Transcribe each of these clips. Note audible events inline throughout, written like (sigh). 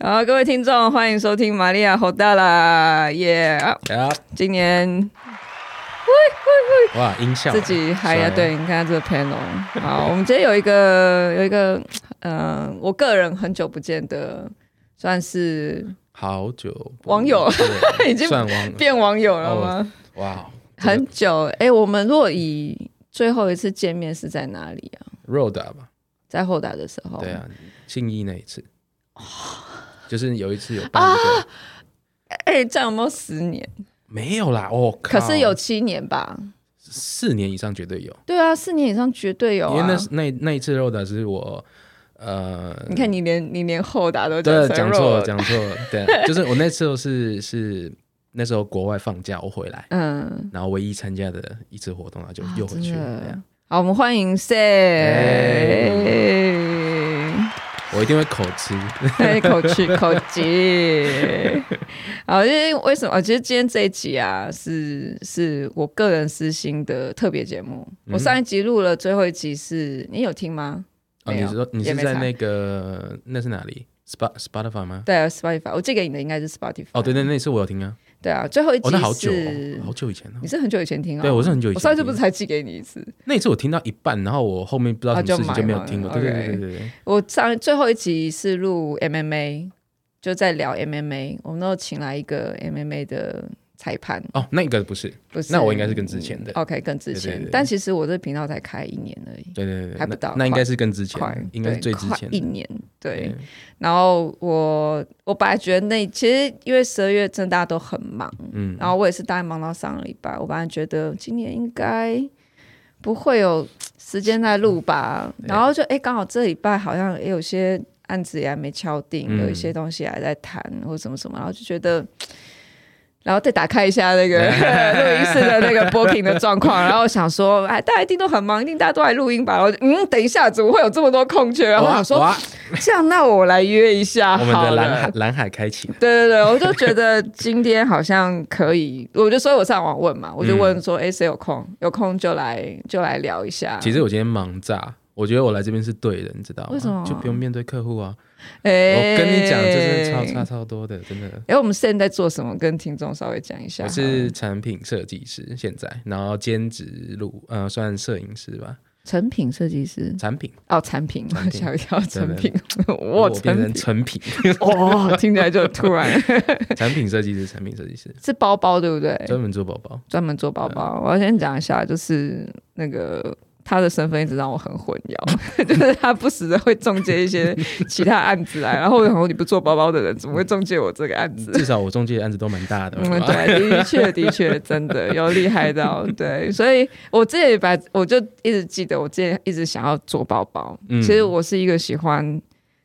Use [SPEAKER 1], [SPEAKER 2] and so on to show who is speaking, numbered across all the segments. [SPEAKER 1] 好，各位听众，欢迎收听玛利亚侯大啦，耶、
[SPEAKER 2] 啊，
[SPEAKER 1] 今年
[SPEAKER 2] 哇，音效
[SPEAKER 1] 自己还
[SPEAKER 2] 帅
[SPEAKER 1] 要
[SPEAKER 2] 啊
[SPEAKER 1] 对，你看这个 panel。好，我们今天有一个有一个，呃，我个人很久不见的，算是
[SPEAKER 2] 好久不
[SPEAKER 1] 网友 (laughs)
[SPEAKER 2] 对
[SPEAKER 1] 已经
[SPEAKER 2] 算网
[SPEAKER 1] 变网友了吗？
[SPEAKER 2] 哦哇这个
[SPEAKER 1] 很久，哎、我们若以最后一次见面是在哪里啊？
[SPEAKER 2] Roda 吧？
[SPEAKER 1] 在后打的时候，
[SPEAKER 2] 对，啊，信义那一次，
[SPEAKER 1] 哦
[SPEAKER 2] 就是有一次有办
[SPEAKER 1] 啊
[SPEAKER 2] 一个
[SPEAKER 1] 哎、这样有没有十年？
[SPEAKER 2] 没有啦，哦，
[SPEAKER 1] 可
[SPEAKER 2] 靠
[SPEAKER 1] 是有七年吧？
[SPEAKER 2] 四年以上绝对有，
[SPEAKER 1] 对啊，四年以上绝对有
[SPEAKER 2] 因为
[SPEAKER 1] 啊
[SPEAKER 2] 那！那那一次 Roda 是我呃，
[SPEAKER 1] 你看，你连你连后打都
[SPEAKER 2] 对
[SPEAKER 1] 成
[SPEAKER 2] 讲错了
[SPEAKER 1] Road
[SPEAKER 2] 讲错了，对，就是我那次候是是那时候国外放假我回来，
[SPEAKER 1] 嗯，
[SPEAKER 2] 然后唯一参加的一次活动，然后就
[SPEAKER 1] 啊
[SPEAKER 2] 又回
[SPEAKER 1] 真
[SPEAKER 2] 去了。
[SPEAKER 1] 的
[SPEAKER 2] 对啊哎
[SPEAKER 1] 好，我们欢迎哎 Say，
[SPEAKER 2] 我一定会口吃，
[SPEAKER 1] 嘿哎口气口
[SPEAKER 2] (laughs)
[SPEAKER 1] 技。好，因为为什么？其实今天这一集啊，是是我个人私心的特别节目。
[SPEAKER 2] 嗯
[SPEAKER 1] 我上一集录了最后一集是，你有听吗？
[SPEAKER 2] 哦，
[SPEAKER 1] 没
[SPEAKER 2] 你
[SPEAKER 1] 有
[SPEAKER 2] 是说你
[SPEAKER 1] 也
[SPEAKER 2] 是
[SPEAKER 1] 没
[SPEAKER 2] 在
[SPEAKER 1] 差
[SPEAKER 2] 那个那是哪里？Spot Spotify 吗？
[SPEAKER 1] 对啊，Spotify，我寄给你的应该是 Spotify。
[SPEAKER 2] 哦，对对，那次我有听啊。
[SPEAKER 1] 对啊，最后一集
[SPEAKER 2] 哦，
[SPEAKER 1] 是，
[SPEAKER 2] 那好久哦，好久以前哦
[SPEAKER 1] 你。是很久以前听啊、
[SPEAKER 2] 对，我是很久以前听。
[SPEAKER 1] 我上次不是才寄给你一次？
[SPEAKER 2] 那一次我听到一半，然后我后面不知道
[SPEAKER 1] 啊
[SPEAKER 2] 什么
[SPEAKER 1] 就
[SPEAKER 2] 事情就没有
[SPEAKER 1] 买了
[SPEAKER 2] 听过。对对
[SPEAKER 1] OK
[SPEAKER 2] 对对对对。
[SPEAKER 1] 我上最后一集是录 MMA，就在聊 MMA，我们都请来一个 MMA 的裁判，
[SPEAKER 2] 哦，那个不是，
[SPEAKER 1] 不是？嗯
[SPEAKER 2] 那我应该是更之前的
[SPEAKER 1] OK，更之前。
[SPEAKER 2] 对对对
[SPEAKER 1] 但其实我这频道才开一年而已，
[SPEAKER 2] 对对对对，
[SPEAKER 1] 还不到
[SPEAKER 2] 那那应该是更之前
[SPEAKER 1] 快
[SPEAKER 2] 的，应该是最
[SPEAKER 1] 对
[SPEAKER 2] 之
[SPEAKER 1] 快
[SPEAKER 2] 前
[SPEAKER 1] 一
[SPEAKER 2] 的。
[SPEAKER 1] 年。对，然后我我本来觉得那其实因为十二月真的大家都很忙，
[SPEAKER 2] 嗯
[SPEAKER 1] 然后我也是大概忙到上个礼拜，我本来觉得今年应该不会有时间再录吧，
[SPEAKER 2] 嗯对
[SPEAKER 1] 然后就哎刚好这礼拜好像也有些案子也还没敲定，
[SPEAKER 2] 嗯
[SPEAKER 1] 有一些东西还在谈或什么什么，然后就觉得。然后再打开一下那个 (laughs) 录音室的那个
[SPEAKER 2] (laughs)
[SPEAKER 1] booking 的状况，然后想说，哎，大家一定都很忙，一定大家都来录音吧。然后就嗯，等一下怎么会有这么多空缺？然后
[SPEAKER 2] 哇
[SPEAKER 1] 想说，
[SPEAKER 2] 哇，
[SPEAKER 1] 这样那我来约一下
[SPEAKER 2] 我们
[SPEAKER 1] 好
[SPEAKER 2] 的
[SPEAKER 1] 了。
[SPEAKER 2] 蓝海蓝海开启了。
[SPEAKER 1] 对对对，我就觉得今天好像可以，我就所以我上网问嘛，我就问说，哎、谁有空？有空就来就来聊一下。
[SPEAKER 2] 嗯其实我今天忙炸，我觉得我来这边是对的，你知道吗？
[SPEAKER 1] 为什么
[SPEAKER 2] 就不用面对客户啊！
[SPEAKER 1] 诶，
[SPEAKER 2] 我跟你讲，这是超差超多的，真的。
[SPEAKER 1] 哎、我们现在在做什么？跟听众稍微讲一下。
[SPEAKER 2] 我是产品设计师，现在然后兼职录呃算摄影师吧，
[SPEAKER 1] 成品设计师
[SPEAKER 2] 产品，
[SPEAKER 1] 哦，产品， (laughs) 我
[SPEAKER 2] 产品
[SPEAKER 1] 想一跳成品，
[SPEAKER 2] 我
[SPEAKER 1] (laughs) 我
[SPEAKER 2] 变
[SPEAKER 1] 成
[SPEAKER 2] 成
[SPEAKER 1] 品，
[SPEAKER 2] 成品，
[SPEAKER 1] 哦，听起来就突然
[SPEAKER 2] 产品设计师，产品设计师，
[SPEAKER 1] (laughs) 是包包对不对？
[SPEAKER 2] 专门做包包。
[SPEAKER 1] 专门做包包。我要先讲一下，就是那个他的身份一直让我很混淆， (laughs) 就是他不时的会中介一些其他案子来，然后我想说你不做包包的人怎么会中介我这个案子？
[SPEAKER 2] 至少我中介的案子都蛮大的，
[SPEAKER 1] 嗯，
[SPEAKER 2] 是吧
[SPEAKER 1] 对，的确，的确，真的有厉害到对，所以我之前也把我就一直记得，我之前一直想要做包包。
[SPEAKER 2] 嗯
[SPEAKER 1] 其实我是一个喜欢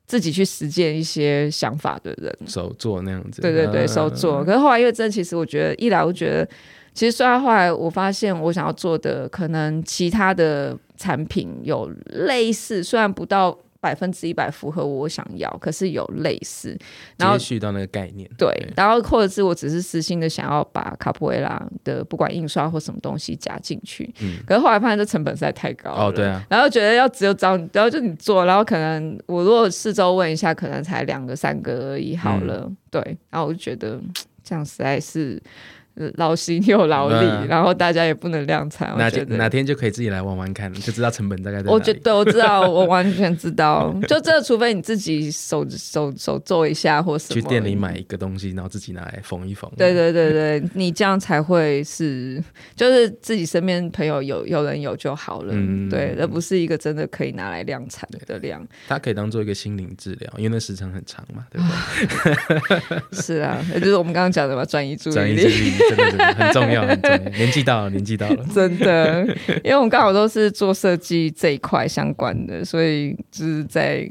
[SPEAKER 1] 自己去实践一些想法的人，
[SPEAKER 2] 手做那样子。
[SPEAKER 1] 对对对，
[SPEAKER 2] 呃
[SPEAKER 1] 手做。可是后来因为真的，其实我觉得，一来我觉得，其实虽然后来我发现我想要做的，可能其他的产品有类似，虽然不到百分之一百符合我想要，可是有类似。然后
[SPEAKER 2] 接续到那个概念。
[SPEAKER 1] 对，然后或者是我只是私心的想要把卡布维拉的不管印刷或什么东西加进去，
[SPEAKER 2] 嗯
[SPEAKER 1] 可是后来发现这成本实在太高了。
[SPEAKER 2] 哦，对啊，
[SPEAKER 1] 然后觉得要只有找你，然后就你做，然后可能我如果四周问一下，可能才两个三个而已，好了，
[SPEAKER 2] 嗯
[SPEAKER 1] 对。然后我就觉得嗯这样实在是呃劳心又劳力，
[SPEAKER 2] 嗯
[SPEAKER 1] 然后大家也不能量产，我
[SPEAKER 2] 哪
[SPEAKER 1] 觉
[SPEAKER 2] 天
[SPEAKER 1] 得
[SPEAKER 2] 哪天就可以自己来玩玩看，就知道成本大概在哪里。
[SPEAKER 1] 我觉得我知道，我完全知道。
[SPEAKER 2] (laughs)
[SPEAKER 1] 就这，除非你自己手手手做一下或什么，
[SPEAKER 2] 去店里买一个东西，然后自己拿来缝一缝。
[SPEAKER 1] 对对对对，你这样才会是，就是自己身边朋友有有人有就好了，
[SPEAKER 2] 嗯
[SPEAKER 1] 对，而不是一个真的可以拿来量产的量。
[SPEAKER 2] 它可以当做一个心灵治疗，因为那时长很长嘛，对不
[SPEAKER 1] 啊
[SPEAKER 2] 对？
[SPEAKER 1] 是啊，也就是我们刚刚讲的嘛，转移注
[SPEAKER 2] 转
[SPEAKER 1] 意
[SPEAKER 2] 移注
[SPEAKER 1] 力。
[SPEAKER 2] 意力真的真的很重要，很重要。年纪到了，年纪到了。
[SPEAKER 1] (laughs) 真的，因为我们刚好都是做设计这一块相关的，所以就是在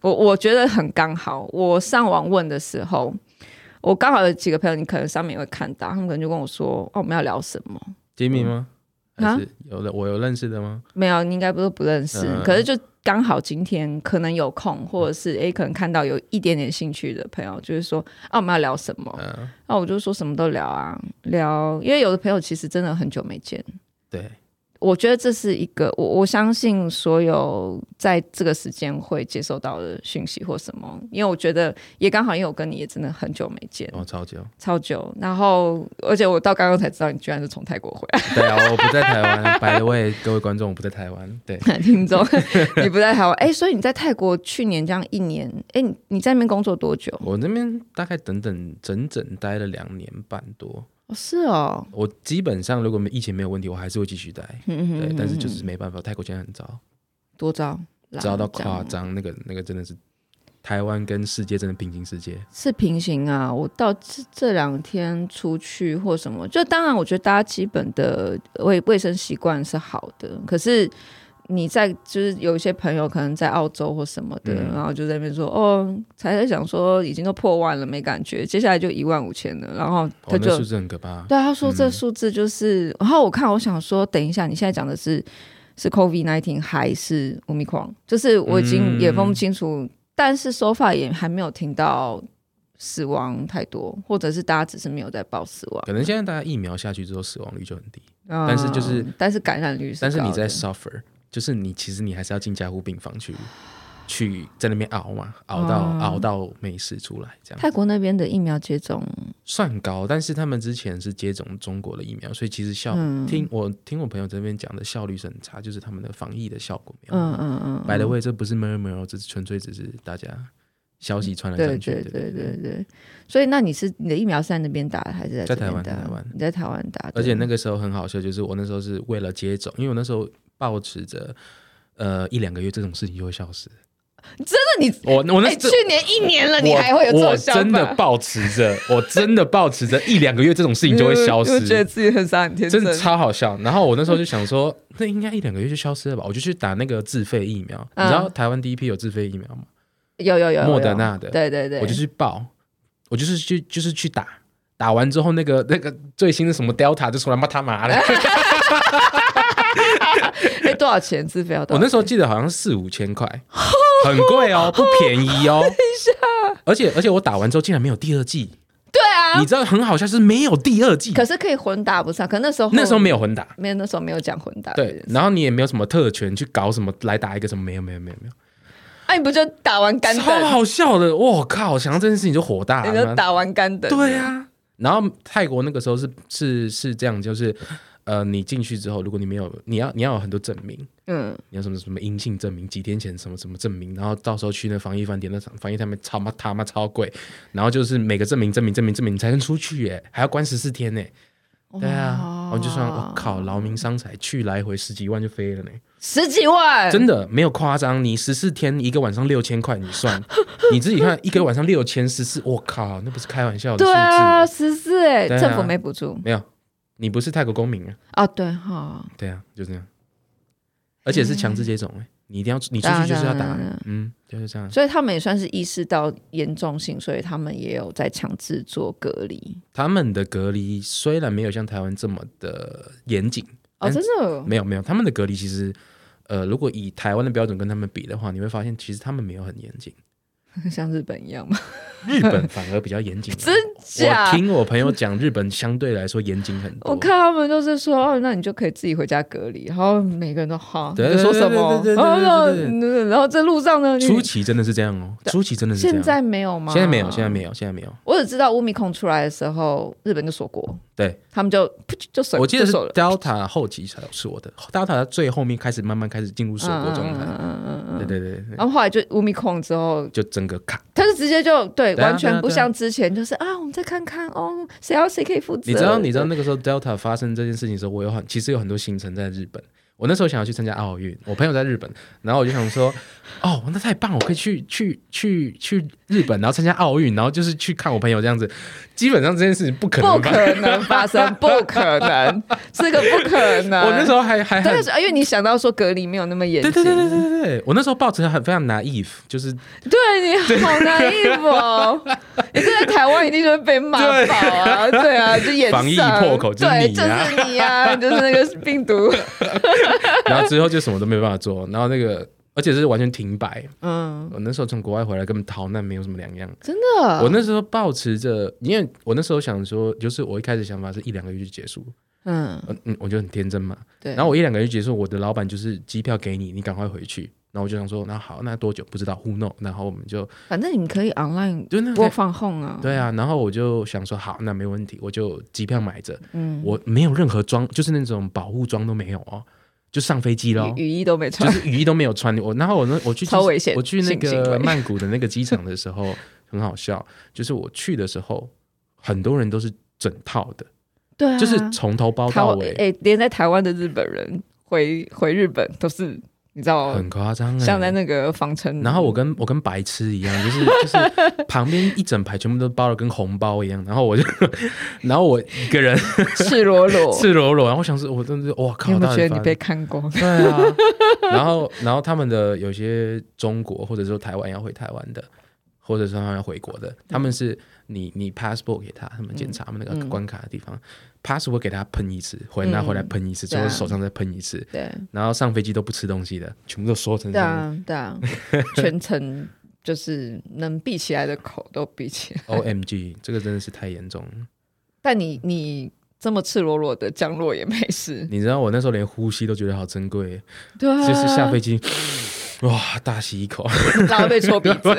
[SPEAKER 1] 我我觉得很刚好。我上网问的时候，我刚好有几个朋友，你可能上面也会看到，他们可能就跟我说：“哦，我们要聊什么？”
[SPEAKER 2] Jimmy 吗？
[SPEAKER 1] 啊
[SPEAKER 2] 还是有的？我有认识的吗？
[SPEAKER 1] 没有，你应该不是不认识，
[SPEAKER 2] 嗯
[SPEAKER 1] 可是就刚好今天可能有空，或者是诶，可能看到有一点点兴趣的朋友，就是说啊，我们要聊什么？那、
[SPEAKER 2] 嗯，
[SPEAKER 1] 啊我就说什么都聊啊，聊，因为有的朋友其实真的很久没见，
[SPEAKER 2] 对，
[SPEAKER 1] 我觉得这是一个我我相信所有在这个时间会接收到的讯息或什么，因为我觉得也刚好，因为我跟你也真的很久没见，
[SPEAKER 2] 哦，超久。
[SPEAKER 1] 超久。然后而且我到刚刚才知道你居然是从泰国回来，
[SPEAKER 2] 对啊，我不在台湾。白的位，各位观众，我不在台湾。对，
[SPEAKER 1] 听
[SPEAKER 2] (laughs)
[SPEAKER 1] 众你不在台湾，哎、所以你在泰国去年这样一年，哎、你你在那边工作多久？
[SPEAKER 2] 我那边大概等等整整待了两年半多。
[SPEAKER 1] 哦是哦，
[SPEAKER 2] 我基本上如果疫情没有问题，我还是会继续待。
[SPEAKER 1] 嗯
[SPEAKER 2] 对，但是就是没办法，泰国现在很糟，
[SPEAKER 1] 多招
[SPEAKER 2] 糟到
[SPEAKER 1] 这样
[SPEAKER 2] 夸张。那个那个真的是台湾跟世界真的平行世界。
[SPEAKER 1] 是平行啊，我到这这两天出去或什么，就当然我觉得大家基本的卫卫生习惯是好的，可是你在就是有一些朋友可能在澳洲或什么的，
[SPEAKER 2] 嗯
[SPEAKER 1] 然后就在那边说哦，才在想说已经都破万了没感觉，接下来就一万五千了，然后
[SPEAKER 2] 哦
[SPEAKER 1] 他，
[SPEAKER 2] 那
[SPEAKER 1] 就、
[SPEAKER 2] 数字很可怕。
[SPEAKER 1] 对啊他说
[SPEAKER 2] 嗯
[SPEAKER 1] 这数字就是，然后我看我想说，等一下你现在讲的是是 COVID nineteen 还是 Omicron？就是我已经也分不清楚，但是手法也还没有听到死亡太多，或者是大家只是没有在报死亡，
[SPEAKER 2] 可能现在大家疫苗下去之后，死亡率就很低，
[SPEAKER 1] 嗯
[SPEAKER 2] 但是就是
[SPEAKER 1] 但是感染率是
[SPEAKER 2] 但是你
[SPEAKER 1] 高的
[SPEAKER 2] 在 suffer，就是你其实你还是要进加护病房去，去在那边熬嘛，熬到、
[SPEAKER 1] 哦
[SPEAKER 2] 熬到没事出来，这样
[SPEAKER 1] 泰国那边的疫苗接种，
[SPEAKER 2] 算高。但是他们之前是接种中国的疫苗，所以其实效、
[SPEAKER 1] 嗯
[SPEAKER 2] 听我听我朋友这边讲的效率是很差，就是他们的防疫的效果没有。
[SPEAKER 1] 嗯嗯嗯，
[SPEAKER 2] by the way，这不是 murmur，哦这是纯粹只是大家消息传来
[SPEAKER 1] 对
[SPEAKER 2] 传去。
[SPEAKER 1] 对对对对，所以那你是你的疫苗是在那边打的还是在
[SPEAKER 2] 在
[SPEAKER 1] 这边
[SPEAKER 2] 台湾
[SPEAKER 1] 打
[SPEAKER 2] 在台湾
[SPEAKER 1] 你在台湾打的，
[SPEAKER 2] 而且那个时候很好笑，就是我那时候是为了接种，因为我那时候抱持着。呃，一两个月这种事情就会消失。真的你我我那、
[SPEAKER 1] 哎、去年一年了，你
[SPEAKER 2] 我
[SPEAKER 1] 还会有这
[SPEAKER 2] 我
[SPEAKER 1] 种想法？
[SPEAKER 2] 真的保持着，我真的保持着一两个月这种事情就会
[SPEAKER 1] 因为
[SPEAKER 2] 消
[SPEAKER 1] 觉得
[SPEAKER 2] 失，
[SPEAKER 1] 自己很傻很天真
[SPEAKER 2] 真。的超好笑。然后我那时候就想说，那应该一两个月就消失了吧？我就去打那个自费疫苗，
[SPEAKER 1] 嗯
[SPEAKER 2] 你知道台湾第一批有自费疫苗吗？
[SPEAKER 1] 有有有有
[SPEAKER 2] 莫德纳的
[SPEAKER 1] 对对对，
[SPEAKER 2] 我就去报，我就是去就是去打，打完之后那个那个最新的什么 Delta 就出来，妈他妈的！
[SPEAKER 1] (laughs) 哎多少钱自费要多少
[SPEAKER 2] 我那
[SPEAKER 1] 钱？
[SPEAKER 2] 时候记得好像四五千块，很贵哦，不便
[SPEAKER 1] (laughs)
[SPEAKER 2] 宜哦。而且而且我打完之后竟然没有第二季，
[SPEAKER 1] 对啊
[SPEAKER 2] 你，知道很好笑是没有第二季，
[SPEAKER 1] 可是可以混打不上，可那时候
[SPEAKER 2] 那时候没
[SPEAKER 1] 有
[SPEAKER 2] 有混打。
[SPEAKER 1] 没有那时候没有讲混打。
[SPEAKER 2] 对，，然后你也没有什么特权去搞什么来打一个什么，没有没有没有没有，
[SPEAKER 1] 哎、你不就打完干
[SPEAKER 2] 超
[SPEAKER 1] 等，
[SPEAKER 2] 好笑的，我靠！想到这件事情就火大
[SPEAKER 1] 你
[SPEAKER 2] 了
[SPEAKER 1] 就。打完干等，
[SPEAKER 2] 对啊，然后泰国那个时候是是是这样，就是呃，你进去之后，如果你没有，你要你要有很多证明，
[SPEAKER 1] 嗯，
[SPEAKER 2] 你要什么什么阴性证明，几天前什么什么证明，然后到时候去那防疫饭店，那场防疫他们超妈他妈超贵，然后就是每个证明证明证明证明你才能出去耶，还要关十四天呢。对啊，我就算我靠，劳民伤财，去来回十几万就飞了呢。
[SPEAKER 1] 十几万，
[SPEAKER 2] 真的没有夸张，你十四天一个晚上六千块，你
[SPEAKER 1] (laughs)
[SPEAKER 2] 算你自己看，一个晚上六千十四，我靠，那不是开玩笑的数
[SPEAKER 1] 对
[SPEAKER 2] 字。
[SPEAKER 1] 啊，十四哎，
[SPEAKER 2] 对啊
[SPEAKER 1] 政府没补助
[SPEAKER 2] 没有，你不是泰国公民啊？
[SPEAKER 1] 啊，对哈，
[SPEAKER 2] 对啊，就这样，而且是强制接种、欸，你一定要你出
[SPEAKER 1] 当
[SPEAKER 2] 去
[SPEAKER 1] 然
[SPEAKER 2] 就是要
[SPEAKER 1] 当然
[SPEAKER 2] 打
[SPEAKER 1] 当然，
[SPEAKER 2] 嗯，就是这样。
[SPEAKER 1] 所以他们也算是意识到严重性，所以他们也有在强制做隔离
[SPEAKER 2] 他们的隔离虽然没有像台湾这么的严谨，
[SPEAKER 1] 哦，
[SPEAKER 2] 但
[SPEAKER 1] 真的
[SPEAKER 2] 没有没有，他们的隔离其实。呃，如果以台湾的标准跟他们比的话，你会发现其实他们没有很严谨，
[SPEAKER 1] (laughs) 像日本一样吗？
[SPEAKER 2] 日本反而比较严
[SPEAKER 1] (laughs)
[SPEAKER 2] 谨啊。
[SPEAKER 1] 真假
[SPEAKER 2] 我？听我朋友讲，日本相对来说严谨很多。
[SPEAKER 1] 我看他们就是说，哦，那你就可以自己回家隔离，然后每个人都哈，你
[SPEAKER 2] 对
[SPEAKER 1] 在说什么？
[SPEAKER 2] 对对对对对
[SPEAKER 1] 然后
[SPEAKER 2] 对对
[SPEAKER 1] 然后然后在路上呢，你
[SPEAKER 2] 初期真的是这样哦，初期真的是这样。
[SPEAKER 1] 现在没有吗？
[SPEAKER 2] 现在没有，现在没有，现在没有。
[SPEAKER 1] 我只知道乌米控出来的时候，日本就锁国，
[SPEAKER 2] 对，
[SPEAKER 1] 他们就噗就锁，
[SPEAKER 2] 我记得是
[SPEAKER 1] 就锁了
[SPEAKER 2] Delta 后期才有锁的，Delta 最后面开始慢慢开始进入锁国状态。
[SPEAKER 1] 嗯嗯嗯
[SPEAKER 2] 对对对对，
[SPEAKER 1] 然后后来就乌米控之后，
[SPEAKER 2] 就整个卡。
[SPEAKER 1] 他就直接就对，
[SPEAKER 2] 对啊
[SPEAKER 1] 完
[SPEAKER 2] 对
[SPEAKER 1] 全
[SPEAKER 2] 啊
[SPEAKER 1] 不
[SPEAKER 2] 对啊
[SPEAKER 1] 像之前，就是啊，我们再看看哦，谁要谁可以负责。
[SPEAKER 2] 你知道，你知道那个时候 Delta 发生这件事情的时候，我有很其实有很多行程在日本。我那时候想要去参加奥运，我朋友在日本，然后我就想说，哦，那太棒了，我可以去去去去日本，然后参加奥运，然后就是去看我朋友这样子。基本上这件事情不可
[SPEAKER 1] 不
[SPEAKER 2] 能发生。
[SPEAKER 1] 可能发
[SPEAKER 2] (laughs)
[SPEAKER 1] 生，不可能，这个不可能。
[SPEAKER 2] 我那时候还还哎
[SPEAKER 1] 真
[SPEAKER 2] 很
[SPEAKER 1] 的啊是，因为你想到说隔离没有那么严
[SPEAKER 2] 对
[SPEAKER 1] 谨，
[SPEAKER 2] 对对对对对对，我那时候抱持很非常 naive，就是
[SPEAKER 1] 对你好难应付
[SPEAKER 2] (laughs)
[SPEAKER 1] 哦！你在台湾一定就会被骂爆啊！对啊，就演
[SPEAKER 2] 防疫
[SPEAKER 1] 上
[SPEAKER 2] 破口就是
[SPEAKER 1] 对，
[SPEAKER 2] 你
[SPEAKER 1] 就
[SPEAKER 2] 啊
[SPEAKER 1] 是你啊，就是那个病
[SPEAKER 2] (laughs)
[SPEAKER 1] 毒。
[SPEAKER 2] 然后之后就什么都没办法做，然后那个而且是完全停摆。
[SPEAKER 1] 嗯，
[SPEAKER 2] 我那时候从国外回来，跟逃难没有什么两样。
[SPEAKER 1] 真的
[SPEAKER 2] 我那时候抱持着，因为我那时候想说，就是我一开始想法是一两个月就结束，
[SPEAKER 1] 嗯，
[SPEAKER 2] 呃嗯，我就很天真嘛。
[SPEAKER 1] 对。
[SPEAKER 2] 然后我一两个月结束，我的老板就是机票给你，你赶快回去。然后我就想说，那好，那多久不知道，who know？然后我们就
[SPEAKER 1] 反正你们可以 online
[SPEAKER 2] 就那
[SPEAKER 1] 播放 home 啊，
[SPEAKER 2] 对啊，然后我就想说，好，那没问题，我就机票买着，
[SPEAKER 1] 嗯，
[SPEAKER 2] 我没有任何装，就是那种保护装都没有哦，就上飞机喽
[SPEAKER 1] 雨，雨衣都没
[SPEAKER 2] (laughs) 就
[SPEAKER 1] 穿，
[SPEAKER 2] 是雨衣都没有穿。我然后我呢，我去
[SPEAKER 1] 超危险
[SPEAKER 2] 我去那
[SPEAKER 1] 性行
[SPEAKER 2] 个
[SPEAKER 1] 为
[SPEAKER 2] 曼谷的那个机场的
[SPEAKER 1] (laughs)
[SPEAKER 2] 时候，很好笑，就是我去的时候，很多人都是整套的，
[SPEAKER 1] 对啊，
[SPEAKER 2] 就是从头包
[SPEAKER 1] 台
[SPEAKER 2] 到
[SPEAKER 1] 湾
[SPEAKER 2] 尾，
[SPEAKER 1] 哎、连在台湾的日本人回回日本都是你知道，
[SPEAKER 2] 很夸张、欸，
[SPEAKER 1] 像在那嗯个防城，
[SPEAKER 2] 然后我跟我跟白痴一样，就是就是旁边一整排全部都包的跟红包一样，然后我就， (laughs) 然后我一个人
[SPEAKER 1] 赤裸裸，
[SPEAKER 2] (laughs) 赤裸裸，然后我想是，我真的是哇
[SPEAKER 1] 哦你
[SPEAKER 2] 靠，
[SPEAKER 1] 有没
[SPEAKER 2] 到
[SPEAKER 1] 有
[SPEAKER 2] 底
[SPEAKER 1] 觉得你
[SPEAKER 2] 发
[SPEAKER 1] 被看光？
[SPEAKER 2] 对啊，然后然后他们的有些中国或者说台湾要回台湾的，或者是他们要回国的，他们是你你 passport 给他，他们检查他们那个
[SPEAKER 1] 嗯
[SPEAKER 2] 关卡的地方、p a s s p o r t 给他喷一次，回拿回来喷一次，
[SPEAKER 1] 对
[SPEAKER 2] 最
[SPEAKER 1] 啊
[SPEAKER 2] 后手上再喷一次，
[SPEAKER 1] 对
[SPEAKER 2] 然后上飞机都不吃东西的，全部都缩成
[SPEAKER 1] 对啊对啊，全程就是能闭起来的口都闭起来，
[SPEAKER 2] O M
[SPEAKER 1] (laughs)
[SPEAKER 2] G，这个真的是太严重了。
[SPEAKER 1] 但你你这么赤裸裸的降落也没事，
[SPEAKER 2] 你知道我那时候连呼吸都觉得好珍贵，
[SPEAKER 1] 对啊，
[SPEAKER 2] 就是下飞机，哇，大吸一口。
[SPEAKER 1] 然后被戳鼻
[SPEAKER 2] (laughs)
[SPEAKER 1] 子，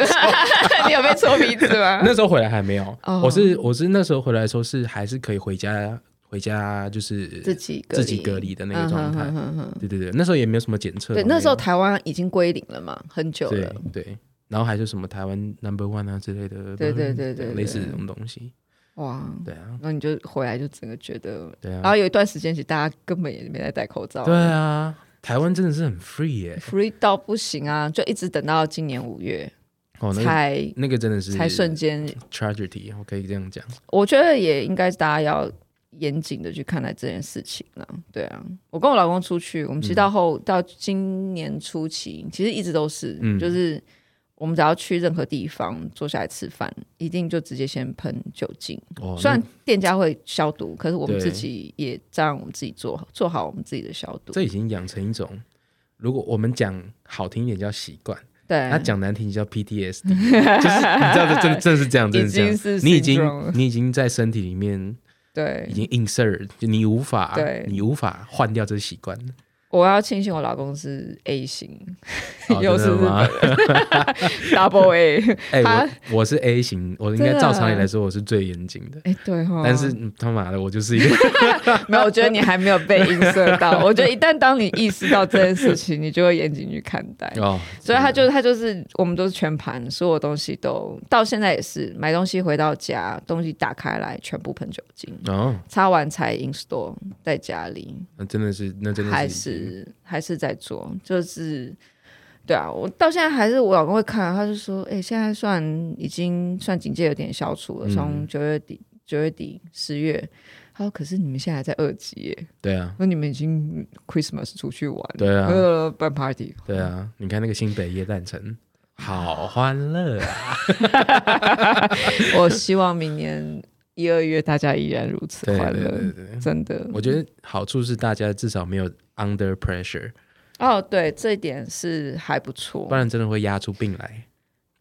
[SPEAKER 1] 你有被戳鼻子吗？
[SPEAKER 2] 那时候回来还没有，
[SPEAKER 1] 哦
[SPEAKER 2] 我是我是那时候回来的时候是还是可以回家回家，就是
[SPEAKER 1] 自己隔
[SPEAKER 2] 自己隔离的那个状
[SPEAKER 1] 嗯
[SPEAKER 2] 态
[SPEAKER 1] 哼哼哼哼
[SPEAKER 2] 对对对，那时候也没有什么检测，
[SPEAKER 1] 对，
[SPEAKER 2] 没有
[SPEAKER 1] 那时候台湾已经归零了嘛，很久
[SPEAKER 2] 对
[SPEAKER 1] 了。
[SPEAKER 2] 对，然后还是什么台湾 number one 啊之类的，
[SPEAKER 1] 对对对对对
[SPEAKER 2] 类似这种东西，
[SPEAKER 1] 哇，
[SPEAKER 2] 对啊
[SPEAKER 1] 然后你就回来就整个觉得，
[SPEAKER 2] 对
[SPEAKER 1] 然
[SPEAKER 2] 啊
[SPEAKER 1] 后有一段时间其实大家根本也没在戴口罩，
[SPEAKER 2] 对啊，台湾真的是很 free 耶，
[SPEAKER 1] ，free 到不行啊，就一直等到今年五月
[SPEAKER 2] 哦那个
[SPEAKER 1] 才
[SPEAKER 2] 那个真的是
[SPEAKER 1] 才瞬间，
[SPEAKER 2] tragedy，我可以这样讲，
[SPEAKER 1] 我觉得也应该是大家要严谨的去看待这件事情啊，对啊，我跟我老公出去，我们其
[SPEAKER 2] 嗯
[SPEAKER 1] 实到后、到今年初期，其实一直都是，
[SPEAKER 2] 嗯
[SPEAKER 1] 就是我们只要去任何地方坐下来吃饭，一定就直接先喷酒精。
[SPEAKER 2] 哦，
[SPEAKER 1] 虽然
[SPEAKER 2] 那
[SPEAKER 1] 店家会消毒，可是我们
[SPEAKER 2] 对
[SPEAKER 1] 自己也让我们自己做好做好我们自己的消毒。
[SPEAKER 2] 这已经养成一种。如果我们讲好听一点叫习惯，
[SPEAKER 1] 对，
[SPEAKER 2] 他讲难听就叫 PTSD，就是你知道这真真的是这样，真的是这
[SPEAKER 1] 已
[SPEAKER 2] 样
[SPEAKER 1] 经是，
[SPEAKER 2] 你已经
[SPEAKER 1] syndrome 了
[SPEAKER 2] 你已经在身体里面已
[SPEAKER 1] 对，
[SPEAKER 2] 经 insert，就你无法
[SPEAKER 1] 对
[SPEAKER 2] 你无法换掉这习惯，
[SPEAKER 1] (laughs) 我要庆幸我老公是 A 型 (laughs)
[SPEAKER 2] 哦
[SPEAKER 1] 又是
[SPEAKER 2] 真的吗？
[SPEAKER 1] ，Double A。
[SPEAKER 2] (laughs) 哎，
[SPEAKER 1] 他
[SPEAKER 2] 我我是 A 型，我应该
[SPEAKER 1] 真的啊
[SPEAKER 2] 照常理来说我是最严谨的，
[SPEAKER 1] 哎、对哈，
[SPEAKER 2] 但是嗯他妈的我就是一
[SPEAKER 1] (laughs)
[SPEAKER 2] 个
[SPEAKER 1] 没有，我觉得你还没有被映射
[SPEAKER 2] (laughs)
[SPEAKER 1] 到。我觉得一旦当你意识到这件事情，你就会严谨去看待。
[SPEAKER 2] 哦，
[SPEAKER 1] 所以他
[SPEAKER 2] 真的
[SPEAKER 1] 就他就是我们都是全盘，所有东西都到现在也是买东西回到家，东西打开来全部喷酒精，
[SPEAKER 2] 哦，
[SPEAKER 1] 擦完才 install 在家里，
[SPEAKER 2] 那真的是那真的
[SPEAKER 1] 还
[SPEAKER 2] 是
[SPEAKER 1] 是还是在做，就是对啊，我到现在还是我老公会看，他就说，哎、现在算已经算警戒有点消除了，
[SPEAKER 2] 嗯
[SPEAKER 1] 从九月底、九月底、十月，他说，可是你们现在还在二级耶，
[SPEAKER 2] 对啊
[SPEAKER 1] 那你们已经 Christmas 出去玩了，
[SPEAKER 2] 对啊
[SPEAKER 1] 呃，办
[SPEAKER 2] (laughs)
[SPEAKER 1] party，
[SPEAKER 2] 对啊，你看那个新北夜诞
[SPEAKER 1] (sighs)
[SPEAKER 2] 城，好欢乐啊！
[SPEAKER 1] 我希望明年一二月大家依然如此
[SPEAKER 2] 对
[SPEAKER 1] 快
[SPEAKER 2] 对
[SPEAKER 1] 乐，
[SPEAKER 2] 对对对，
[SPEAKER 1] 真的，
[SPEAKER 2] 我觉得好处是大家至少没有 under pressure。
[SPEAKER 1] 哦，对，这一点是还不错
[SPEAKER 2] 不。然真的会压出病来。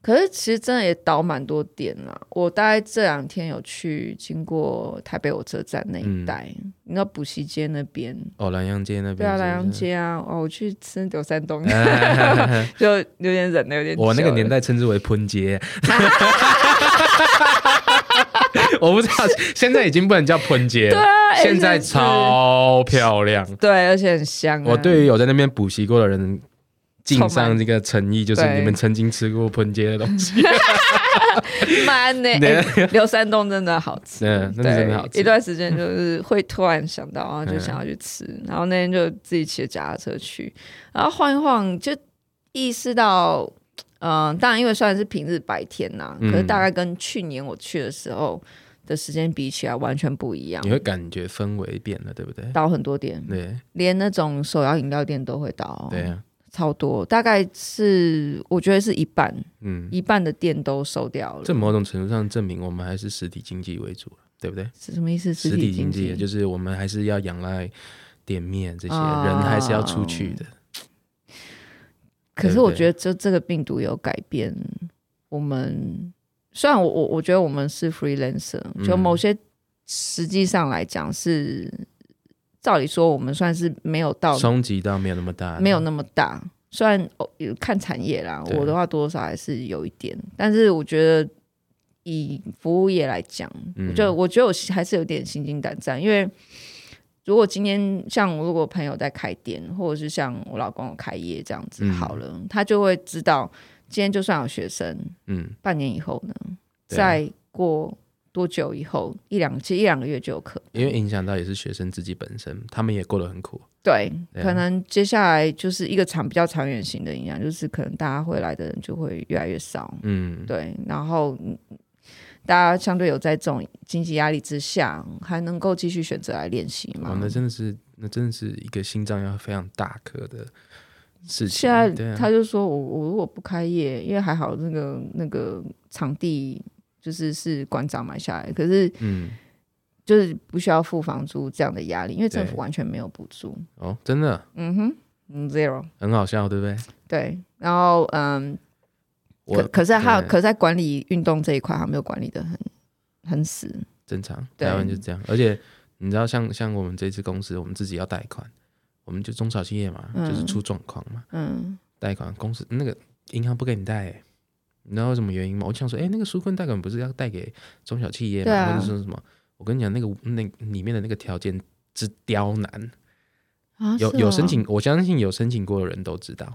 [SPEAKER 1] 可是其实真的也倒蛮多点啦。我大概这两天有去经过台北火车站那一带，
[SPEAKER 2] 嗯
[SPEAKER 1] 你知道补习街那边，
[SPEAKER 2] 哦，南阳街那边，
[SPEAKER 1] 对啊，南洋。街啊，哦，我去吃牛山
[SPEAKER 2] (laughs)
[SPEAKER 1] 东，
[SPEAKER 2] 哎
[SPEAKER 1] (laughs) 就有点忍的有点久了。
[SPEAKER 2] 我那个年代称之为“
[SPEAKER 1] (laughs)
[SPEAKER 2] 喷街”，我不知道，现在已经不能叫“喷街”了，
[SPEAKER 1] 啊，哎
[SPEAKER 2] 现在超漂亮。
[SPEAKER 1] 对，而且很香、啊。
[SPEAKER 2] 我对于有在那边补习过的人，敬
[SPEAKER 1] 充
[SPEAKER 2] 上
[SPEAKER 1] 满
[SPEAKER 2] 这个诚意，就是
[SPEAKER 1] 对
[SPEAKER 2] 你们曾经吃过“喷街”的东西。
[SPEAKER 1] 蛮呢、
[SPEAKER 2] 对
[SPEAKER 1] 哎牛山东真的好吃，
[SPEAKER 2] 嗯那是真的好吃嗯
[SPEAKER 1] 对一段时间就是会突然想到，然后就想要去吃，然后那天就自己骑着脚踏车去，然后晃一晃就意识到，嗯、当然因为虽然是平日白天呐、
[SPEAKER 2] 嗯
[SPEAKER 1] 可是大概跟去年我去的时候的时间比起来完全不一样
[SPEAKER 2] 你。会感觉氛围变了，对不对？
[SPEAKER 1] 倒很多店，
[SPEAKER 2] 对
[SPEAKER 1] 连那种手摇饮料店都会倒哦，
[SPEAKER 2] 对啊，
[SPEAKER 1] 超多，大概是我觉得是一半，
[SPEAKER 2] 嗯，
[SPEAKER 1] 一半的店都收掉了。
[SPEAKER 2] 这某种程度上证明我们还是实体经济为主了，对不对？
[SPEAKER 1] 是什么意思？
[SPEAKER 2] 实体
[SPEAKER 1] 体
[SPEAKER 2] 经济，
[SPEAKER 1] 济
[SPEAKER 2] 就是我们还是要仰赖店面这些，
[SPEAKER 1] 啊
[SPEAKER 2] 人还是要出去的。
[SPEAKER 1] 可
[SPEAKER 2] 对
[SPEAKER 1] 是
[SPEAKER 2] 不
[SPEAKER 1] 我
[SPEAKER 2] 对
[SPEAKER 1] 觉得，就这个病毒有改变我们。虽然我我我觉得我们是 freelancer，就
[SPEAKER 2] 嗯
[SPEAKER 1] 某些实际上来讲是照理说我们算是没有到
[SPEAKER 2] 冲击到没有那么大，
[SPEAKER 1] 没有那么大。虽然哦，有看产业啦，
[SPEAKER 2] 对啊
[SPEAKER 1] 我的话多少还是有一点，但是我觉得以服务业来讲，
[SPEAKER 2] 嗯
[SPEAKER 1] 我就我觉得我还是有点心惊胆战，因为如果今天像我如果朋友在开店，或者是像我老公有开业这样子
[SPEAKER 2] 嗯
[SPEAKER 1] 好了，他就会知道今天就算有学生，
[SPEAKER 2] 嗯，
[SPEAKER 1] 半年以后呢，
[SPEAKER 2] 对啊
[SPEAKER 1] 再过多久以后，一两其实一两个月就有可能，
[SPEAKER 2] 因为影响到也是学生自己本身，他们也过得很苦，
[SPEAKER 1] 对，
[SPEAKER 2] 对啊
[SPEAKER 1] 可能接下来就是一个长比较长远型的影响，就是可能大家会来的人就会越来越少，
[SPEAKER 2] 嗯，
[SPEAKER 1] 对，然后嗯大家相对有在这种经济压力之下，还能够继续选择来练习
[SPEAKER 2] 哇，
[SPEAKER 1] 吗？
[SPEAKER 2] 哦那真的是，那真的是一个心脏要非常大颗的事情。
[SPEAKER 1] 现在
[SPEAKER 2] 对啊
[SPEAKER 1] 他就说我我如果不开业，因为还好那个那个场地就是是馆长买下来，可是
[SPEAKER 2] 嗯，
[SPEAKER 1] 就是不需要付房租这样的压力，因为政
[SPEAKER 2] 对
[SPEAKER 1] 府完全没有补助，
[SPEAKER 2] 哦，真的
[SPEAKER 1] 嗯哼，嗯 zero
[SPEAKER 2] 很好笑，对不对？
[SPEAKER 1] 对，然后嗯，
[SPEAKER 2] 我
[SPEAKER 1] 可可是他
[SPEAKER 2] 对
[SPEAKER 1] 可在管理运动这一块，他没有管理的很很死，
[SPEAKER 2] 正常，
[SPEAKER 1] 对
[SPEAKER 2] 台湾就这样。而且你知道像，像我们这次公司，我们自己要贷款，我们就中小企业嘛，
[SPEAKER 1] 嗯
[SPEAKER 2] 就是出状况嘛，
[SPEAKER 1] 嗯，
[SPEAKER 2] 贷款公司那个银行不给你贷、欸你知道为什么原因吗？我就想说，哎、那个纾困贷款不是要贷给中小企业嘛，
[SPEAKER 1] 对啊
[SPEAKER 2] 或者说什么？我跟你讲，那个那里面的那个条件之刁难，
[SPEAKER 1] 啊
[SPEAKER 2] 有有申，请，我相信有申请过的人都知道，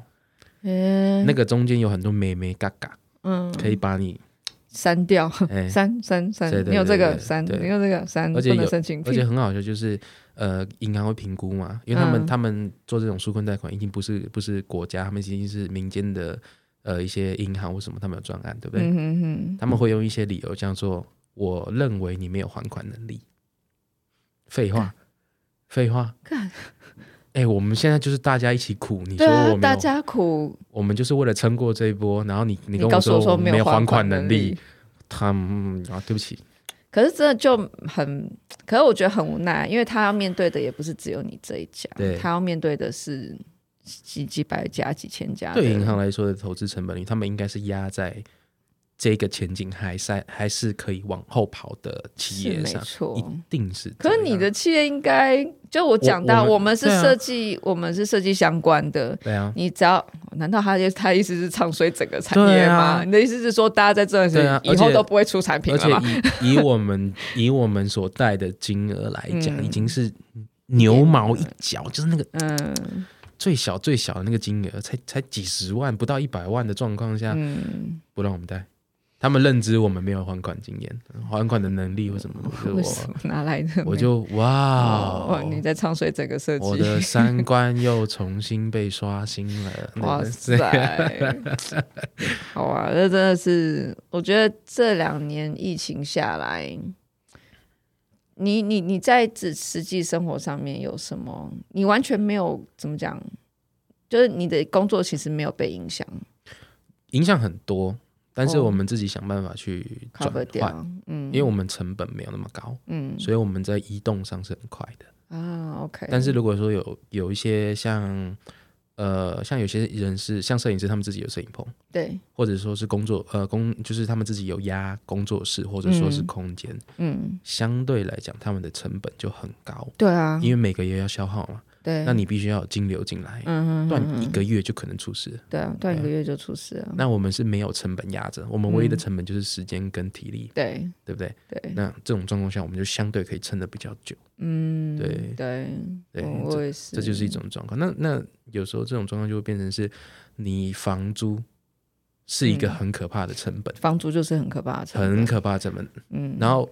[SPEAKER 1] 那
[SPEAKER 2] 那个中间有很多妹妹嘎嘎，
[SPEAKER 1] 嗯
[SPEAKER 2] 可以把你，
[SPEAKER 1] 删掉，
[SPEAKER 2] 哎、
[SPEAKER 1] 删删删
[SPEAKER 2] 对，对
[SPEAKER 1] 你有这
[SPEAKER 2] 对
[SPEAKER 1] 个
[SPEAKER 2] 对
[SPEAKER 1] 删，
[SPEAKER 2] 对
[SPEAKER 1] 你有这个删，
[SPEAKER 2] 而且
[SPEAKER 1] 不能
[SPEAKER 2] 有
[SPEAKER 1] 申请，
[SPEAKER 2] 而且很好笑，就是呃，银行会评估嘛，因为他们、
[SPEAKER 1] 嗯
[SPEAKER 2] 他们做这种纾困贷款已经不是不是国家，他们已经是民间的呃一些银行或什么，他们有专案，对不对？
[SPEAKER 1] 嗯哼哼，
[SPEAKER 2] 他们会用一些理由，这样说，我认为你没有还款能力。废话，废话，
[SPEAKER 1] 干
[SPEAKER 2] 哎、我们现在就是大家一起苦，你
[SPEAKER 1] 对
[SPEAKER 2] 说
[SPEAKER 1] 啊
[SPEAKER 2] 我，没
[SPEAKER 1] 大
[SPEAKER 2] 有，
[SPEAKER 1] 家苦，
[SPEAKER 2] 我们就是为了撑过这一波，然后你你跟
[SPEAKER 1] 告
[SPEAKER 2] 我
[SPEAKER 1] 诉我
[SPEAKER 2] 我
[SPEAKER 1] 说
[SPEAKER 2] 们没
[SPEAKER 1] 有
[SPEAKER 2] 还
[SPEAKER 1] 还
[SPEAKER 2] 款
[SPEAKER 1] 能
[SPEAKER 2] 力，，他们啊，对不起，
[SPEAKER 1] 可是真的就很，可是我觉得很无奈，啊因为他要面对的也不是只有你这一家
[SPEAKER 2] 对，
[SPEAKER 1] 他要面对的是几几百家、几千家的，
[SPEAKER 2] 对银行来说的投资成本率，他们应该是压在这个前景还在还是可以往后跑的企
[SPEAKER 1] 是
[SPEAKER 2] 业
[SPEAKER 1] 没
[SPEAKER 2] 上，
[SPEAKER 1] 错
[SPEAKER 2] 一。定是这
[SPEAKER 1] 可
[SPEAKER 2] 样。
[SPEAKER 1] 是你的企业应该，就我讲到，
[SPEAKER 2] 我
[SPEAKER 1] 我
[SPEAKER 2] 我们
[SPEAKER 1] 们是
[SPEAKER 2] 对啊
[SPEAKER 1] 设计，我们是设计相关的，
[SPEAKER 2] 对啊，
[SPEAKER 1] 你只要，难道他他意思是唱衰整个产
[SPEAKER 2] 对
[SPEAKER 1] 业
[SPEAKER 2] 啊
[SPEAKER 1] 吗？你的意思是说，大家在这段时
[SPEAKER 2] 对啊
[SPEAKER 1] 间
[SPEAKER 2] 而
[SPEAKER 1] 以
[SPEAKER 2] 且
[SPEAKER 1] 后都不会出产品
[SPEAKER 2] 而
[SPEAKER 1] 了
[SPEAKER 2] 且
[SPEAKER 1] 吗？
[SPEAKER 2] 以 (laughs) 以我们以我们所贷的金额来讲，
[SPEAKER 1] 嗯
[SPEAKER 2] 已经是牛毛一角，就是那个
[SPEAKER 1] 嗯
[SPEAKER 2] 最小最小的那个金额，才才几十万，不到一百万的状况下，
[SPEAKER 1] 嗯，
[SPEAKER 2] 不让我们贷。他们认知我们没有还款经验，还款的能力或什么，
[SPEAKER 1] 为
[SPEAKER 2] 就是
[SPEAKER 1] 什么拿来的？
[SPEAKER 2] 我我就哇、
[SPEAKER 1] 哦，你在唱衰整个设
[SPEAKER 2] 我
[SPEAKER 1] 计。 (laughs)
[SPEAKER 2] 的三观又重新被刷新了。
[SPEAKER 1] 哇
[SPEAKER 2] 对
[SPEAKER 1] 塞，好啊，这真的是，我觉得这两年疫情下来，你你你在实实际生活上面有什么？你完全没有怎么讲，就是你的工作其实没有被影响
[SPEAKER 2] (laughs) 影响很多，但是
[SPEAKER 1] 哦
[SPEAKER 2] 我们自己想办法去转
[SPEAKER 1] ，cover
[SPEAKER 2] 换，
[SPEAKER 1] 掉，嗯，
[SPEAKER 2] 因为我们成本没有那么高，
[SPEAKER 1] 嗯
[SPEAKER 2] 所以我们在移动上是很快的。
[SPEAKER 1] 啊，OK，
[SPEAKER 2] 但是如果说有有一些像呃像有些人是像摄影师，他们自己有摄影棚，
[SPEAKER 1] 对，
[SPEAKER 2] 或者说是工作呃工就是他们自己有压工作室或者说是
[SPEAKER 1] 嗯
[SPEAKER 2] 空间，
[SPEAKER 1] 嗯，
[SPEAKER 2] 相对来讲他们的成本就很高，
[SPEAKER 1] 对啊，
[SPEAKER 2] 因为每个月要消耗嘛，
[SPEAKER 1] 对，
[SPEAKER 2] 那你必须要有金流进来，
[SPEAKER 1] 嗯，嗯
[SPEAKER 2] 断
[SPEAKER 1] 嗯
[SPEAKER 2] 一个月就可能出事了。
[SPEAKER 1] 对啊，断一个月就出事了，
[SPEAKER 2] 那我们是没有成本压着，我们唯一的
[SPEAKER 1] 嗯
[SPEAKER 2] 成本就是时间跟体力，
[SPEAKER 1] 对
[SPEAKER 2] 对不对？
[SPEAKER 1] 对，
[SPEAKER 2] 那这种状况下，我们就相对可以撑得比较久。
[SPEAKER 1] 嗯，
[SPEAKER 2] 对
[SPEAKER 1] 对
[SPEAKER 2] 对
[SPEAKER 1] 我我也是，
[SPEAKER 2] 这就是一种状况。那那有时候这种状况就会变成是，你房租是一个
[SPEAKER 1] 嗯
[SPEAKER 2] 很可怕的成本，
[SPEAKER 1] 房租就是很可怕的成本，
[SPEAKER 2] 很可怕的成本。
[SPEAKER 1] 嗯，
[SPEAKER 2] 然后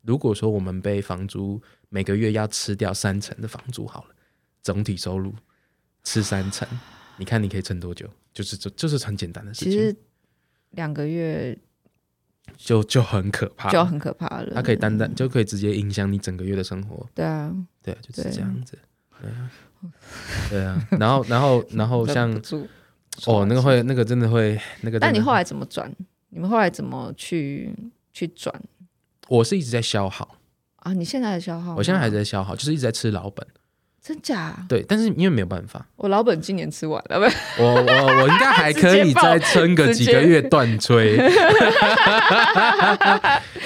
[SPEAKER 2] 如果说我们被房租每个月要吃掉三成的房租好了，总体收入吃三成，你看你可以撑多久？就是就就是很简单的事
[SPEAKER 1] 其
[SPEAKER 2] 情，
[SPEAKER 1] 实两个月
[SPEAKER 2] 就就很可怕，
[SPEAKER 1] 就很嗯可怕了，
[SPEAKER 2] 它啊可以单单就可以直接影响你整个月的生活，
[SPEAKER 1] 对啊，
[SPEAKER 2] 对啊，就是
[SPEAKER 1] 对
[SPEAKER 2] 这样子，啊对啊，对啊。然后，然后，
[SPEAKER 1] (laughs)
[SPEAKER 2] 然后像
[SPEAKER 1] 忍不住
[SPEAKER 2] 哦，那个，会，那个真的会，那个真的。
[SPEAKER 1] 但你后来怎么转？你们后来怎么去去转
[SPEAKER 2] 我是一直在消耗，
[SPEAKER 1] 啊？你现在的消耗吗？
[SPEAKER 2] 我现在还在消耗，就是一直在吃老本。
[SPEAKER 1] 真假？
[SPEAKER 2] 对，但是因为没有办
[SPEAKER 1] (laughs)
[SPEAKER 2] 法，
[SPEAKER 1] 我老本今年吃完了，不
[SPEAKER 2] 我我我应该还可以
[SPEAKER 1] 直接爆
[SPEAKER 2] 再撑个几
[SPEAKER 1] 直接
[SPEAKER 2] 个月断吹， (laughs)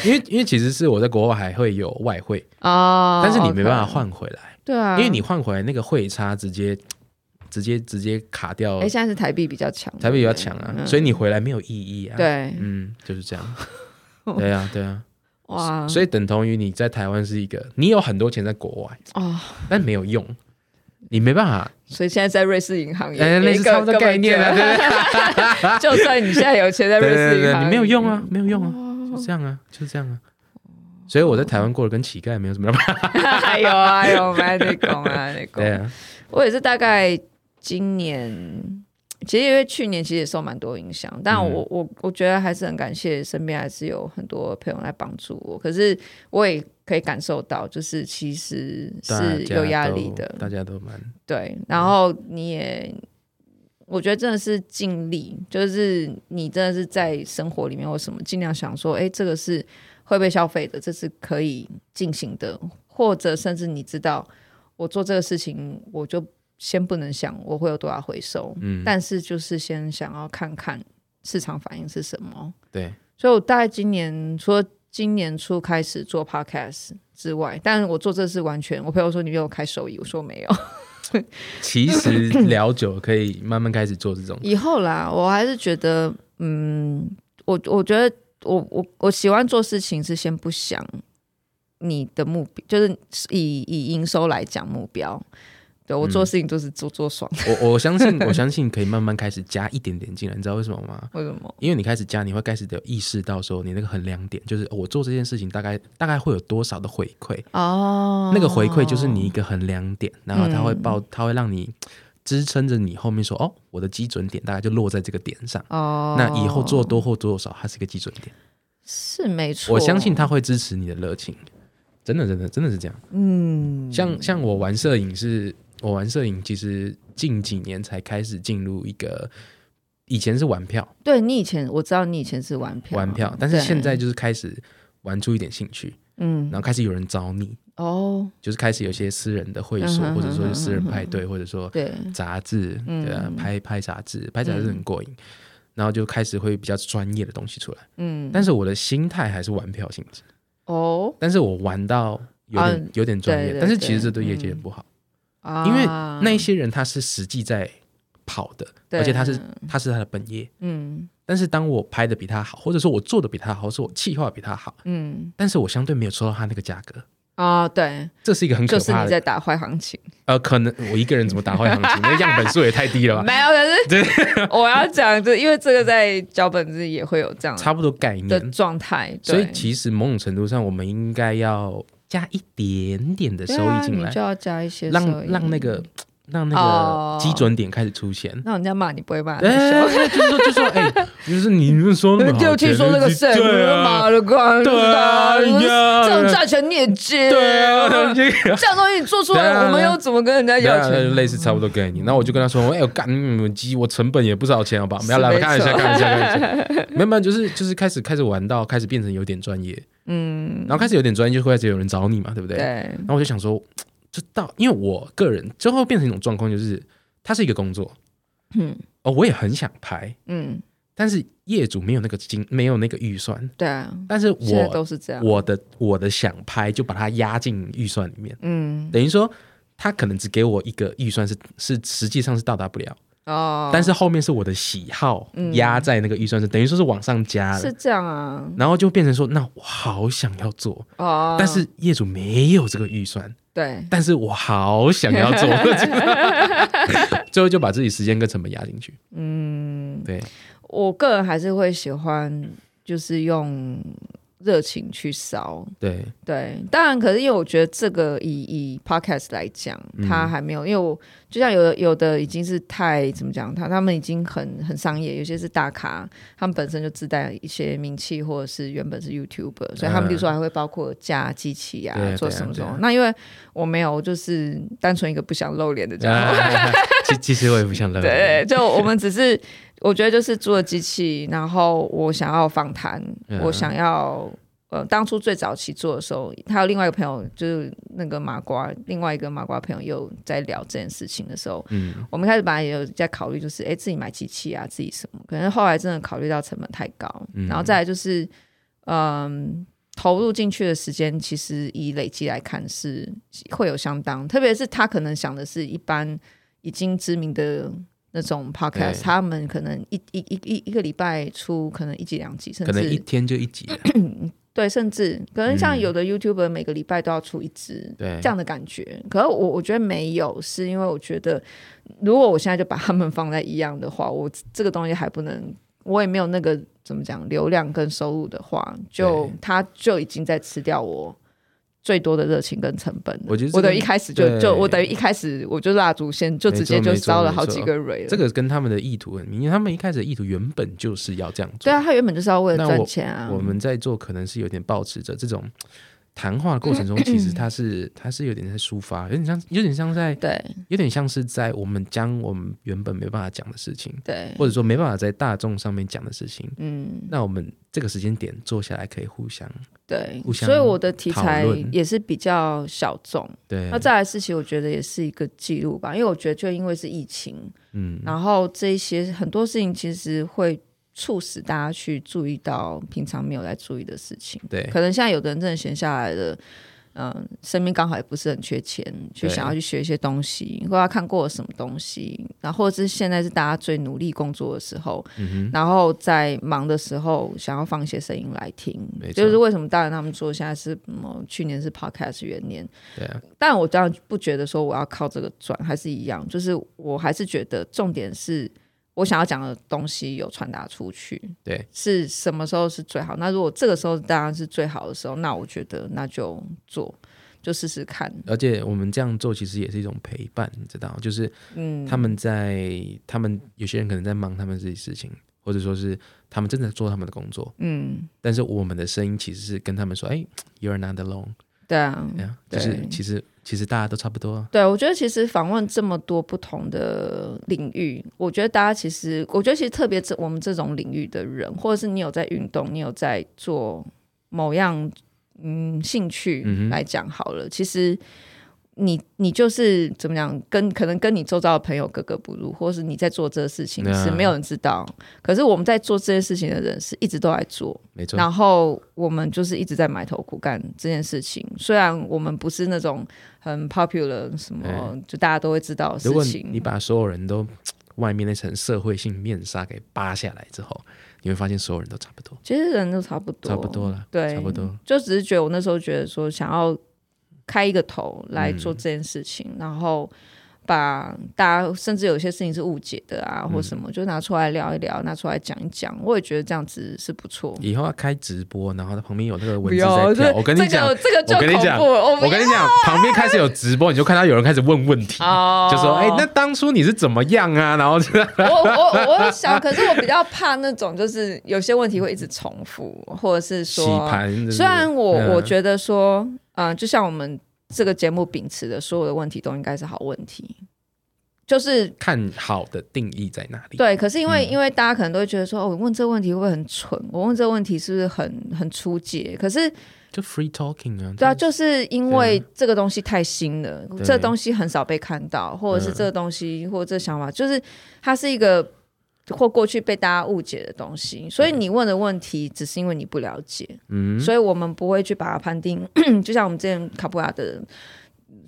[SPEAKER 2] 因为因为其实是我在国外还会有外汇，
[SPEAKER 1] 啊
[SPEAKER 2] (laughs) 但是你没办法
[SPEAKER 1] 换。
[SPEAKER 2] 换回来。
[SPEAKER 1] 哦对啊，
[SPEAKER 2] 因为你换回来那个汇差直接直接直接卡掉
[SPEAKER 1] 哎、，现在是台币比较强，
[SPEAKER 2] 台币比较
[SPEAKER 1] 对
[SPEAKER 2] 强啊，
[SPEAKER 1] 嗯
[SPEAKER 2] 所以你回来没有意义啊。，
[SPEAKER 1] 对，
[SPEAKER 2] 嗯，就是这
[SPEAKER 1] (laughs)
[SPEAKER 2] 样。对啊，对啊，
[SPEAKER 1] 哇，
[SPEAKER 2] 所以等同于你在台湾是一个，你有很多钱在国外，
[SPEAKER 1] 哦，
[SPEAKER 2] 但没有用，你没办法，
[SPEAKER 1] 所以现在在瑞士银行也，
[SPEAKER 2] 哎，类似差不多概念啊， (laughs)
[SPEAKER 1] 了。
[SPEAKER 2] 对不对？
[SPEAKER 1] 就算你现在有钱在瑞
[SPEAKER 2] 对对
[SPEAKER 1] 士银
[SPEAKER 2] 对，
[SPEAKER 1] 行，
[SPEAKER 2] 你没有用啊，没有用
[SPEAKER 1] 哦
[SPEAKER 2] 啊，就这样啊，就这样啊。所以我在台湾过得跟乞丐没有什么两
[SPEAKER 1] (laughs)
[SPEAKER 2] 样。
[SPEAKER 1] 哎呦哎呦，卖得工啊，那
[SPEAKER 2] 对
[SPEAKER 1] 个，
[SPEAKER 2] 啊，
[SPEAKER 1] 我也是大概今年，其实因为去年其实也受蛮多影响，但
[SPEAKER 2] 嗯
[SPEAKER 1] 我、我我觉得还是很感谢身边还是有很多朋友来帮助我，可是我也可以感受到，就是其实是
[SPEAKER 2] 大家
[SPEAKER 1] 有压
[SPEAKER 2] 都
[SPEAKER 1] 力的，
[SPEAKER 2] 大家都蛮
[SPEAKER 1] 对，然后你也，我觉得真的是尽力，就是你真的是在生活里面或什么，尽量想说，哎，这个是会被消费的，这是可以进行的，或者甚至你知道，我做这个事情，我就先不能想我会有多少回收，
[SPEAKER 2] 嗯，
[SPEAKER 1] 但是就是先想要看看市场反应是什么。
[SPEAKER 2] 对，
[SPEAKER 1] 所以我大概今年除了今年初开始做 podcast 之外，但我做这是完全，我朋友说你没有开手艺，我说没有。
[SPEAKER 2] 其实聊久可以慢慢开始做这
[SPEAKER 1] (laughs)
[SPEAKER 2] 种，
[SPEAKER 1] 以后啦，我还是觉得，嗯，我我觉得我我我喜欢做事情是先不想你的目标，就是以以营收来讲目标。对我做事情就是做做爽，
[SPEAKER 2] 我我相信我相信可以慢慢开始加一点点进来，你知道为什么吗？
[SPEAKER 1] 为什么？
[SPEAKER 2] 因为你开始加，你会开始有意识到说你那个衡量点，就是哦我做这件事情大概大概会有多少的回馈，
[SPEAKER 1] 哦，嗯
[SPEAKER 2] 那个回馈就是你一个衡量点，然后它会报，它会让你支撑着你后面说，哦，我的基准点大概就落在这个点上。
[SPEAKER 1] 哦，
[SPEAKER 2] 那以后做多或做少，它是一个基准点。
[SPEAKER 1] 是没错，
[SPEAKER 2] 我相信它会支持你的热情，真的，真的，真的是这样。嗯，像像我玩摄影是，我玩摄影其实近几年才开始进入一个，以前是玩票，
[SPEAKER 1] 对你以前我知道你以前是玩票，
[SPEAKER 2] 玩票，但是
[SPEAKER 1] 对
[SPEAKER 2] 现在就是开始玩出一点兴趣，
[SPEAKER 1] 嗯
[SPEAKER 2] 然后开始有人找你，
[SPEAKER 1] 哦
[SPEAKER 2] 就是开始有一些私人的会所，
[SPEAKER 1] 嗯哼
[SPEAKER 2] 或者说
[SPEAKER 1] 嗯哼
[SPEAKER 2] 是私人派对，或者说
[SPEAKER 1] 对
[SPEAKER 2] 杂志，
[SPEAKER 1] 嗯
[SPEAKER 2] 对啊，拍拍杂志，拍杂志很过瘾。然后就开始会比较专业的东西出来，
[SPEAKER 1] 嗯
[SPEAKER 2] 但是我的心态还是玩票性质，
[SPEAKER 1] 哦
[SPEAKER 2] 但是我玩到有点、
[SPEAKER 1] 啊
[SPEAKER 2] 有点专业，
[SPEAKER 1] 对对
[SPEAKER 2] 但是其实
[SPEAKER 1] 对
[SPEAKER 2] 这对业界
[SPEAKER 1] 嗯
[SPEAKER 2] 不好，
[SPEAKER 1] 啊，
[SPEAKER 2] 因为那一些人他是实际在跑的，
[SPEAKER 1] 对
[SPEAKER 2] 而且他是他是他的本业，
[SPEAKER 1] 嗯
[SPEAKER 2] 但是当我拍的比他好，或者说我做的比他好，或是我气化比他好，
[SPEAKER 1] 嗯
[SPEAKER 2] 但是我相对没有收到他那个价格，
[SPEAKER 1] 啊，对，
[SPEAKER 2] 这是一个很可
[SPEAKER 1] 就是
[SPEAKER 2] 怕
[SPEAKER 1] 你
[SPEAKER 2] 的。
[SPEAKER 1] 在打坏行情。
[SPEAKER 2] 呃，可能我一个人怎么打坏
[SPEAKER 1] (laughs)
[SPEAKER 2] 行情？那样本数也太低了吧？
[SPEAKER 1] 没
[SPEAKER 2] (laughs)
[SPEAKER 1] 有，可是 (laughs) 我要讲，就因为这个在脚本子也会有这样
[SPEAKER 2] 差不多概
[SPEAKER 1] 的
[SPEAKER 2] 念。
[SPEAKER 1] 状态，
[SPEAKER 2] 所以
[SPEAKER 1] 对
[SPEAKER 2] 其实某种程度上，我们应该要加一点点的收
[SPEAKER 1] 对啊
[SPEAKER 2] 益进来
[SPEAKER 1] 你，就要加一些收
[SPEAKER 2] 让
[SPEAKER 1] 益
[SPEAKER 2] 让那个让那
[SPEAKER 1] 哦
[SPEAKER 2] 个基准点开始出现。
[SPEAKER 1] 让人家骂你不会骂
[SPEAKER 2] 哎、
[SPEAKER 1] 你。
[SPEAKER 2] 就是说，就说，哎、就是你们说那么好
[SPEAKER 1] (laughs) 就听说那个谁，
[SPEAKER 2] 对啊
[SPEAKER 1] 妈，的，关
[SPEAKER 2] 对啊呀
[SPEAKER 1] 这种价钱你也接，
[SPEAKER 2] 对
[SPEAKER 1] (laughs)
[SPEAKER 2] 啊，他们这个
[SPEAKER 1] 这种东西你做出
[SPEAKER 2] 对
[SPEAKER 1] 来，
[SPEAKER 2] 啊
[SPEAKER 1] 我们又怎么跟人家
[SPEAKER 2] 对
[SPEAKER 1] 哎要
[SPEAKER 2] 啊，
[SPEAKER 1] 钱？
[SPEAKER 2] 类似差不多概念。那我就跟他说，哎、我干，嗯我鸡，我成本也不少钱，好吧？
[SPEAKER 1] 是
[SPEAKER 2] 没有啦，
[SPEAKER 1] 没
[SPEAKER 2] 开玩笑，
[SPEAKER 1] 错
[SPEAKER 2] 开玩笑，开
[SPEAKER 1] (laughs)
[SPEAKER 2] 玩笑。没有，没有，就是就是开始开始玩到开始变成有点专业，嗯，然后开始有点专业，就会开始有人找你嘛，对不对？啊
[SPEAKER 1] 对，
[SPEAKER 2] 然后我就想说，就到，因为我个人最后变成一种状况，就是它是一个工作，
[SPEAKER 1] 嗯
[SPEAKER 2] 哦，我也很想拍，
[SPEAKER 1] 嗯，
[SPEAKER 2] 但是业主没有那个金，没有那个预算，
[SPEAKER 1] 对啊，
[SPEAKER 2] 但是
[SPEAKER 1] 现在
[SPEAKER 2] 我
[SPEAKER 1] 都是这样。
[SPEAKER 2] 我的我的想拍就把它压进预算里面，
[SPEAKER 1] 嗯
[SPEAKER 2] 等于说。他可能只给我一个预算是是实际上是到达不了，
[SPEAKER 1] 哦，嗯
[SPEAKER 2] 但是后面是我的喜好压在那个预算上，等于说是往上加
[SPEAKER 1] 是
[SPEAKER 2] 了，
[SPEAKER 1] 这样啊，
[SPEAKER 2] 然后就变成说，那我好想要做，
[SPEAKER 1] 哦，
[SPEAKER 2] 但是业主没有这个预算，
[SPEAKER 1] 对，
[SPEAKER 2] 但是我好想要
[SPEAKER 1] (laughs)
[SPEAKER 2] 做，最后就把自己时间跟成本压进去。嗯，对，
[SPEAKER 1] 我个人还是会喜欢，就是用热情去烧。
[SPEAKER 2] 对，
[SPEAKER 1] 对，当然，可是因为我觉得这个以以 podcast 来讲，它还没有，因为我就像有的有的已经是太怎么讲，他他们已经很很商业，有些是大咖，他们本身就自带一些名气，或者是原本是 YouTuber，所以他们
[SPEAKER 2] 嗯
[SPEAKER 1] 比如说还哎会包括架机器啊，
[SPEAKER 2] 对啊
[SPEAKER 1] 做
[SPEAKER 2] 对啊
[SPEAKER 1] 什么什么。
[SPEAKER 2] 对啊
[SPEAKER 1] 那因为我没有，我就是单纯一个不想露脸 (laughs) 的这样。
[SPEAKER 2] 啊其其实我也不想乐，
[SPEAKER 1] 对，就我们只是，我觉得就是做机器，然后我想要访谈，
[SPEAKER 2] 嗯
[SPEAKER 1] 我想要。呃，当初最早期做的时候，还有另外一个朋友，就是那个麻瓜，另外一个麻瓜朋友又在聊这件事情的时候，
[SPEAKER 2] 嗯
[SPEAKER 1] 我们一开始本来也有在考虑，就是哎、诶自己买机器啊，自己什么，可能后来真的考虑到成本太高，
[SPEAKER 2] 嗯
[SPEAKER 1] 然后再来就是，嗯、投入进去的时间，其实以累积来看是会有相当，特别是他可能想的是一般已经知名的那种 podcast，
[SPEAKER 2] 对
[SPEAKER 1] 他们可能一一一一一个礼拜出可能一集两集，甚
[SPEAKER 2] 可能一
[SPEAKER 1] 至
[SPEAKER 2] 天就一集啊了，
[SPEAKER 1] 对，甚至可能像
[SPEAKER 2] 嗯
[SPEAKER 1] 有的 YouTuber 每个礼拜都要出一支，
[SPEAKER 2] 对
[SPEAKER 1] 这，样的感觉。可是我我觉得没有，是因为我觉得如果我现在就把他们放在一样的话，我这个东西还不能，我也没有那个怎么讲流量跟收入的话，就
[SPEAKER 2] 对
[SPEAKER 1] 它就已经在吃掉我。最多的热情跟成本了，
[SPEAKER 2] 我觉得这
[SPEAKER 1] 我等于
[SPEAKER 2] 个
[SPEAKER 1] 一开始就
[SPEAKER 2] 对
[SPEAKER 1] 就我等于一开始我就蜡烛先就直接
[SPEAKER 2] 没错
[SPEAKER 1] 就
[SPEAKER 2] 没错
[SPEAKER 1] 烧了好
[SPEAKER 2] 没错
[SPEAKER 1] 几个蕊了。
[SPEAKER 2] 这个跟他们的意图很明显，他们一开始的意图原本就是要这样做。
[SPEAKER 1] 对啊，他原本就是要为了
[SPEAKER 2] 那
[SPEAKER 1] 赚钱啊。
[SPEAKER 2] 我们在做可能是有点保持着这种谈话的过程中，其实它
[SPEAKER 1] 嗯
[SPEAKER 2] 是它是有点在抒发，有点像有点像在
[SPEAKER 1] 对
[SPEAKER 2] 有点像是在我们将我们原本没办法讲的事情，
[SPEAKER 1] 对，
[SPEAKER 2] 或者说没办法在大众上面讲的事情，
[SPEAKER 1] 嗯，
[SPEAKER 2] 那我们这个时间点坐下来可以互相
[SPEAKER 1] 对，
[SPEAKER 2] 互相
[SPEAKER 1] 所以我的题
[SPEAKER 2] 讨
[SPEAKER 1] 材
[SPEAKER 2] 论
[SPEAKER 1] 也是比较小众，
[SPEAKER 2] 对
[SPEAKER 1] 那，再来事情，我觉得也是一个记录吧，因为我觉得就因为是疫情，
[SPEAKER 2] 嗯，
[SPEAKER 1] 然后这一些很多事情其实会促使大家去注意到平常没有来注意的事情。
[SPEAKER 2] 对，
[SPEAKER 1] 可能现在有的人真的闲下来了，嗯、身边刚好也不是很缺钱，就
[SPEAKER 2] 对
[SPEAKER 1] 想要去学一些东西，或者他看过了什么东西，然后或者是现在是大家最努力工作的时候，
[SPEAKER 2] 嗯
[SPEAKER 1] 然后在忙的时候想要放一些声音来听
[SPEAKER 2] 没，错
[SPEAKER 1] 就是为什么大人他们说现在是什么、去年是 podcast 元年，
[SPEAKER 2] 对啊，
[SPEAKER 1] 但我当然不觉得说我要靠这个赚，还是一样，就是我还是觉得重点是我想要讲的东西有传达出去，
[SPEAKER 2] 对，
[SPEAKER 1] 是什么时候是最好？那如果这个时候当然是最好的时候，那我觉得那就做，就试试看。
[SPEAKER 2] 而且我们这样做其实也是一种陪伴，你知道，就是
[SPEAKER 1] 嗯，
[SPEAKER 2] 他们在他们有些人可能在忙他们自己事情，或者说是他们正在做他们的工作，
[SPEAKER 1] 嗯，
[SPEAKER 2] 但是我们的声音其实是跟他们说，哎，you're not alone，
[SPEAKER 1] 对啊，
[SPEAKER 2] 对啊，
[SPEAKER 1] 对
[SPEAKER 2] 就是其实其实大家都差不多啊，
[SPEAKER 1] 对，我觉得其实访问这么多不同的领域，我觉得大家其实，我觉得其实特别这我们这种领域的人，或者是你有在运动，你有在做某样嗯兴趣
[SPEAKER 2] 嗯哼
[SPEAKER 1] 来讲好了，其实你你就是怎么讲，跟可能跟你周遭的朋友格格不入，或是你在做这个事情
[SPEAKER 2] 对啊
[SPEAKER 1] 是没有人知道，可是我们在做这些事情的人是一直都在做，
[SPEAKER 2] 没错，
[SPEAKER 1] 然后我们就是一直在埋头苦干这件事情，虽然我们不是那种很 popular 什么
[SPEAKER 2] 哎，
[SPEAKER 1] 就大家都会知道的
[SPEAKER 2] 如果
[SPEAKER 1] 事
[SPEAKER 2] 你你
[SPEAKER 1] 情。
[SPEAKER 2] 把所有人都外面那层社会性面纱给扒下来之后，你会发现所有人都差不多，
[SPEAKER 1] 其实人都差不多，
[SPEAKER 2] 差不多了，
[SPEAKER 1] 对，
[SPEAKER 2] 差不多。
[SPEAKER 1] 就只是觉得我那时候觉得说想要开一个头来做
[SPEAKER 2] 嗯
[SPEAKER 1] 这件事情，然后把大家甚至有些事情是误解的
[SPEAKER 2] 嗯
[SPEAKER 1] 啊，或什么，就拿出来聊一聊，拿出来讲一讲。我也觉得这样子是不错。
[SPEAKER 2] 以后要开直播，然后旁边有那个文
[SPEAKER 1] 不
[SPEAKER 2] 字
[SPEAKER 1] 要
[SPEAKER 2] 在
[SPEAKER 1] 这
[SPEAKER 2] 跳，我跟你讲
[SPEAKER 1] 这个，这个就
[SPEAKER 2] 我跟你
[SPEAKER 1] 恐
[SPEAKER 2] 讲
[SPEAKER 1] 怖了，我
[SPEAKER 2] 我跟你讲，旁边开始有直播，你就看到有人开始问问题，
[SPEAKER 1] 哦，
[SPEAKER 2] 就说：“哎，那当初你是怎么样啊？”然后就
[SPEAKER 1] (laughs) 我我
[SPEAKER 2] (laughs)
[SPEAKER 1] 我有想，可是我比较怕那种，就是有些问题会一直重复，或者是
[SPEAKER 2] 洗
[SPEAKER 1] 说，
[SPEAKER 2] 盘。是不是
[SPEAKER 1] 虽然我、
[SPEAKER 2] 嗯
[SPEAKER 1] 我觉得说，嗯、就像我们这个节目秉持的，所有的问题都应该是好问题，就是
[SPEAKER 2] 看好的定义在哪里，
[SPEAKER 1] 对。可是因
[SPEAKER 2] 嗯
[SPEAKER 1] 为、因为大家可能都会觉得说，哦，我问这个问题会不会很蠢？我问这个问题是不是很很出界？可是
[SPEAKER 2] 就 free talking 啊，
[SPEAKER 1] 对啊，就是因为
[SPEAKER 2] 对啊
[SPEAKER 1] 这个东西太新了，
[SPEAKER 2] 对
[SPEAKER 1] 这东西很少被看到，或者是
[SPEAKER 2] 嗯
[SPEAKER 1] 这个东西、或者这想法，就是它是一个或过去被大家误解的东西，所以你问的问题只是因为你不了解，
[SPEAKER 2] 嗯，
[SPEAKER 1] 所以我们不会去把它判定。 (clears throat) 就像我们之前卡布亚的人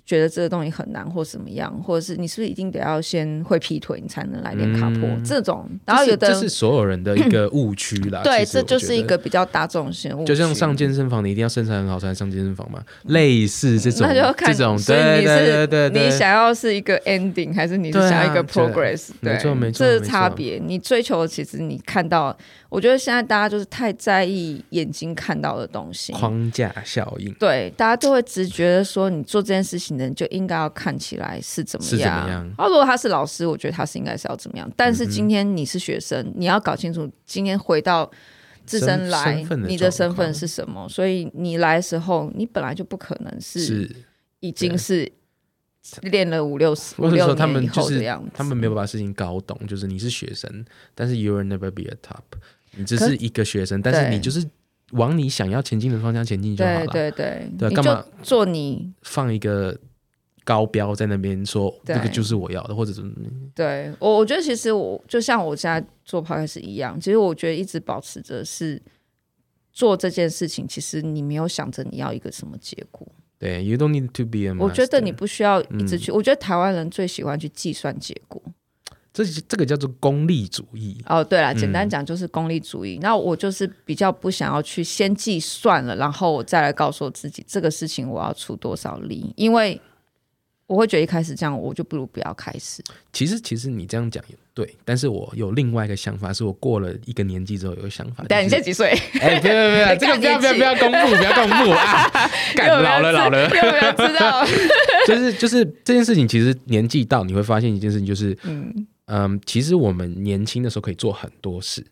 [SPEAKER 1] 觉得这个东西很难或怎么样，或者是你是不是一定得要先会劈腿你才能来练卡坡、这种，然后有的
[SPEAKER 2] 嗯这
[SPEAKER 1] 人
[SPEAKER 2] 是这是所有人的一个误区啦。
[SPEAKER 1] (clears throat) 对，
[SPEAKER 2] 其实
[SPEAKER 1] 这
[SPEAKER 2] 我
[SPEAKER 1] 就
[SPEAKER 2] 觉
[SPEAKER 1] 是一
[SPEAKER 2] 得
[SPEAKER 1] 个比较大众性的误区，
[SPEAKER 2] 就像上健身房，你一定要身材很好才能上健身房嘛，类似这
[SPEAKER 1] 嗯
[SPEAKER 2] 种，
[SPEAKER 1] 那就要看
[SPEAKER 2] 这种，
[SPEAKER 1] 所以
[SPEAKER 2] 对
[SPEAKER 1] 你是
[SPEAKER 2] 对对对对，
[SPEAKER 1] 你想要是一个 ending，还是你是想要一个
[SPEAKER 2] 对啊
[SPEAKER 1] progress？对,、
[SPEAKER 2] 没错没错
[SPEAKER 1] 这是
[SPEAKER 2] 没错
[SPEAKER 1] 差别。你追求的其实你看到，我觉得现在大家就是太在意眼睛看到的东西。
[SPEAKER 2] 框架效应
[SPEAKER 1] 对，大家都会直觉的说，你做这件事情的人就应该要看起来是怎么
[SPEAKER 2] 是怎
[SPEAKER 1] 样。啊
[SPEAKER 2] 么样嗯
[SPEAKER 1] 然后如果他是老师，我觉得他是应该是要怎么样。但是今天你是学生，你要搞清楚今天回到自身
[SPEAKER 2] 身
[SPEAKER 1] 来
[SPEAKER 2] 身份的
[SPEAKER 1] 你的
[SPEAKER 2] 状
[SPEAKER 1] 身份
[SPEAKER 2] 况
[SPEAKER 1] 是什么。所以你来的时候，你本来就不可能
[SPEAKER 2] 是，
[SPEAKER 1] 已经是练了五六十五
[SPEAKER 2] 或者
[SPEAKER 1] 六
[SPEAKER 2] 说他
[SPEAKER 1] 年
[SPEAKER 2] 们
[SPEAKER 1] 以
[SPEAKER 2] 就
[SPEAKER 1] 后的
[SPEAKER 2] 是
[SPEAKER 1] 样子。
[SPEAKER 2] 他们没有把事情搞懂，就是你是学生，但是 you will never be a top，你只
[SPEAKER 1] 可
[SPEAKER 2] 是一个学生，但是
[SPEAKER 1] 对
[SPEAKER 2] 你就是往你想要前进的方向前进就
[SPEAKER 1] 对
[SPEAKER 2] 好了，
[SPEAKER 1] 对对，
[SPEAKER 2] 对啊
[SPEAKER 1] 你
[SPEAKER 2] 干
[SPEAKER 1] 就
[SPEAKER 2] 嘛
[SPEAKER 1] 做你
[SPEAKER 2] 放一个高标在那边说
[SPEAKER 1] 对
[SPEAKER 2] 这个就是我要的，或者是
[SPEAKER 1] 对我我觉得其实我就像我现在做 p o d 一样，其实我觉得一直保持着是做这件事情，其实你没有想着你要一个什么结果。
[SPEAKER 2] 对，You don't need to be a 嗯 master。嗯
[SPEAKER 1] 我觉得你不需要一直去，我觉得台湾人最喜欢去计算结果。
[SPEAKER 2] 这这个叫做功利主义。
[SPEAKER 1] 哦，对了，简单
[SPEAKER 2] 嗯
[SPEAKER 1] 讲就是功利主义。那我就是比较不想要去先计算了，然后我再来告诉我自己这个事情我要出多少力，因为我会觉得一开始这样，我就不如不要开始。
[SPEAKER 2] 其实，其实你这样讲也对，但是我有另外一个想法，是我过了一个年纪之后有个想法。
[SPEAKER 1] 但你现
[SPEAKER 2] 啊就是
[SPEAKER 1] 在几岁？
[SPEAKER 2] 哎，别别别，这个不要不要不要公布，不要公布
[SPEAKER 1] (laughs)
[SPEAKER 2] 啊！干老了老了，
[SPEAKER 1] 有没有知道？ (laughs)
[SPEAKER 2] 就是就是这件事情，其实年纪到你会发现一件事情，就是
[SPEAKER 1] 嗯，
[SPEAKER 2] 嗯，其实我们年轻的时候可以做很多事。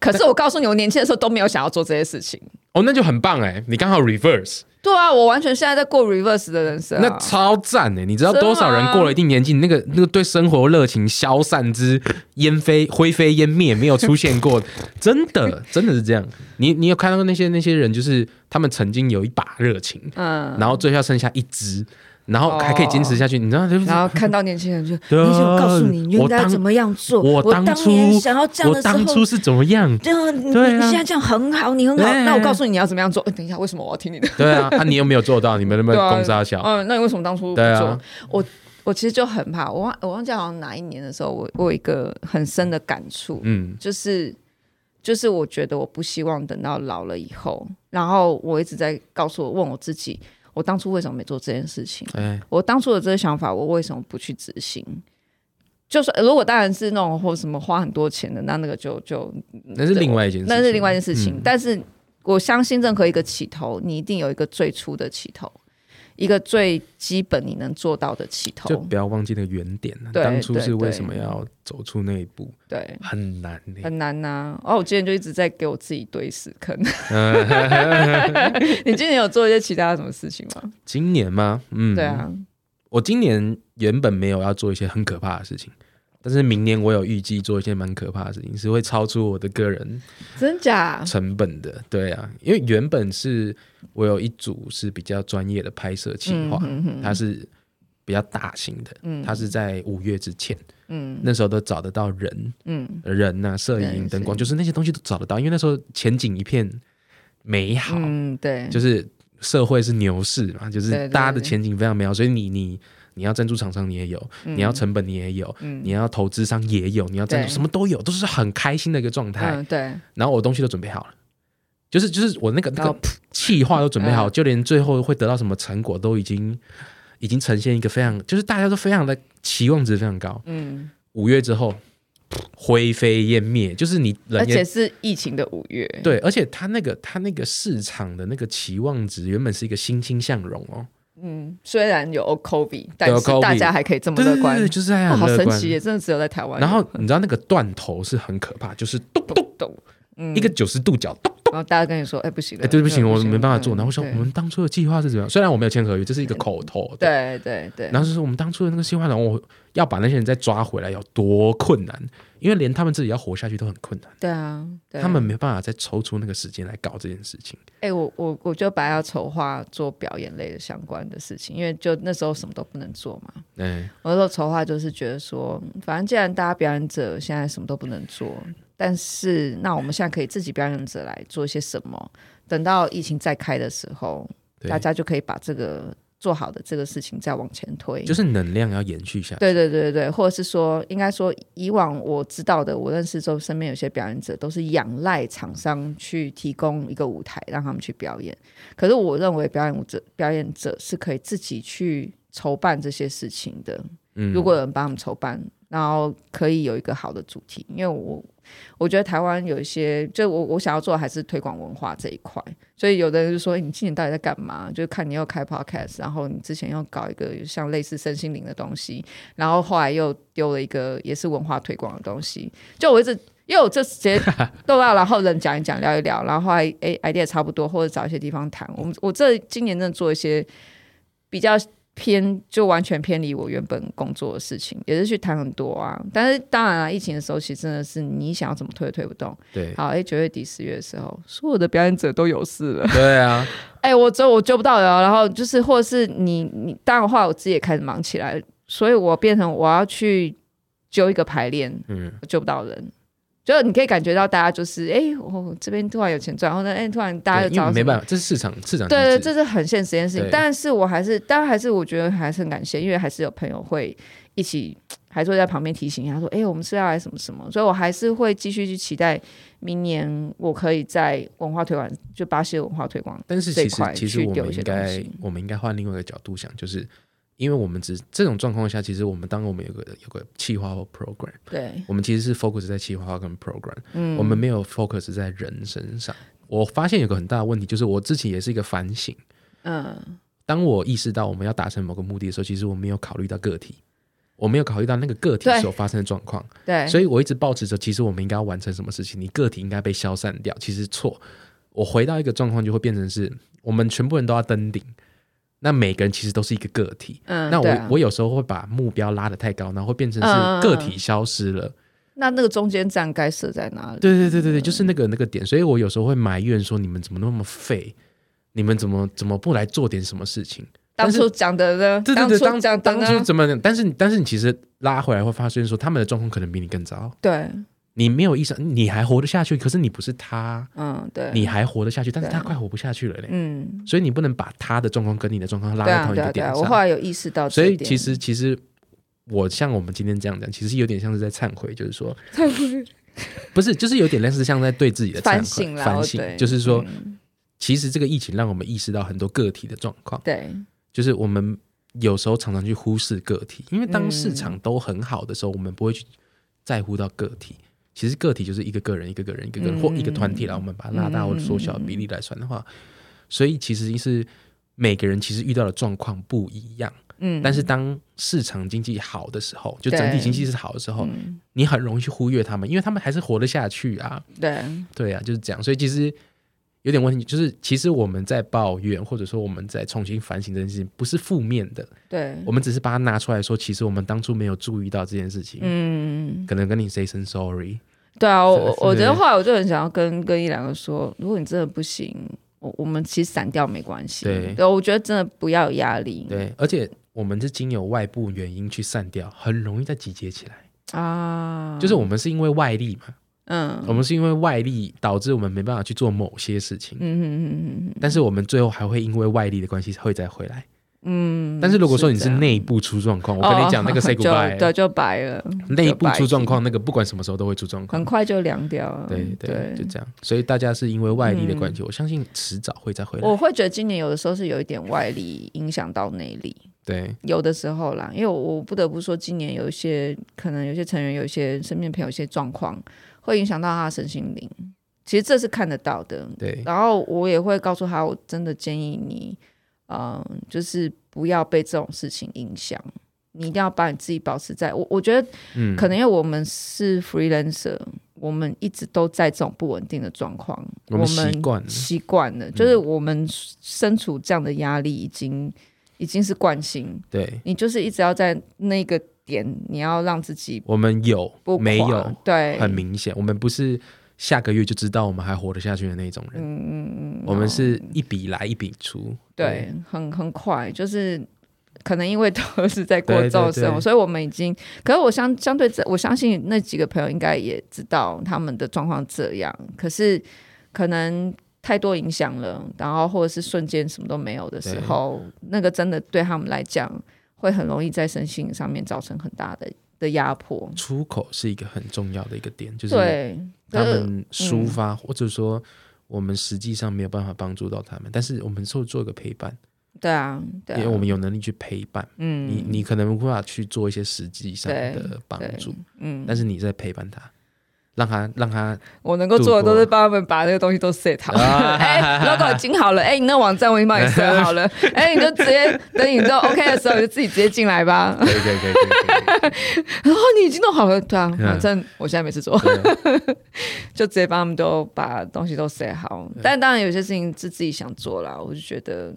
[SPEAKER 1] 可是我告诉你，我年轻的时候都没有想要做这些事情。
[SPEAKER 2] 哦，那就很棒哎！你刚好 reverse，
[SPEAKER 1] 对啊，我完全现在在过 reverse 的人生、啊。
[SPEAKER 2] 那超赞哎！你知道
[SPEAKER 1] 真的啊
[SPEAKER 2] 多少人
[SPEAKER 1] 吗
[SPEAKER 2] 过了一定年纪，那个那个对生活热情消散之烟飞灰飞烟灭没有出现过，真的真的是这样。你你有看到那些那些人，就是他们曾经有一把热情，
[SPEAKER 1] 嗯，哦
[SPEAKER 2] 然后最后剩下一支，然后还可以坚持下去，你知道？就是
[SPEAKER 1] 然后看到年轻人就，
[SPEAKER 2] 对啊
[SPEAKER 3] 你想告诉你，你应
[SPEAKER 2] 我
[SPEAKER 3] 该
[SPEAKER 2] 当
[SPEAKER 3] 怎么样做？
[SPEAKER 2] 我当初
[SPEAKER 3] 年想要这样
[SPEAKER 2] 我
[SPEAKER 3] 的时候，
[SPEAKER 2] 当初是怎么样？
[SPEAKER 3] 对啊，你
[SPEAKER 2] 对啊
[SPEAKER 3] 你现在这样很好，你很好。
[SPEAKER 2] 哎
[SPEAKER 1] 那我告诉你你要怎么样做。哎等一下，为什么我要听你的？ (laughs)
[SPEAKER 2] 对啊，啊，你有没有做到？你们有没
[SPEAKER 1] 对
[SPEAKER 2] 有
[SPEAKER 1] 啊
[SPEAKER 2] 攻杀小？
[SPEAKER 1] 嗯，那你为什么当初不
[SPEAKER 2] 对啊
[SPEAKER 1] 做？我我其实就很怕，我忘我忘记好像哪一年的时候，我我有一个很深的感触，
[SPEAKER 2] 嗯，
[SPEAKER 1] 就是就是我觉得我不希望等到老了以后，然后我一直在告诉我问我自己，我当初为什么没做这件事情？
[SPEAKER 2] 哎，
[SPEAKER 1] 我当初有这个想法，我为什么不去执行？就是如果当然是那种或什么花很多钱的，那那个就就
[SPEAKER 2] 那是另外一件事，
[SPEAKER 1] 那是另外一件事情。
[SPEAKER 2] 嗯
[SPEAKER 1] 但是我相信任何一个起头，你一定有一个最初的起头，一个最基本你能做到的起
[SPEAKER 2] 就
[SPEAKER 1] 头。
[SPEAKER 2] 不要忘记那个原点了。
[SPEAKER 1] 对
[SPEAKER 2] 当初是
[SPEAKER 1] 对
[SPEAKER 2] 为
[SPEAKER 1] 对
[SPEAKER 2] 什么要走出那一步？
[SPEAKER 1] 对，
[SPEAKER 2] 很难呢、
[SPEAKER 1] 很难呐、哦，我今天就一直在给我自己堆屎
[SPEAKER 2] (laughs)
[SPEAKER 1] 坑。你今年有做一些其他什么事情吗？
[SPEAKER 2] 今年吗？嗯，
[SPEAKER 1] 对，啊，
[SPEAKER 2] 我今年原本没有要做一些很可怕的事情，但是明年我有预计做一些蛮可怕的事情，是会超出我的个人
[SPEAKER 1] 真假？
[SPEAKER 2] 成本的。对啊，因为原本是我有一组是比较专业的拍摄计划，
[SPEAKER 1] 嗯哼
[SPEAKER 2] 它是比较大型的，
[SPEAKER 1] 嗯
[SPEAKER 2] 它是在五月之前，
[SPEAKER 1] 嗯
[SPEAKER 2] 那时候都找得到人，
[SPEAKER 1] 嗯
[SPEAKER 2] 人呐、摄
[SPEAKER 1] 对
[SPEAKER 2] 影、灯光，
[SPEAKER 1] 是
[SPEAKER 2] 就是那些东西都找得到，因为那时候前景一片美好，
[SPEAKER 1] 嗯，对，
[SPEAKER 2] 就是社会是牛市嘛，就是
[SPEAKER 1] 对对
[SPEAKER 2] 大家的
[SPEAKER 1] 对嗯
[SPEAKER 2] 前景非常美好，所以你你你要赞助厂商你也有，你要成本你也有，你要投资商也有，你要赞助
[SPEAKER 1] 对
[SPEAKER 2] 什么都有，都是很开心的一个状态。
[SPEAKER 1] 嗯对，
[SPEAKER 2] 然后我东西都准备好了。就是就是我那个那
[SPEAKER 1] 然后嗯
[SPEAKER 2] 个气话都准备好，就连最后会得到什么成果都已经已经呈现一个非常，就是大家都非常的期望值非常高。
[SPEAKER 1] 嗯，
[SPEAKER 2] 五月之后灰飞烟灭，就是你
[SPEAKER 1] 而
[SPEAKER 2] 人也
[SPEAKER 1] 且是疫情的五月，
[SPEAKER 2] 对，而且它那个它那个市场的那个期望值原本是一个欣欣向荣哦，
[SPEAKER 1] 嗯，虽然有 COVID，但是
[SPEAKER 2] COVID
[SPEAKER 1] 大家还可以这么
[SPEAKER 2] 对对
[SPEAKER 1] 乐
[SPEAKER 2] 对
[SPEAKER 1] 观
[SPEAKER 2] 对，就是还
[SPEAKER 1] 哦，
[SPEAKER 2] 很
[SPEAKER 1] 好
[SPEAKER 2] 乐
[SPEAKER 1] 神
[SPEAKER 2] 观。
[SPEAKER 1] 奇耶！真的只有在台湾有。
[SPEAKER 2] 然后你知道那个断头是很可怕，就是咚咚
[SPEAKER 1] 懂，嗯
[SPEAKER 2] 一个九十度角咚。
[SPEAKER 1] 然后大家跟你说，哎，不行了，
[SPEAKER 2] 哎，对不起，
[SPEAKER 1] 嗯
[SPEAKER 2] 我
[SPEAKER 1] 行
[SPEAKER 2] 没办法
[SPEAKER 1] 嗯
[SPEAKER 2] 做。然后我说
[SPEAKER 1] 对
[SPEAKER 2] 我们当初的计划是怎么样？虽然我没有签合约，这是一个口头。。
[SPEAKER 1] 对对对，
[SPEAKER 2] 然后就是我们当初的那个计划，然后我要把那些人再抓回来有多困难，因为连他们自己要活下去都很困难，
[SPEAKER 1] 对啊，对
[SPEAKER 2] 他们没办法再抽出那个时间来搞这件事情。
[SPEAKER 1] 哎，我我我就本来要筹划做表演类的相关的事情，因为就那时候什么都不能做嘛。
[SPEAKER 2] 哎，
[SPEAKER 1] 我那时候筹划就是觉得说，嗯反正既然大家表演者现在什么都不能做，但是那我们现在可以自己表演者来做一些什么？等到疫情再开的时候，
[SPEAKER 2] 对
[SPEAKER 1] 大，家就可以把这个做好的这个事情再往前推。
[SPEAKER 2] 就是能量要延续下去。
[SPEAKER 1] 对对对对对，或者是说，应该说，以往我知道的，我认识之后，身边有些表演者都是仰赖厂商去提供一个舞台让他们去表演。可是我认为表演舞者、表演者是可以自己去筹办这些事情的。
[SPEAKER 2] 嗯，
[SPEAKER 1] 如果有人帮他们筹办，然后可以有一个好的主题，因为我我觉得台湾有一些，就我我想要做的还是推广文化这一块，所以有的人就说、哎诶你今年到底在干嘛？就看你又开 podcast，然后你之前又搞一个像类似身心灵的东西，然后后来又丢了一个也是文化推广的东西，就我一直。因为我就直接逗到，然后人讲一讲，聊一聊，然后后来哎，idea 差不多，或者找一些地方谈。我们我这今年真的做一些比较偏就完全偏离我原本工作的事情，也是去谈很多啊。但是当然啊，疫情的时候其实真的是你想要怎么推都推不动。
[SPEAKER 2] 对
[SPEAKER 1] 好，哎，九月底十月的时候，所有的表演者都有事了。
[SPEAKER 2] 对
[SPEAKER 1] (laughs)
[SPEAKER 2] 啊，
[SPEAKER 1] 哎，我救我救不到人啊，然后就是或者是你你当然的话，我自己也开始忙起来，所以我变成我要去揪一个排练，
[SPEAKER 2] 嗯，
[SPEAKER 1] 我救不到人。就你可以感觉到大家就是，哎、我、这边突然有钱赚，然后呢，哎、突然大家
[SPEAKER 2] 对
[SPEAKER 1] 就
[SPEAKER 2] 因
[SPEAKER 1] 找
[SPEAKER 2] 为没
[SPEAKER 1] 法。
[SPEAKER 2] 办法，这是市场市场机制。
[SPEAKER 1] 对对，这是很现实一件事情
[SPEAKER 2] 对。
[SPEAKER 1] 但是我还是，当然还是我觉得还是很感谢，因为还是有朋友会一起，还是会在旁边提醒他说：“哎、我们是要来什么什么。”所以我还是会继续去期待明年我可以在文化推广，就巴西的文化推广。
[SPEAKER 2] 但是
[SPEAKER 1] 这
[SPEAKER 2] 其
[SPEAKER 1] 一
[SPEAKER 2] 实
[SPEAKER 1] 块
[SPEAKER 2] 其实
[SPEAKER 1] 去
[SPEAKER 2] 我
[SPEAKER 1] 丢一
[SPEAKER 2] 们
[SPEAKER 1] 些
[SPEAKER 2] 应
[SPEAKER 1] 东
[SPEAKER 2] 该
[SPEAKER 1] 西
[SPEAKER 2] 我们应该换另外一个角度想，就是因为我们只这种状况下，其实我们当我们有个有个企划或 program，
[SPEAKER 1] 对，
[SPEAKER 2] 我们其实是 focus 在企划跟 program，、
[SPEAKER 1] 嗯，
[SPEAKER 2] 我们没有 focus 在人身上。我发现有个很大的问题，就是我自己也是一个反省。
[SPEAKER 1] 嗯，
[SPEAKER 2] 当我意识到我们要达成某个目的的时候，其实我没有考虑到个体，我没有考虑到那个个体
[SPEAKER 1] 对
[SPEAKER 2] 所发生的状况，
[SPEAKER 1] 对，
[SPEAKER 2] 所以我一直抱持着，其实我们应该要完成什么事情，你个体应该被消散掉。其实错，我回到一个状况就会变成是我们全部人都要登顶，那每个人其实都是一个个体。
[SPEAKER 1] 嗯，
[SPEAKER 2] 那我、
[SPEAKER 1] 对啊嗯
[SPEAKER 2] 我有时候会把目标拉得太高，然后会变成是个体消失了。
[SPEAKER 1] 那那个中间站该设在哪里？
[SPEAKER 2] 对对对对对，就是那个那个点，所以我有时候会埋怨说你们怎么那么废，你们怎么怎么不来做点什么事情？但
[SPEAKER 1] 当
[SPEAKER 2] 是
[SPEAKER 1] 初讲的呢？
[SPEAKER 2] 对对
[SPEAKER 1] 当
[SPEAKER 2] 对，
[SPEAKER 1] 初
[SPEAKER 2] 当
[SPEAKER 1] 讲的啊
[SPEAKER 2] 当初
[SPEAKER 1] 呢？
[SPEAKER 2] 怎么？但是你但是你其实拉回来会发现说，他们的状况可能比你更糟。
[SPEAKER 1] 对，
[SPEAKER 2] 你没有意识到，你还活得下去，可是你不是他，
[SPEAKER 1] 嗯，对，
[SPEAKER 2] 你还活得下去，但是他
[SPEAKER 1] 对
[SPEAKER 2] 快活不下去了嘞。
[SPEAKER 1] 嗯，
[SPEAKER 2] 所以你不能把他的状况跟你的状况拉
[SPEAKER 1] 对
[SPEAKER 2] 到
[SPEAKER 1] 啊，
[SPEAKER 2] 同一
[SPEAKER 1] 对
[SPEAKER 2] 个
[SPEAKER 1] 啊，对
[SPEAKER 2] 点
[SPEAKER 1] 啊，
[SPEAKER 2] 上。
[SPEAKER 1] 我后来有意识到这
[SPEAKER 2] 所
[SPEAKER 1] 一
[SPEAKER 2] 以
[SPEAKER 1] 点，
[SPEAKER 2] 其实其实我像我们今天这样讲，其实有点像是在忏悔，就是说忏悔， (laughs) 不是，就是有点类似像在对自己的忏
[SPEAKER 1] 反
[SPEAKER 2] 悔
[SPEAKER 1] 省啦，
[SPEAKER 2] 反
[SPEAKER 1] 我
[SPEAKER 2] 省，
[SPEAKER 1] 对
[SPEAKER 2] 就是说，
[SPEAKER 1] 嗯
[SPEAKER 2] 其实这个疫情让我们意识到很多个体的状况。
[SPEAKER 1] 对，
[SPEAKER 2] 就是我们有时候常常去忽视个体，因为当市
[SPEAKER 1] 嗯
[SPEAKER 2] 场都很好的时候，我们不会去在乎到个体。其实个体就是一个个人、一个个人、一个个人、
[SPEAKER 1] 嗯
[SPEAKER 2] 或一个团体啦，我们把它拉大或缩小比例来算的话，所以其实是每个人其实遇到的状况不一样。
[SPEAKER 1] 嗯，
[SPEAKER 2] 但是当市场经济好的时候，就整体
[SPEAKER 1] 对
[SPEAKER 2] 经济是好的时候，
[SPEAKER 1] 嗯
[SPEAKER 2] 你很容易去忽略他们，因为他们还是活得下去啊。
[SPEAKER 1] 对，
[SPEAKER 2] 对啊，就是这样。所以其实有点问题，就是其实我们在抱怨，或者说我们在重新反省这件事情，不是负面的，
[SPEAKER 1] 对，
[SPEAKER 2] 我们只是把它拿出来说，其实我们当初没有注意到这件事情，
[SPEAKER 1] 嗯，
[SPEAKER 2] 可能跟你 say 声 sorry。
[SPEAKER 1] 对啊，
[SPEAKER 2] 是
[SPEAKER 1] 我我觉
[SPEAKER 2] 是
[SPEAKER 1] 得后来我就很想要跟跟一两个说，如果你真的不行，我我们其实散掉没关系，
[SPEAKER 2] 对
[SPEAKER 1] 对，我觉得真的不要有压力，
[SPEAKER 2] 对，而且我们是经由外部原因去散掉，很容易再集结起来。
[SPEAKER 1] 啊，
[SPEAKER 2] 就是我们是因为外力嘛，
[SPEAKER 1] 嗯
[SPEAKER 2] 我们是因为外力导致我们没办法去做某些事情，
[SPEAKER 1] 嗯嗯嗯
[SPEAKER 2] 但是我们最后还会因为外力的关系会再回来。
[SPEAKER 1] 嗯，
[SPEAKER 2] 但是如果说你是
[SPEAKER 1] 这样
[SPEAKER 2] 内部出状况，我跟你讲，
[SPEAKER 1] (laughs)
[SPEAKER 2] 那个 say
[SPEAKER 1] 哦
[SPEAKER 2] goodbye，
[SPEAKER 1] 就对，就白了，
[SPEAKER 2] 内部出状
[SPEAKER 1] 就白
[SPEAKER 2] 况，那个不管什么时候都会出状
[SPEAKER 1] 很
[SPEAKER 2] 况。
[SPEAKER 1] 快就凉掉了。
[SPEAKER 2] 对对，就这样。所以大家是因为外力的
[SPEAKER 1] 嗯
[SPEAKER 2] 关系，我相信迟早会再回来。
[SPEAKER 1] 我会觉得今年有的时候是有一点外力影响到内力，
[SPEAKER 2] 对，
[SPEAKER 1] 有的时候啦，因为我我不得不说，今年有一些可能有些成员、有一些身边朋友有一些状况，会影响到他的身心灵，其实这是看得到的。
[SPEAKER 2] 对
[SPEAKER 1] 然后我也会告诉他，我真的建议你，嗯，就是不要被这种事情影响。你一定要把你自己保持在我，我觉得
[SPEAKER 2] 嗯，
[SPEAKER 1] 可能因为我们是 freelancer，我们一直都在这种不稳定的状况，
[SPEAKER 2] 我
[SPEAKER 1] 我
[SPEAKER 2] 们
[SPEAKER 1] 们
[SPEAKER 2] 习惯了
[SPEAKER 1] 习惯了，就是我们身处这样的压力已经已经是惯性，
[SPEAKER 2] 对，
[SPEAKER 1] 你就是一直要在那个点，你要让自己
[SPEAKER 2] 我们有
[SPEAKER 1] 不垮
[SPEAKER 2] 没有
[SPEAKER 1] 对，
[SPEAKER 2] 很明显，我们不是下个月就知道我们还活得下去的那种人。嗯嗯嗯，我们是一笔来一笔出。
[SPEAKER 1] 哦对，很很快，就是可能因为都是在过
[SPEAKER 2] 对对
[SPEAKER 1] 这种生
[SPEAKER 2] 对
[SPEAKER 1] 活，所以我们已经，可是我相相对这，我相信那几个朋友应该也知道他们的状况这样，可是可能。太多影响了，然后或者是瞬间什么都没有的时
[SPEAKER 2] 对
[SPEAKER 1] 候，那个真的对他们来讲，会很容易在身心上面造成很大的的压迫。
[SPEAKER 2] 出口是一个很重要的一个点，就是
[SPEAKER 1] 对，嗯
[SPEAKER 2] 他
[SPEAKER 1] 可是
[SPEAKER 2] 们抒发，或者说我们实际上没有办法帮助到他们，但是我们做做一个陪伴，
[SPEAKER 1] 对啊，对
[SPEAKER 2] 因为
[SPEAKER 1] 啊，
[SPEAKER 2] 我们有能力去陪伴。
[SPEAKER 1] 嗯，
[SPEAKER 2] 你你可能无法去做一些实际上
[SPEAKER 1] 对
[SPEAKER 2] 的帮
[SPEAKER 1] 对
[SPEAKER 2] 助，
[SPEAKER 1] 嗯，
[SPEAKER 2] 但是你在陪伴他，让他 (laughs) 让他
[SPEAKER 1] 我能够做的都是帮他们把那个东西都 set 好。
[SPEAKER 2] 啊
[SPEAKER 1] (laughs) 哎、l o g o 已经好了，哎、你那网站我已经帮你 set 好了，哎、你就直接等你都 OK 的时候，你就自己直接进来吧。
[SPEAKER 2] 可以可以可以可
[SPEAKER 1] (laughs) 然后你已经弄好了，对啊，
[SPEAKER 2] 嗯
[SPEAKER 1] 反正我现在没事做，
[SPEAKER 2] 以可以，
[SPEAKER 1] (laughs) 就直接帮他们都把东西都 set 好。但当然有些事情是自己想做啦，我就觉得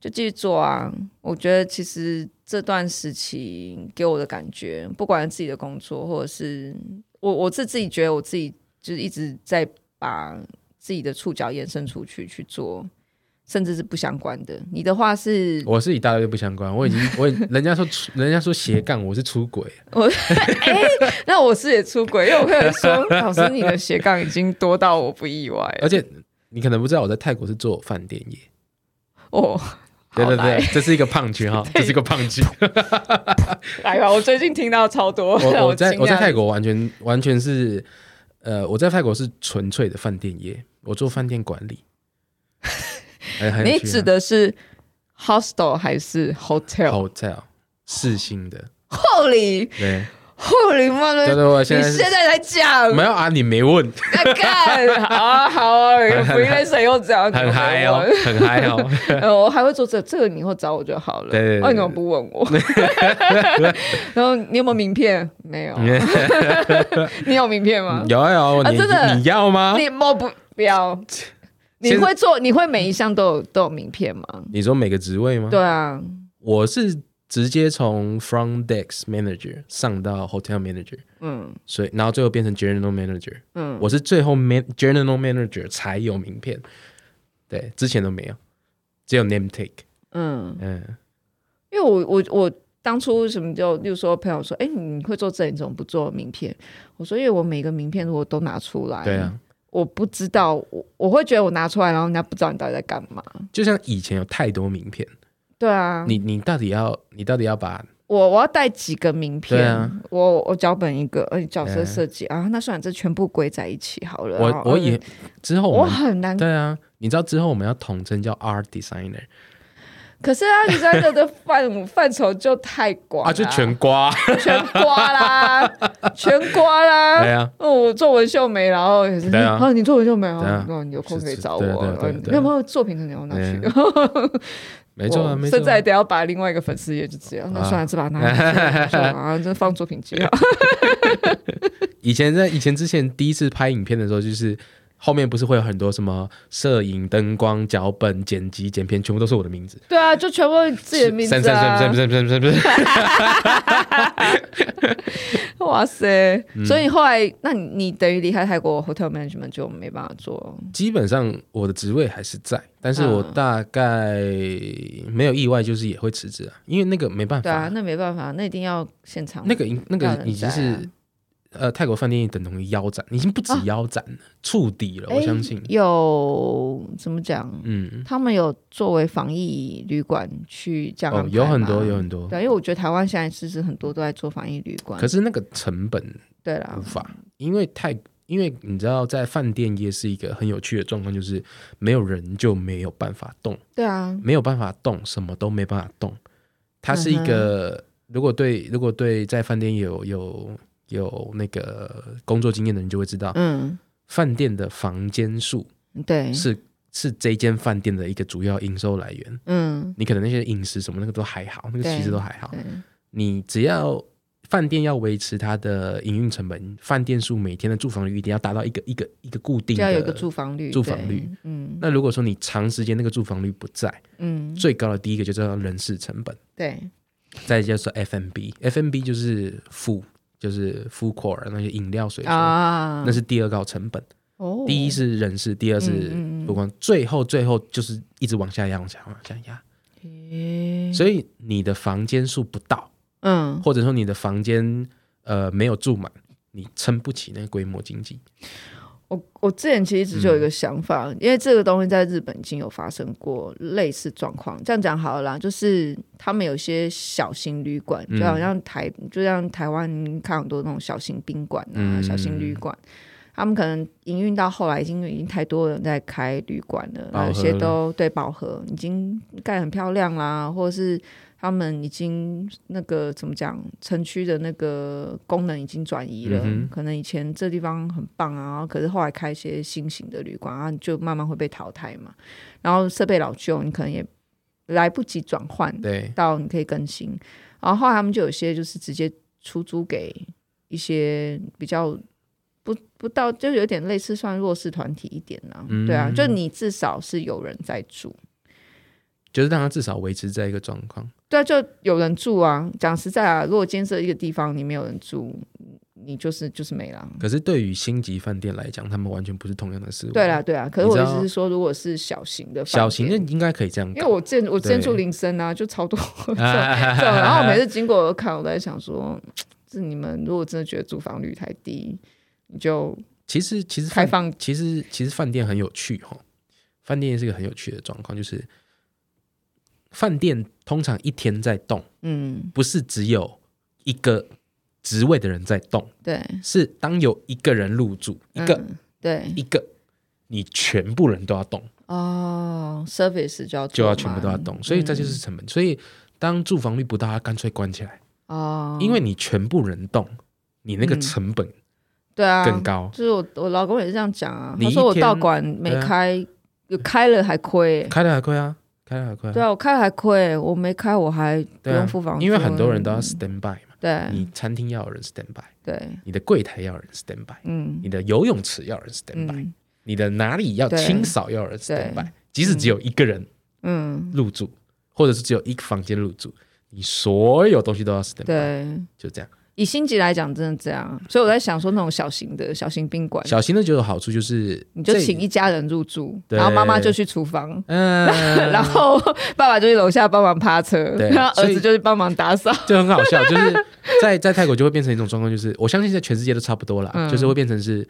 [SPEAKER 1] 就继续做啊。我觉得其实这段时期给我的感觉，不管是自己的工作，或者是我我是自己觉得我自己就是一直在把自己的触角延伸出去去做。甚至是不相关的。你的话是，
[SPEAKER 2] 我是一大堆不相关，我 (laughs) 已经我已人家说出人家说斜杠，我是出
[SPEAKER 1] (laughs)
[SPEAKER 2] 轨，
[SPEAKER 1] 那我是也出轨，因为我朋友
[SPEAKER 2] (laughs)
[SPEAKER 1] 说，老师你的斜杠已经多到我不意外了
[SPEAKER 2] 而且你可能不知道我在泰国是做饭店业，
[SPEAKER 1] 哦。
[SPEAKER 2] 对
[SPEAKER 1] 好
[SPEAKER 2] 对
[SPEAKER 1] 来
[SPEAKER 2] 对，这是一个胖
[SPEAKER 1] (laughs)
[SPEAKER 2] 橘哈，这是一个胖橘。
[SPEAKER 1] 来吧，我最近听到超多，让
[SPEAKER 2] 我我在
[SPEAKER 1] 惊讶
[SPEAKER 2] 我在泰国完全完全是，呃，我在泰国是纯粹的饭店业，我做饭店管
[SPEAKER 1] (laughs)
[SPEAKER 2] 理。哎很有
[SPEAKER 1] 你
[SPEAKER 2] 趣啊
[SPEAKER 1] 指的是 hostel 还是 hotel？
[SPEAKER 2] hotel 四星的？
[SPEAKER 1] 护理
[SPEAKER 2] 对，
[SPEAKER 1] 护理吗？
[SPEAKER 2] 对对，我现
[SPEAKER 1] 你
[SPEAKER 2] 在是
[SPEAKER 1] 现在才讲，
[SPEAKER 2] 没有啊， (laughs) 你
[SPEAKER 1] (laughs)
[SPEAKER 2] 没问，
[SPEAKER 1] 在
[SPEAKER 2] (laughs)
[SPEAKER 1] 干好啊好啊，不认识又这样，
[SPEAKER 2] 很嗨哦，很嗨
[SPEAKER 1] (laughs)
[SPEAKER 2] 哦。
[SPEAKER 1] 呃，我还会做这这个，你以后找我就好了。
[SPEAKER 2] 对对对
[SPEAKER 1] 哦，你怎么不问
[SPEAKER 2] (laughs)
[SPEAKER 1] 我？然后你有没有名片？没
[SPEAKER 2] (laughs)
[SPEAKER 1] 有。你有名片吗？
[SPEAKER 2] 有啊有啊，我
[SPEAKER 1] 啊
[SPEAKER 2] 你
[SPEAKER 1] 真的
[SPEAKER 2] 你要吗？
[SPEAKER 1] 你我不不要。
[SPEAKER 2] (laughs)
[SPEAKER 1] 你会做？你会每一项都有都有名片吗？
[SPEAKER 2] 你说每个职位吗？
[SPEAKER 1] 对，啊，
[SPEAKER 2] 我是直接从 front desk manager 上到 hotel manager，
[SPEAKER 1] 嗯
[SPEAKER 2] 所以然后最后变成 general manager。
[SPEAKER 1] 嗯，
[SPEAKER 2] 我是最后 man general manager 才有名片，对，之前都没有，只有 name take。
[SPEAKER 1] 嗯，
[SPEAKER 2] 嗯，
[SPEAKER 1] 因为我我我当初什么就，例如说朋友说，哎、你会做这，你怎么不做名片？我说，因为我每个名片如果都拿出来，
[SPEAKER 2] 对啊，
[SPEAKER 1] 我不知道，我我会觉得我拿出来，然后人家不知道你到底在干嘛。
[SPEAKER 2] 就像以前有太多名片，
[SPEAKER 1] 对啊，
[SPEAKER 2] 你你到底要你到底要把
[SPEAKER 1] 我我要带几个名片，
[SPEAKER 2] 对啊
[SPEAKER 1] 我我脚本一个，而且角
[SPEAKER 2] 对
[SPEAKER 1] 色
[SPEAKER 2] 啊
[SPEAKER 1] 设计啊，那算了，这全部归在一起好了。然
[SPEAKER 2] 我
[SPEAKER 1] 后
[SPEAKER 2] 我也之后
[SPEAKER 1] 啊我
[SPEAKER 2] 我们
[SPEAKER 1] 很难，
[SPEAKER 2] 对啊，你知道之后我们要统称叫 art designer
[SPEAKER 1] 可是啊，你在这的范范畴就太广
[SPEAKER 2] 啊，
[SPEAKER 1] 了
[SPEAKER 2] 就全瓜，
[SPEAKER 1] (laughs) 全刮啦，全刮啦。
[SPEAKER 2] 对啊，
[SPEAKER 1] 哦，我做文秀眉，然后也是，
[SPEAKER 2] 对啊
[SPEAKER 1] 你做文秀眉啊，
[SPEAKER 2] 对啊
[SPEAKER 1] 那你有空可以找我。
[SPEAKER 2] 是是对啊对啊对
[SPEAKER 1] 嗯
[SPEAKER 2] 啊对啊哎
[SPEAKER 1] 你有没有作品可能要拿去？ (laughs)
[SPEAKER 2] 没错啊，
[SPEAKER 1] 我
[SPEAKER 2] 没错
[SPEAKER 1] 甚
[SPEAKER 2] 啊。
[SPEAKER 1] 至还得要把另外一个粉丝页就这样，那
[SPEAKER 2] 啊
[SPEAKER 1] 算了，这把它拿去，啊，这放作品集啊好。
[SPEAKER 2] (laughs) 以前在以前之前第一次拍影片的时候，就是后面不是会有很多什么摄影、灯光、脚本、剪辑、剪片，全部都是我的名字。
[SPEAKER 1] 对啊，就全部自己的名
[SPEAKER 2] 三
[SPEAKER 1] 字
[SPEAKER 2] 三三
[SPEAKER 1] 啊。
[SPEAKER 2] 三三三三三，
[SPEAKER 1] (laughs) 哇塞！
[SPEAKER 2] 嗯
[SPEAKER 1] 所以你后来，那你你等于离开泰国 hotel management 就没办法做，
[SPEAKER 2] 基本上我的职位还是在，但是我
[SPEAKER 1] 嗯
[SPEAKER 2] 大概没有意外，就是也会辞职啊，因为那个没办
[SPEAKER 1] 对
[SPEAKER 2] 法，
[SPEAKER 1] 啊，那没办法，那一定要现场
[SPEAKER 2] 嗯那个已
[SPEAKER 1] 要
[SPEAKER 2] 那个
[SPEAKER 1] 人
[SPEAKER 2] 已
[SPEAKER 1] 在
[SPEAKER 2] 经
[SPEAKER 1] 啊
[SPEAKER 2] 是呃泰国饭店等同于腰斩，已经不止腰斩了，触底了，我
[SPEAKER 1] 哎
[SPEAKER 2] 相信。
[SPEAKER 1] 有怎么讲？
[SPEAKER 2] 嗯，
[SPEAKER 1] 他们有作为防疫旅馆去这样安
[SPEAKER 2] 哦
[SPEAKER 1] 排，
[SPEAKER 2] 有很多
[SPEAKER 1] 吗
[SPEAKER 2] 有很多，
[SPEAKER 1] 对，因为我觉得台湾现在其实很多都在做防疫旅馆。
[SPEAKER 2] 可是那个成本
[SPEAKER 1] 对啦
[SPEAKER 2] 无，法，因为太，因为你知道，在饭店业是一个很有趣的状况，就是没有人就没有办法动，
[SPEAKER 1] 对啊，
[SPEAKER 2] 没有办法动，什么都没办法动。它是一
[SPEAKER 1] 嗯
[SPEAKER 2] 个，如果对如果对在饭店有有有那个工作经验的人就会知道，
[SPEAKER 1] 嗯，
[SPEAKER 2] 饭店的房间数
[SPEAKER 1] 对，
[SPEAKER 2] 是、是这间饭店的一个主要营收来源。
[SPEAKER 1] 嗯，
[SPEAKER 2] 你可能那些饮食什么那个都还好，那个
[SPEAKER 1] 对
[SPEAKER 2] 其实都还好
[SPEAKER 1] 对。，
[SPEAKER 2] 你只要饭店要维持它的营运成本，饭店数每天的住房率一定要达到一个一个一个固定
[SPEAKER 1] 就要
[SPEAKER 2] 的
[SPEAKER 1] 有一个住房率，
[SPEAKER 2] 住房
[SPEAKER 1] 对
[SPEAKER 2] 率，
[SPEAKER 1] 嗯
[SPEAKER 2] 那如果说你长时间那个住房率不在，
[SPEAKER 1] 嗯，
[SPEAKER 2] 最高的第一个就叫人事成本，
[SPEAKER 1] 对，
[SPEAKER 2] 再叫做 FMB，FMB 就是付就是 food core 那些饮料水啊，
[SPEAKER 1] 啊，
[SPEAKER 2] 那是第二高成本。
[SPEAKER 1] 哦，
[SPEAKER 2] 第一是人事，第二是
[SPEAKER 1] 嗯嗯嗯
[SPEAKER 2] 不光，最后最后就是一直往下压，往下压往下压。
[SPEAKER 1] 诶，
[SPEAKER 2] 所以你的房间数不到，
[SPEAKER 1] 嗯，
[SPEAKER 2] 或者说你的房间呃没有住满，你撑不起那个规模经济。
[SPEAKER 1] 我我之前其实一直就有
[SPEAKER 2] 嗯
[SPEAKER 1] 一个想法，因为这个东西在日本已经有发生过类似状况。这样讲好了啦，就是他们有些小型旅馆，
[SPEAKER 2] 嗯
[SPEAKER 1] 就好像台，就像台湾看很多那种小型宾馆啊、
[SPEAKER 2] 嗯
[SPEAKER 1] 小型旅馆，他们可能营运到后来已经已经太多人在开旅馆了，
[SPEAKER 2] 饱
[SPEAKER 1] 那
[SPEAKER 2] 和
[SPEAKER 1] 有些都对饱和，已经盖很漂亮啦，或者是。他们已经那个怎么讲，城区的那个功能已经转移了，
[SPEAKER 2] 嗯哼
[SPEAKER 1] 可能以前这地方很棒啊，然后可是后来开一些新型的旅馆啊，就慢慢会被淘汰嘛。然后设备老旧，你可能也来不及转换
[SPEAKER 2] 对，
[SPEAKER 1] 到你可以更新。然后后来他们就有些就是直接出租给一些比较不不到，就有点类似算弱势团体一点啊，
[SPEAKER 2] 嗯
[SPEAKER 1] 对啊，就你至少是有人在住。
[SPEAKER 2] 就是让它至少维持在一个状况。
[SPEAKER 1] 对啊，就有人住啊。讲实在啊，如果今天是一个地方你没有人住，你就是就是没了。
[SPEAKER 2] 可是对于星级饭店来讲，他们完全不是同样的思维。
[SPEAKER 1] 对啦，，对啦。啊可是
[SPEAKER 2] 啊你
[SPEAKER 1] 我
[SPEAKER 2] 知
[SPEAKER 1] 的意
[SPEAKER 2] 道
[SPEAKER 1] 思是说，如果是小型的，
[SPEAKER 2] 小型的。应该可以这样
[SPEAKER 1] 因为
[SPEAKER 2] 搞。
[SPEAKER 1] 我见我之前
[SPEAKER 2] 对
[SPEAKER 1] 住林森啊，就
[SPEAKER 2] (laughs)
[SPEAKER 1] 超多这种，这种
[SPEAKER 2] 哎
[SPEAKER 1] 然后我每次经过我都看，我都在想说，这你们如果真的觉得住房率太低，你就
[SPEAKER 2] (laughs) 其实其实
[SPEAKER 1] 开
[SPEAKER 2] 饭
[SPEAKER 1] 放
[SPEAKER 2] 其实其实饭店很有趣哈、饭店是一个很有趣的状况，就是饭店通常一天在动，
[SPEAKER 1] 嗯，
[SPEAKER 2] 不是只有一个职位的人在动，
[SPEAKER 1] 对，
[SPEAKER 2] 是当有一个人入住，一个、
[SPEAKER 1] 嗯、对
[SPEAKER 2] 一个，你全部人都要动，
[SPEAKER 1] 哦，service 就要
[SPEAKER 2] 就
[SPEAKER 1] 做
[SPEAKER 2] 要全部都要
[SPEAKER 1] 嘛
[SPEAKER 2] 动，所以这就是
[SPEAKER 1] 嗯
[SPEAKER 2] 成本。所以当住房率不到，它干脆关起来，
[SPEAKER 1] 哦，
[SPEAKER 2] 因为你全部人动，你那个
[SPEAKER 1] 嗯
[SPEAKER 2] 成本
[SPEAKER 1] 对啊，
[SPEAKER 2] 更高。
[SPEAKER 1] 就是我我老公也是这样讲啊，
[SPEAKER 2] 你
[SPEAKER 1] 他
[SPEAKER 2] 一
[SPEAKER 1] 说我
[SPEAKER 2] 天
[SPEAKER 1] 道馆没
[SPEAKER 2] 对啊
[SPEAKER 1] 开，有开了还亏欸、
[SPEAKER 2] 开的还亏啊，开的还亏、
[SPEAKER 1] 对啊，我开了还亏欸，我没开我还不
[SPEAKER 2] 对啊
[SPEAKER 1] 用付房租，嗯
[SPEAKER 2] 因为很多人都要 stand by 嘛，
[SPEAKER 1] 对
[SPEAKER 2] 你餐厅要有人 stand by，
[SPEAKER 1] 对，
[SPEAKER 2] 你的柜台要有人 stand by，
[SPEAKER 1] 嗯
[SPEAKER 2] 你的游泳池要有人 stand by，、
[SPEAKER 1] 嗯
[SPEAKER 2] 你的哪里要
[SPEAKER 1] 对
[SPEAKER 2] 清扫要有人 stand
[SPEAKER 1] 对
[SPEAKER 2] by，即使只有一个人
[SPEAKER 1] 嗯，
[SPEAKER 2] 入住，或者是只有一个房间入住，你所有东西都要 stand by，
[SPEAKER 1] 对。
[SPEAKER 2] 就这样。
[SPEAKER 1] 以星级来讲，真的这样，所以我在想说，那种小型的小型宾馆，
[SPEAKER 2] 小型的就有好处，就是
[SPEAKER 1] 你就
[SPEAKER 2] 这
[SPEAKER 1] 请一家人入住，
[SPEAKER 2] 对
[SPEAKER 1] 然后妈妈就去厨房，
[SPEAKER 2] 嗯，
[SPEAKER 1] (laughs) 然后爸爸就去楼下帮忙趴车，
[SPEAKER 2] 对
[SPEAKER 1] 然后儿
[SPEAKER 2] 所以
[SPEAKER 1] 子就去帮忙打扫。
[SPEAKER 2] 就很好笑，就是 (laughs) 在在泰国就会变成一种状况，就是我相信在全世界都差不多啦，
[SPEAKER 1] 嗯
[SPEAKER 2] 就是会变成是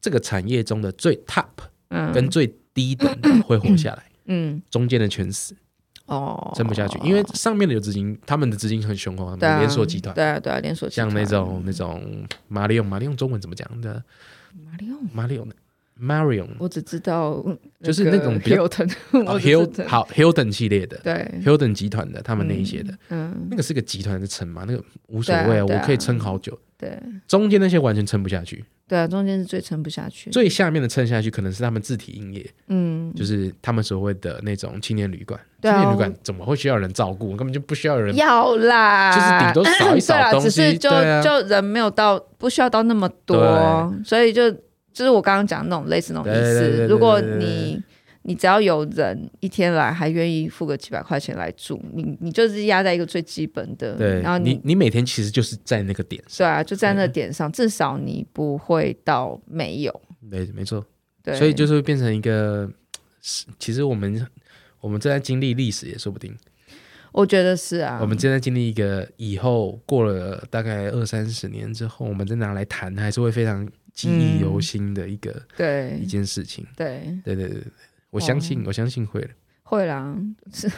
[SPEAKER 2] 这个产业中的最 top
[SPEAKER 1] 嗯
[SPEAKER 2] 跟最低等的会活下
[SPEAKER 1] (coughs)
[SPEAKER 2] 来，
[SPEAKER 1] 嗯，
[SPEAKER 2] 中间的全死，
[SPEAKER 1] 哦，
[SPEAKER 2] 撑不下去，因为上面的有资金，他们的资金很雄厚，他们
[SPEAKER 1] 对
[SPEAKER 2] 的
[SPEAKER 1] 啊，
[SPEAKER 2] 连锁集团，
[SPEAKER 1] 对啊对啊，连锁集
[SPEAKER 2] 像那
[SPEAKER 1] 团
[SPEAKER 2] 种那种马里用马里用中文怎么讲的？
[SPEAKER 1] 马里奥
[SPEAKER 2] 马里用 Marion
[SPEAKER 1] 我只知道
[SPEAKER 2] 就是那种比较
[SPEAKER 1] Hilton，
[SPEAKER 2] 哦
[SPEAKER 1] (laughs) 我只知道
[SPEAKER 2] Hill 好 Hilton 系列的
[SPEAKER 1] 对，
[SPEAKER 2] Hilton 集团的，他们那一些的，
[SPEAKER 1] 嗯，
[SPEAKER 2] 那个是个集团的撑嘛，那个无所谓
[SPEAKER 1] 对啊对
[SPEAKER 2] 我
[SPEAKER 1] 啊
[SPEAKER 2] 可以撑好久。
[SPEAKER 1] 对
[SPEAKER 2] 中间那些完全撑不下去，
[SPEAKER 1] 对啊，中间是最撑不下去，
[SPEAKER 2] 最下面的撑下去可能是他们自体营业，
[SPEAKER 1] 嗯，
[SPEAKER 2] 就是他们所谓的那种青年旅馆。
[SPEAKER 1] 对
[SPEAKER 2] 青
[SPEAKER 1] 啊
[SPEAKER 2] 年旅馆怎么会需要人照顾？根本就不需要有人。
[SPEAKER 1] 要啦，
[SPEAKER 2] 就是顶
[SPEAKER 1] (coughs)
[SPEAKER 2] 多扫一扫
[SPEAKER 1] 对啦
[SPEAKER 2] 东西
[SPEAKER 1] 只是就
[SPEAKER 2] 对啊
[SPEAKER 1] 就人没有到，不需要到那么多，
[SPEAKER 2] 对
[SPEAKER 1] 所以就就是我刚刚讲的那种类似那种意
[SPEAKER 2] 对对对对
[SPEAKER 1] 思
[SPEAKER 2] 对，
[SPEAKER 1] 如果
[SPEAKER 2] 对对对
[SPEAKER 1] 你。你只要有人一天来，还愿意付个几百块钱来住，你你就是压在一个最基本的，
[SPEAKER 2] 对，
[SPEAKER 1] 然后
[SPEAKER 2] 你你每天其实就是在那个点上，
[SPEAKER 1] 对啊，就在那点上，至少你不会到没有，
[SPEAKER 2] 没没错，
[SPEAKER 1] 对，
[SPEAKER 2] 所以就是会变成一个，是其实我们我们正在经历历史也说不定，
[SPEAKER 1] 我觉得是啊，
[SPEAKER 2] 我们正在经历一个以后过了大概二三十年之后，我们再拿来谈，还是会非常记忆犹新的一个、一
[SPEAKER 1] 对
[SPEAKER 2] 件事情。
[SPEAKER 1] 对
[SPEAKER 2] 对对对对，我相
[SPEAKER 1] 哦
[SPEAKER 2] 信、我相信会的。
[SPEAKER 1] 会啦，是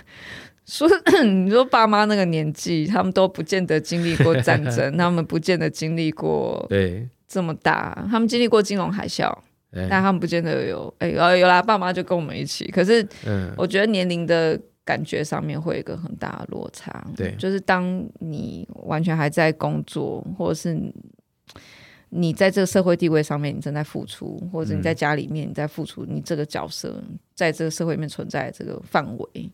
[SPEAKER 1] 说 (clears throat) 你说爸妈那个年纪，他们都不见得经历过战争，他们不见得经历过
[SPEAKER 2] 对，
[SPEAKER 1] 这么大，他们经历过金融海啸，
[SPEAKER 2] 哎
[SPEAKER 1] 但他们不见得有哎、呃有啦，爸妈就跟我们一起，可是
[SPEAKER 2] 嗯，
[SPEAKER 1] 我觉得年龄的。感觉上面会有一个很大的落差，
[SPEAKER 2] 对
[SPEAKER 1] 就是当你完全还在工作，或者是你在这个社会地位上面你正在付出，或者你在家里面你在付出，你这个角色在这个社会里面存在的这个范围，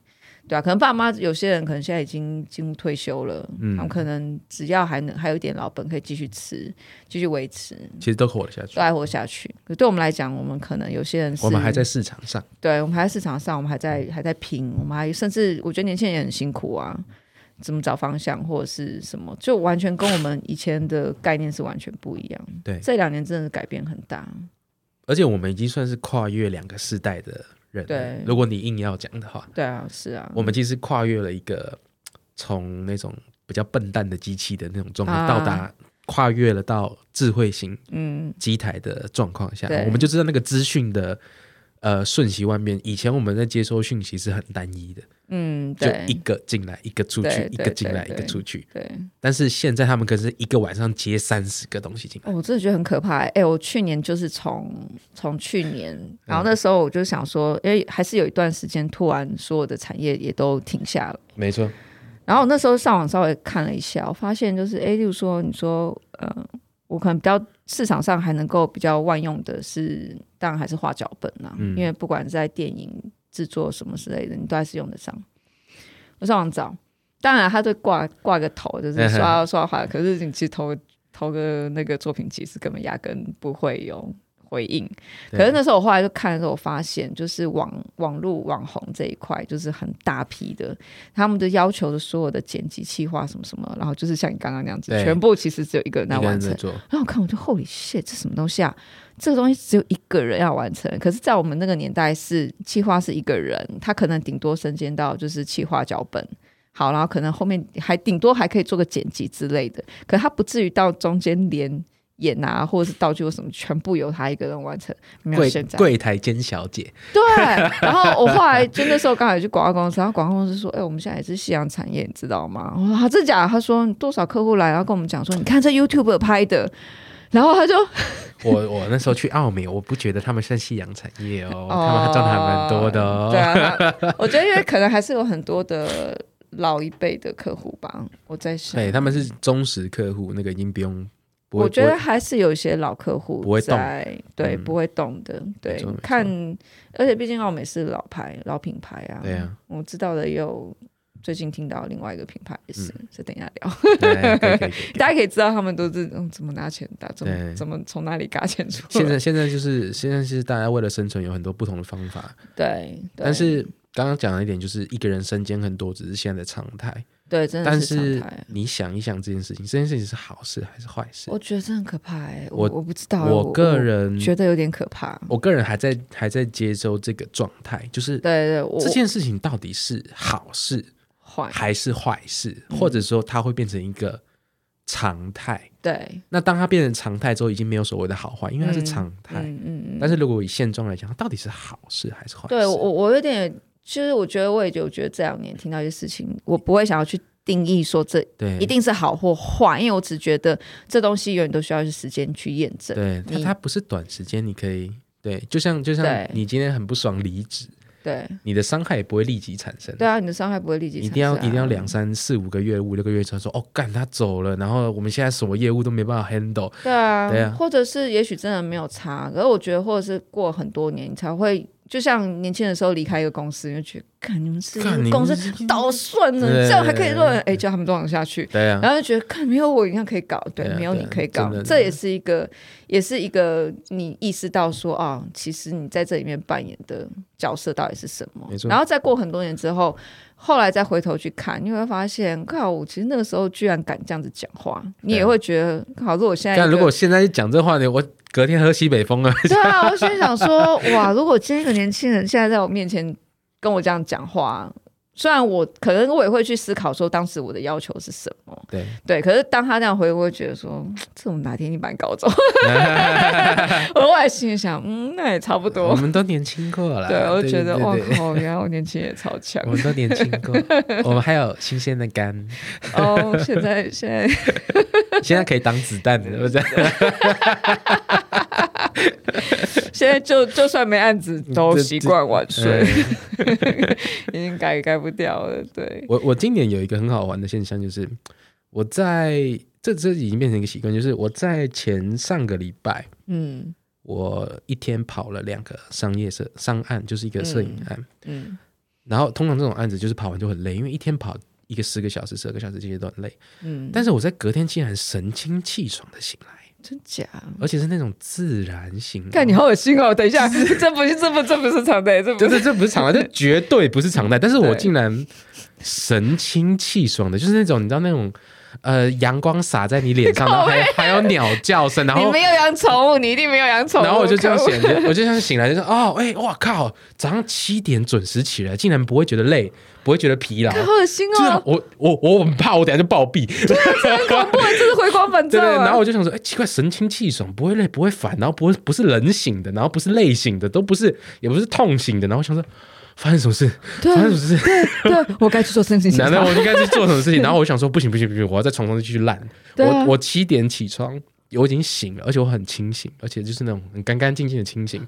[SPEAKER 1] 对啊，可能爸妈有些人可能现在已经进入退休了，
[SPEAKER 2] 嗯
[SPEAKER 1] 他们可能只要还能还有一点老本可以继续吃，继续维持，
[SPEAKER 2] 其实都活了下去
[SPEAKER 1] 都。还活下去。可对我们来讲，我们可能有些人是
[SPEAKER 2] 我们还在市场上，
[SPEAKER 1] 对，我们还在市场上，我们还在还在拼，我们还甚至我觉得年轻人也很辛苦啊，怎么找方向或者是什么，就完全跟我们以前的概念是完全不一样。
[SPEAKER 2] 对
[SPEAKER 1] 这两年真的是改变很大。
[SPEAKER 2] 而且我们已经算是跨越两个世代的人了。
[SPEAKER 1] 对
[SPEAKER 2] 如果你硬要讲的话，
[SPEAKER 1] 对啊，是啊，
[SPEAKER 2] 我们其实跨越了一个从那种比较笨蛋的机器的那种状况，
[SPEAKER 1] 啊
[SPEAKER 2] 到达跨越了到智慧型
[SPEAKER 1] 嗯，
[SPEAKER 2] 机台的状况下
[SPEAKER 1] 对，
[SPEAKER 2] 我们就知道那个资讯的呃瞬息万变。以前我们在接收讯息是很单一的，
[SPEAKER 1] 嗯，
[SPEAKER 2] 就
[SPEAKER 1] 对
[SPEAKER 2] 一个进来，一个出去
[SPEAKER 1] 对，
[SPEAKER 2] 一
[SPEAKER 1] 对
[SPEAKER 2] 个进来，一
[SPEAKER 1] 对
[SPEAKER 2] 个出去。
[SPEAKER 1] 对，
[SPEAKER 2] 但是现在他们可是一个晚上接三十个东西进来，
[SPEAKER 1] 哦我真的觉得很可怕、欸。哎、我去年就是从从去年，然
[SPEAKER 2] 嗯
[SPEAKER 1] 后那时候我就想说，因为还是有一段时间，突然所有的产业也都停下了。
[SPEAKER 2] 没错，
[SPEAKER 1] 然后我那时候上网稍微看了一下，我发现就是，诶，例如说，你说，呃，我可能比较市场上还能够比较万用的是，当然还是画脚本啦、
[SPEAKER 2] 嗯
[SPEAKER 1] 因为不管在电影制作什么之类的，你都还是用得上。我上网找，当然它对挂挂个头，就是刷刷画，可是你其实投投个那个作品集是根本压根不会有回应。
[SPEAKER 2] 对
[SPEAKER 1] 可是那时候我后来就看的时候，我发现就是网网络网红这一块，就是很大批的，他们的要求的所有的剪辑、企划什么什么，然后就是像你刚刚那样子，
[SPEAKER 2] 对
[SPEAKER 1] 全部其实只有一个人在
[SPEAKER 2] 一个人
[SPEAKER 1] 完
[SPEAKER 2] 在
[SPEAKER 1] 成。
[SPEAKER 2] 做，
[SPEAKER 1] 然后我看我就 Holy shit，这什么东西啊？这个东西只有一个人要完成，可是，在我们那个年代是企划是一个人，他可能顶多身兼到就是企划脚本。好，然后可能后面还顶多还可以做个剪辑之类的，可他不至于到中间连演啊，或者是道具或什么，全部由他一个人完成。没有
[SPEAKER 2] 柜
[SPEAKER 1] 现在
[SPEAKER 2] 柜台兼小姐，
[SPEAKER 1] 对，然后我后来就那时候刚好也去广告公司，然后广告公司说：“哎、我们现在也是夕阳产业，你知道吗？”我说：“啊，真假的？”他说：“多少客户来，然后跟我们讲说，你看这 YouTube 拍的。”然后他就
[SPEAKER 2] 我我那时候去澳美，我不觉得他们算夕阳产业哦，他们还赚的还蛮多的
[SPEAKER 1] 对
[SPEAKER 2] 哦。
[SPEAKER 1] 啊，
[SPEAKER 2] (laughs)
[SPEAKER 1] 他我觉得因为可能还是有很多的老一辈的客户吧，我在想，
[SPEAKER 2] 对，他们是忠实客户，那个已经不用，不会
[SPEAKER 1] 我觉得还是有一些老客户
[SPEAKER 2] 不会动
[SPEAKER 1] 在，对，
[SPEAKER 2] 嗯
[SPEAKER 1] 不会动的，
[SPEAKER 2] 没
[SPEAKER 1] 对
[SPEAKER 2] 错没错，
[SPEAKER 1] 看，而且毕竟奥美是老牌、老品牌啊
[SPEAKER 2] 不，会对啊，
[SPEAKER 1] 我知道的也有。最近听到另外一个品牌也是，
[SPEAKER 2] 嗯
[SPEAKER 1] 这、等一下聊， (laughs)
[SPEAKER 2] 对可以可以可以
[SPEAKER 1] 大家可以知道他们都是嗯怎么拿钱的，怎
[SPEAKER 2] 对
[SPEAKER 1] 么怎么从哪里嘎钱 (laughs) 出来。
[SPEAKER 2] (laughs) 现在现在就是现在是大家为了生存有很多不同的方法，
[SPEAKER 1] 对，对
[SPEAKER 2] 但是刚刚讲了一点，就是一个人身兼很多，只是现在的常态。
[SPEAKER 1] 对，真的
[SPEAKER 2] 但
[SPEAKER 1] 嗯是
[SPEAKER 2] 是
[SPEAKER 1] 常态
[SPEAKER 2] 你想一想这件事情，这件事情是好事还是坏事？
[SPEAKER 1] 我觉得这很可怕、欸，
[SPEAKER 2] 我
[SPEAKER 1] 我我不知道、欸，
[SPEAKER 2] 我个人
[SPEAKER 1] 觉得有点可怕。
[SPEAKER 2] 我个人还在还在接收这个状态，就是
[SPEAKER 1] 对对，我
[SPEAKER 2] 这件事情到底是好事
[SPEAKER 1] 坏，
[SPEAKER 2] 还是坏事，
[SPEAKER 1] 嗯
[SPEAKER 2] 或者说它会变成一个常态。
[SPEAKER 1] 对，
[SPEAKER 2] 那当它变成常态之后，已经没有所谓的好坏，因为它是常态。
[SPEAKER 1] 嗯嗯嗯，
[SPEAKER 2] 但是如果以现状来讲，它到底是好事还是坏事？
[SPEAKER 1] 对我我有点，其实我觉得我也就觉得这两年听到一些事情，我不会想要去定义说这
[SPEAKER 2] 对
[SPEAKER 1] 一定是好或坏，因为我只觉得这东西永远都需要是时间去验证。
[SPEAKER 2] 对它
[SPEAKER 1] 你
[SPEAKER 2] 它不是短时间你可以对，就像就像
[SPEAKER 1] 对
[SPEAKER 2] 你今天很不爽离职，
[SPEAKER 1] 对
[SPEAKER 2] 你的伤害也不会立即产生。
[SPEAKER 1] 对啊，你的伤害不会立即
[SPEAKER 2] 一
[SPEAKER 1] 产
[SPEAKER 2] 定要
[SPEAKER 1] 生啊、
[SPEAKER 2] 一定要两三四五个月五六个月之后说哦干他走了，然后我们现在什么业务都没办法 handle，
[SPEAKER 1] 对啊，
[SPEAKER 2] 对啊
[SPEAKER 1] 或者是也许真的没有差，可是我觉得或者是过很多年你才会。就像年轻的时候离开一个公司，你就觉得，看你们是
[SPEAKER 2] 干你们
[SPEAKER 1] 公司
[SPEAKER 2] 是
[SPEAKER 1] 倒算了，
[SPEAKER 2] 对
[SPEAKER 1] 这样还可以乱，哎、叫他们都往下去，
[SPEAKER 2] 对啊，
[SPEAKER 1] 然后就觉得看没有我一样可以搞，对，
[SPEAKER 2] 对啊
[SPEAKER 1] 没有
[SPEAKER 2] 对啊
[SPEAKER 1] 你可以搞
[SPEAKER 2] 真的，
[SPEAKER 1] 这也是一个，也是一个你意识到说啊，其实你在这里面扮演的角色到底是什么
[SPEAKER 2] 没。错
[SPEAKER 1] 然后再过很多年之后，后来再回头去看，你会发现，靠，我其实那个时候居然敢这样子讲话，你也会觉得，好，如果现在一
[SPEAKER 2] 啊但
[SPEAKER 1] 个
[SPEAKER 2] 如果现在讲这话呢，我隔天喝西北风了，
[SPEAKER 1] 对啊，我心里想
[SPEAKER 2] (laughs)
[SPEAKER 1] 说，哇，如果今天一个年轻人现在在我面前跟我这样讲话，虽然我可能我也会去思考说当时我的要求是什么， (laughs)
[SPEAKER 2] 对，
[SPEAKER 1] 对，可是当他这样回，我会觉得说，这种哪天你把你搞走，
[SPEAKER 2] (laughs)
[SPEAKER 1] 我后来心里想，嗯，那也差不
[SPEAKER 2] 我
[SPEAKER 1] 多。
[SPEAKER 2] 们都年轻过了，
[SPEAKER 1] 对，我就觉得
[SPEAKER 2] 对
[SPEAKER 1] 哇
[SPEAKER 2] 对对
[SPEAKER 1] 靠，原来我年轻也超强
[SPEAKER 2] 我们都年轻
[SPEAKER 1] (laughs)
[SPEAKER 2] 过，我们还有新鲜的肝，
[SPEAKER 1] 哦！现在现在
[SPEAKER 2] 现在可以挡子弹的，我这
[SPEAKER 1] 现在就就算没案子，都习惯晚睡，
[SPEAKER 2] 嗯
[SPEAKER 1] (laughs) 已经改也改不掉了。对，
[SPEAKER 2] 我我今年有一个很好玩的现象，就是我在这这已经变成一个习惯，就是我在前上个礼拜，
[SPEAKER 1] 嗯
[SPEAKER 2] 我一天跑了两个商业摄商案，就是一个摄影案。
[SPEAKER 1] 嗯，
[SPEAKER 2] 然后通常这种案子就是跑完就很累，因为一天跑一个十个小时、十二个小时，这些都很累。
[SPEAKER 1] 嗯
[SPEAKER 2] 但是我在隔天竟然神清气爽的醒来，
[SPEAKER 1] 真假？
[SPEAKER 2] 而且是那种自然醒来。
[SPEAKER 1] 看你好恶心哦！等一下，这不是这不这不是常态，这不
[SPEAKER 2] (laughs) 就是是这不是常态，这绝对不是常态。但是我
[SPEAKER 1] 对
[SPEAKER 2] 竟然神清气爽的，就是那种你知道那种呃阳光洒在你
[SPEAKER 1] (laughs)
[SPEAKER 2] 脸上，然后还还有鸟叫声，然
[SPEAKER 1] 你
[SPEAKER 2] 后
[SPEAKER 1] 没有养宠物，你一定没有养宠物。
[SPEAKER 2] 然后我就这样
[SPEAKER 1] 可恶
[SPEAKER 2] 醒，我就这样醒来，就是哦，哎、哇靠，早上七点准时起来，竟然不会觉得累，不会觉得疲劳。
[SPEAKER 1] 看好恶心
[SPEAKER 2] 就是
[SPEAKER 1] 哦！
[SPEAKER 2] 我我我很怕，我等下就暴毙。 (laughs) 对
[SPEAKER 1] 不然就是回光返照
[SPEAKER 2] (laughs) 对，
[SPEAKER 1] 啊。
[SPEAKER 2] 然后我就想说，哎、奇怪，神清气爽，不会累，不会烦，然后不会不是冷醒的，然后不是累醒的，都不是，也不是痛醒的，然后我想说，发生什么事？
[SPEAKER 1] 对
[SPEAKER 2] 发生什么事？
[SPEAKER 1] (laughs) 对啊我该去做身体检
[SPEAKER 2] 难道
[SPEAKER 1] 查。
[SPEAKER 2] 我应该去做什么事情？然后我想说，不行不行不行，我要在床上继续烂。
[SPEAKER 1] 对啊
[SPEAKER 2] 我我七点起床，我已经醒了，而且我很清醒，而且就是那种很干干净净的清醒。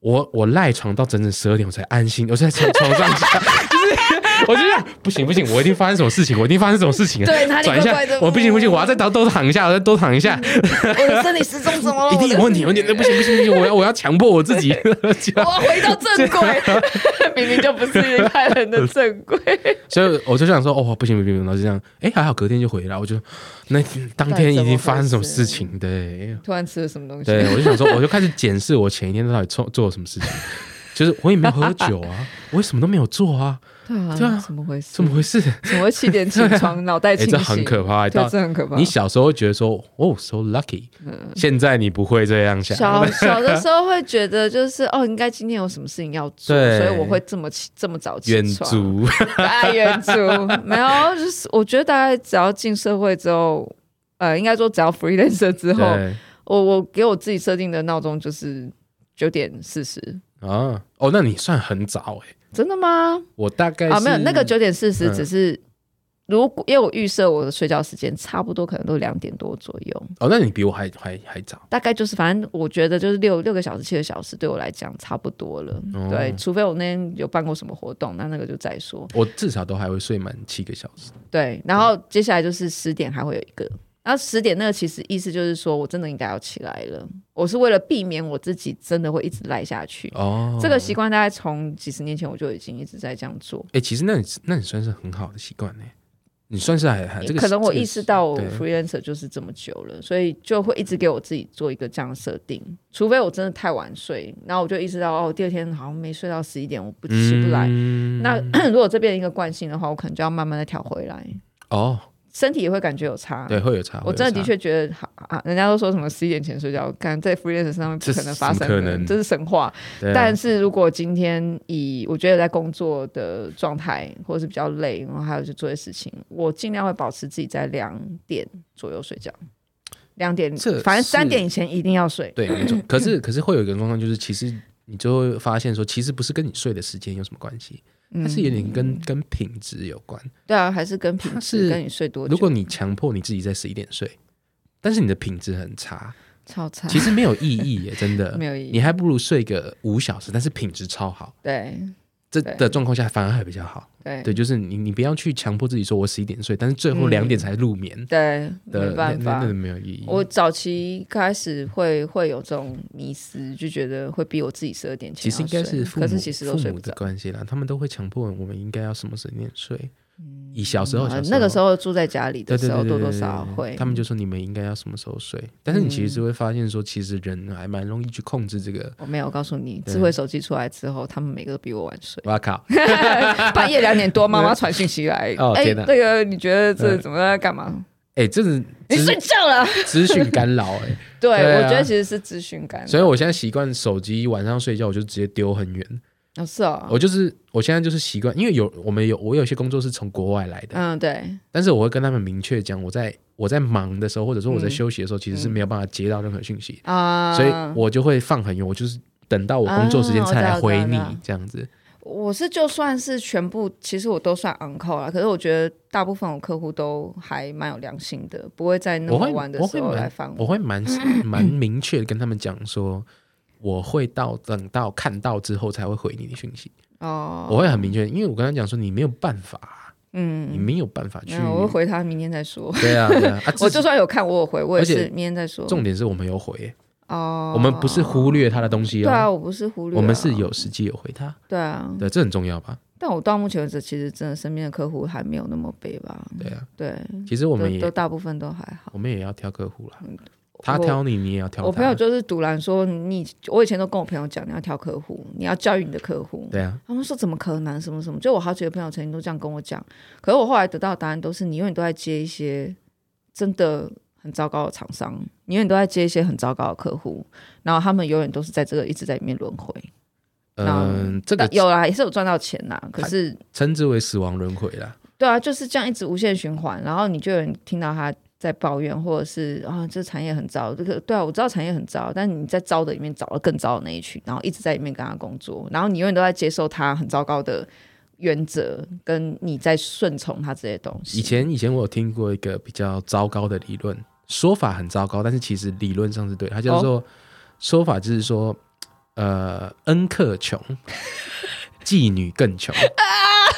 [SPEAKER 2] 我我赖床到整整十二点，我才安心，我才从床上起来，就是 (laughs) 我就想不行不行，我一定发生什么事情，我一定发生什么事情啊，
[SPEAKER 3] 对哪里
[SPEAKER 2] 转一下
[SPEAKER 3] 怪怪，的
[SPEAKER 2] 我不行不行，我要再多多躺一下，我再多躺一下，
[SPEAKER 3] 我的生理时钟怎么了？
[SPEAKER 2] 一定
[SPEAKER 1] 哦
[SPEAKER 2] 有问题，有问题，不行不行不行，我要我要强迫我自己，
[SPEAKER 1] (laughs) 我要回到正
[SPEAKER 2] (laughs)
[SPEAKER 1] 轨，明明就不是一般人的正轨。
[SPEAKER 2] 所以 (laughs) 我就想说，哦，不行不行，不行然后就这样，哎，还好隔天就回来，我就那当天已经发生什么事
[SPEAKER 1] (laughs)
[SPEAKER 2] 情，对
[SPEAKER 1] (laughs) 突然吃了什么东西？
[SPEAKER 2] 对，我就想说，我就开始检视我前一天到底做做了什么事情，就是我也没有喝酒
[SPEAKER 1] (laughs)
[SPEAKER 2] 啊，我也什么都没有做啊，
[SPEAKER 1] 对啊，
[SPEAKER 2] 对啊
[SPEAKER 1] 怎么回事？
[SPEAKER 2] 怎么回事？
[SPEAKER 1] 怎么会七点起床，脑袋
[SPEAKER 2] (laughs) 哎，
[SPEAKER 1] 清
[SPEAKER 2] 这
[SPEAKER 1] 醒？
[SPEAKER 2] 很可怕，
[SPEAKER 1] 对，啊
[SPEAKER 2] 到
[SPEAKER 1] 这很可怕。
[SPEAKER 2] 你小时候会觉得说，哦，so lucky，现在你不会这样想，
[SPEAKER 1] 小小的时候会觉得就是哦，应该今天有什么事情要做，
[SPEAKER 2] 对
[SPEAKER 1] 所以我会这么起这么早起
[SPEAKER 2] 远
[SPEAKER 1] 床。 (laughs)
[SPEAKER 2] 足，
[SPEAKER 1] 爱远足没有，就是我觉得大概只要进社会之后，呃，应该说只要 freelancer 之后，
[SPEAKER 2] (laughs) 对
[SPEAKER 1] 我我给我自己设定的闹钟就是九点四十。
[SPEAKER 2] 啊，哦，那你算很早哎，
[SPEAKER 1] 真的吗？
[SPEAKER 2] 我大概
[SPEAKER 1] 啊，没有，
[SPEAKER 2] 是
[SPEAKER 1] 那个九点四十
[SPEAKER 2] 嗯
[SPEAKER 1] 只是。如果因为我预设我的睡觉时间差不多可能都两点多左右，
[SPEAKER 2] 哦，那你比我还还还早，
[SPEAKER 1] 大概就是反正我觉得就是六六个小时七个小时对我来讲差不多了，
[SPEAKER 2] 哦
[SPEAKER 1] 对，除非我那天有办过什么活动，那那个就再说。
[SPEAKER 2] 我至少都还会睡满七个小时，
[SPEAKER 1] 对，然后接下来就是十点还会有一个，然后十点那个其实意思就是说我真的应该要起来了，我是为了避免我自己真的会一直赖下去。
[SPEAKER 2] 哦，
[SPEAKER 1] 这个习惯大概从几十年前我就已经一直在这样做，
[SPEAKER 2] 哎、其实那你那你算是很好的习惯呢，你算是还还这个
[SPEAKER 1] 可能我
[SPEAKER 2] 这个
[SPEAKER 1] 意识到我
[SPEAKER 2] 对
[SPEAKER 1] freelancer 就是这么久了，所以就会一直给我自己做一个这样的设定，除非我真的太晚睡，然后我就意识到哦，第二天好像没睡到十一点，我不起不来。
[SPEAKER 2] 嗯
[SPEAKER 1] 那 (clears throat) 如果这变成一个惯性的话，我可能就要慢慢的调回来，
[SPEAKER 2] 哦，
[SPEAKER 1] 身体也会感觉有差。
[SPEAKER 2] 对，会有差，
[SPEAKER 1] 我
[SPEAKER 2] 会有
[SPEAKER 1] 真的的
[SPEAKER 2] 差
[SPEAKER 1] 确觉得，好啊，人家都说什么十一点前睡觉，感在 freelancer 上面不
[SPEAKER 2] 这
[SPEAKER 1] 可
[SPEAKER 2] 是
[SPEAKER 1] 能发生
[SPEAKER 2] 怎么可
[SPEAKER 1] 的，
[SPEAKER 2] 能
[SPEAKER 1] 这是神话。
[SPEAKER 2] 对啊
[SPEAKER 1] 但是如果今天以我觉得在工作的状态，或者是比较累，然后还有去做一些事情，我尽量会保持自己在两点左右睡觉，两点
[SPEAKER 2] 这是，
[SPEAKER 1] 反正三点以前一定要睡。
[SPEAKER 2] 对没错，可是可是会有一个状况，就是其实你就会发现说，其实不是跟你睡的时间有什么关系，
[SPEAKER 1] 嗯
[SPEAKER 2] 它是有点跟、跟品质有关。
[SPEAKER 1] 对啊，还是跟品
[SPEAKER 2] 它
[SPEAKER 1] 质
[SPEAKER 2] 是
[SPEAKER 1] 跟你睡多久，
[SPEAKER 2] 如果你强迫你自己在十一点睡，但是你的品质很
[SPEAKER 1] (laughs)
[SPEAKER 2] 差，
[SPEAKER 1] 超差，
[SPEAKER 2] 其实没有意义耶，真的
[SPEAKER 1] 没有意义
[SPEAKER 2] 你还不如睡个五小时，但是品质超好，
[SPEAKER 1] 对
[SPEAKER 2] 这
[SPEAKER 1] 对
[SPEAKER 2] 的状况下反而还比较好。
[SPEAKER 1] 对
[SPEAKER 2] 对，就是你你不要去强迫自己说我十一点睡，但是最后两点才入眠
[SPEAKER 1] 对，
[SPEAKER 2] 的，
[SPEAKER 1] 没办
[SPEAKER 2] 那那
[SPEAKER 1] 法
[SPEAKER 2] 那。没有意义。
[SPEAKER 1] 我早期开始会会有这种迷思，就觉得会逼我自己十二点前
[SPEAKER 2] 其
[SPEAKER 1] 要
[SPEAKER 2] 实
[SPEAKER 1] 睡，
[SPEAKER 2] 应该是父母
[SPEAKER 1] 可是其实都
[SPEAKER 2] 父
[SPEAKER 1] 睡
[SPEAKER 2] 母
[SPEAKER 1] 不
[SPEAKER 2] 的
[SPEAKER 1] 着。
[SPEAKER 2] 关系啦，他们都会强迫我们应该要什么时间睡。以小时候
[SPEAKER 1] 啊
[SPEAKER 2] 小
[SPEAKER 1] 那个时
[SPEAKER 2] 候
[SPEAKER 1] 候住在家里
[SPEAKER 2] 对
[SPEAKER 1] 的
[SPEAKER 2] 对
[SPEAKER 1] 时
[SPEAKER 2] 对
[SPEAKER 1] 候，
[SPEAKER 2] 对
[SPEAKER 1] 多
[SPEAKER 2] 对
[SPEAKER 1] 多
[SPEAKER 2] 对
[SPEAKER 1] 少少
[SPEAKER 2] 对
[SPEAKER 1] 会。
[SPEAKER 2] 他们就说你们应该要什么时候睡，但是你其实会发现说，其实人还蛮容易去控制这个。
[SPEAKER 1] 我没有，我告诉你，
[SPEAKER 2] 对。
[SPEAKER 1] 智慧手机出来之后，他们每个都比我晚睡 (laughs)
[SPEAKER 2] 哇靠！
[SPEAKER 1] 半夜两点多，妈妈传讯息来，
[SPEAKER 2] (laughs) 哦
[SPEAKER 1] 哎，
[SPEAKER 2] 天哪
[SPEAKER 1] 那个你觉得这怎么在干嘛？
[SPEAKER 2] 哎，这
[SPEAKER 1] (laughs)
[SPEAKER 2] 是
[SPEAKER 1] 你睡
[SPEAKER 2] 资
[SPEAKER 1] 觉了？
[SPEAKER 2] 资讯干扰哎，
[SPEAKER 1] 对，
[SPEAKER 2] (laughs) 对啊
[SPEAKER 1] 我觉得其实是资讯感。
[SPEAKER 2] 所以我现在习惯手机晚上睡觉，我就直接丢很远。
[SPEAKER 1] 哦，是哦，
[SPEAKER 2] 我就是我现在就是习惯，因为有我们有我有些工作是从国外来的，
[SPEAKER 1] 嗯，对，
[SPEAKER 2] 但是我会跟他们明确讲，我在我在忙的时候，或者说我在
[SPEAKER 1] 嗯
[SPEAKER 2] 休息的时候，其实是没有办法接到任何讯息，
[SPEAKER 1] 啊，
[SPEAKER 2] 所以我就会放很远，我就是等到我工作时间才来回你、
[SPEAKER 1] 啊我知道我知道
[SPEAKER 2] 这样子。
[SPEAKER 1] 我是就算是全部，其实我都算 uncle 啦。可是我觉得大部分我客户都还蛮有良心的，不会在那
[SPEAKER 2] 我
[SPEAKER 1] 么
[SPEAKER 2] 会
[SPEAKER 1] 晚的
[SPEAKER 2] 我
[SPEAKER 1] 时
[SPEAKER 2] 会
[SPEAKER 1] 候来
[SPEAKER 2] 蛮
[SPEAKER 1] 烦
[SPEAKER 2] 我
[SPEAKER 1] (coughs)
[SPEAKER 2] 会蛮蛮明确地跟他们讲说，我会到等到看到之后才会回你的讯息，
[SPEAKER 1] 哦，
[SPEAKER 2] 我会很明确，因为我跟他讲说你没有办法，你
[SPEAKER 1] 嗯，
[SPEAKER 2] 没有办法去
[SPEAKER 1] 没。有，我会回他，明天再
[SPEAKER 2] (laughs)
[SPEAKER 1] 说。
[SPEAKER 2] 对啊，对
[SPEAKER 1] (laughs)
[SPEAKER 2] 啊，啊
[SPEAKER 1] 我
[SPEAKER 2] 这
[SPEAKER 1] 就算有看，我有回，我也
[SPEAKER 2] 而且
[SPEAKER 1] 是明天再说。
[SPEAKER 2] 重点是我们有回，
[SPEAKER 1] 哦，
[SPEAKER 2] 我们不是忽略他的东西
[SPEAKER 1] 对啊，
[SPEAKER 2] 哦，
[SPEAKER 1] 我不是忽略、
[SPEAKER 2] 我们是有实际有回他，
[SPEAKER 1] 对啊，
[SPEAKER 2] 对，这很重要吧？
[SPEAKER 1] 但我到目前为止，其实真的身边的客户还没有那么悲吧？
[SPEAKER 2] 对啊，
[SPEAKER 1] 嗯对，
[SPEAKER 2] 其实我
[SPEAKER 1] 我
[SPEAKER 2] 们也
[SPEAKER 1] 都大部分都还好。
[SPEAKER 2] 我们也要挑客户啦。他挑你，你也要挑他。
[SPEAKER 1] 我朋友就是堵拦说你，我以前都跟我朋友讲，你要挑客户，你要教育你的客户。
[SPEAKER 2] 对啊，
[SPEAKER 1] 他们说怎么可能？什么什么？就我好几个朋友曾经都这样跟我讲，可是我后来得到的答案都是，你永远都在接一些真的很糟糕的厂商，你永远都在接一些很糟糕的客户，然后他们永远都是在这个一直在里面轮回。
[SPEAKER 2] 嗯，这个
[SPEAKER 1] 但有啦，也是有赚到钱啦，可是
[SPEAKER 2] 称之为死亡轮回啦。
[SPEAKER 1] 对啊，就是这样一直无限循环，然后你就有人听到他在抱怨，或者是啊，这产业很糟，这个对啊，我知道产业很糟，但你在糟的里面找了更糟的那一群，然后一直在里面跟他工作，然后你永远都在接受他很糟糕的原则，跟你在顺从他这些东
[SPEAKER 2] 以
[SPEAKER 1] 西。
[SPEAKER 2] 前以前我有听过一个比较糟糕的理论，说法很糟糕，但是其实理论上是对。它叫做、说法，就是 (laughs) 说，呃，恩克穷，妓女更穷。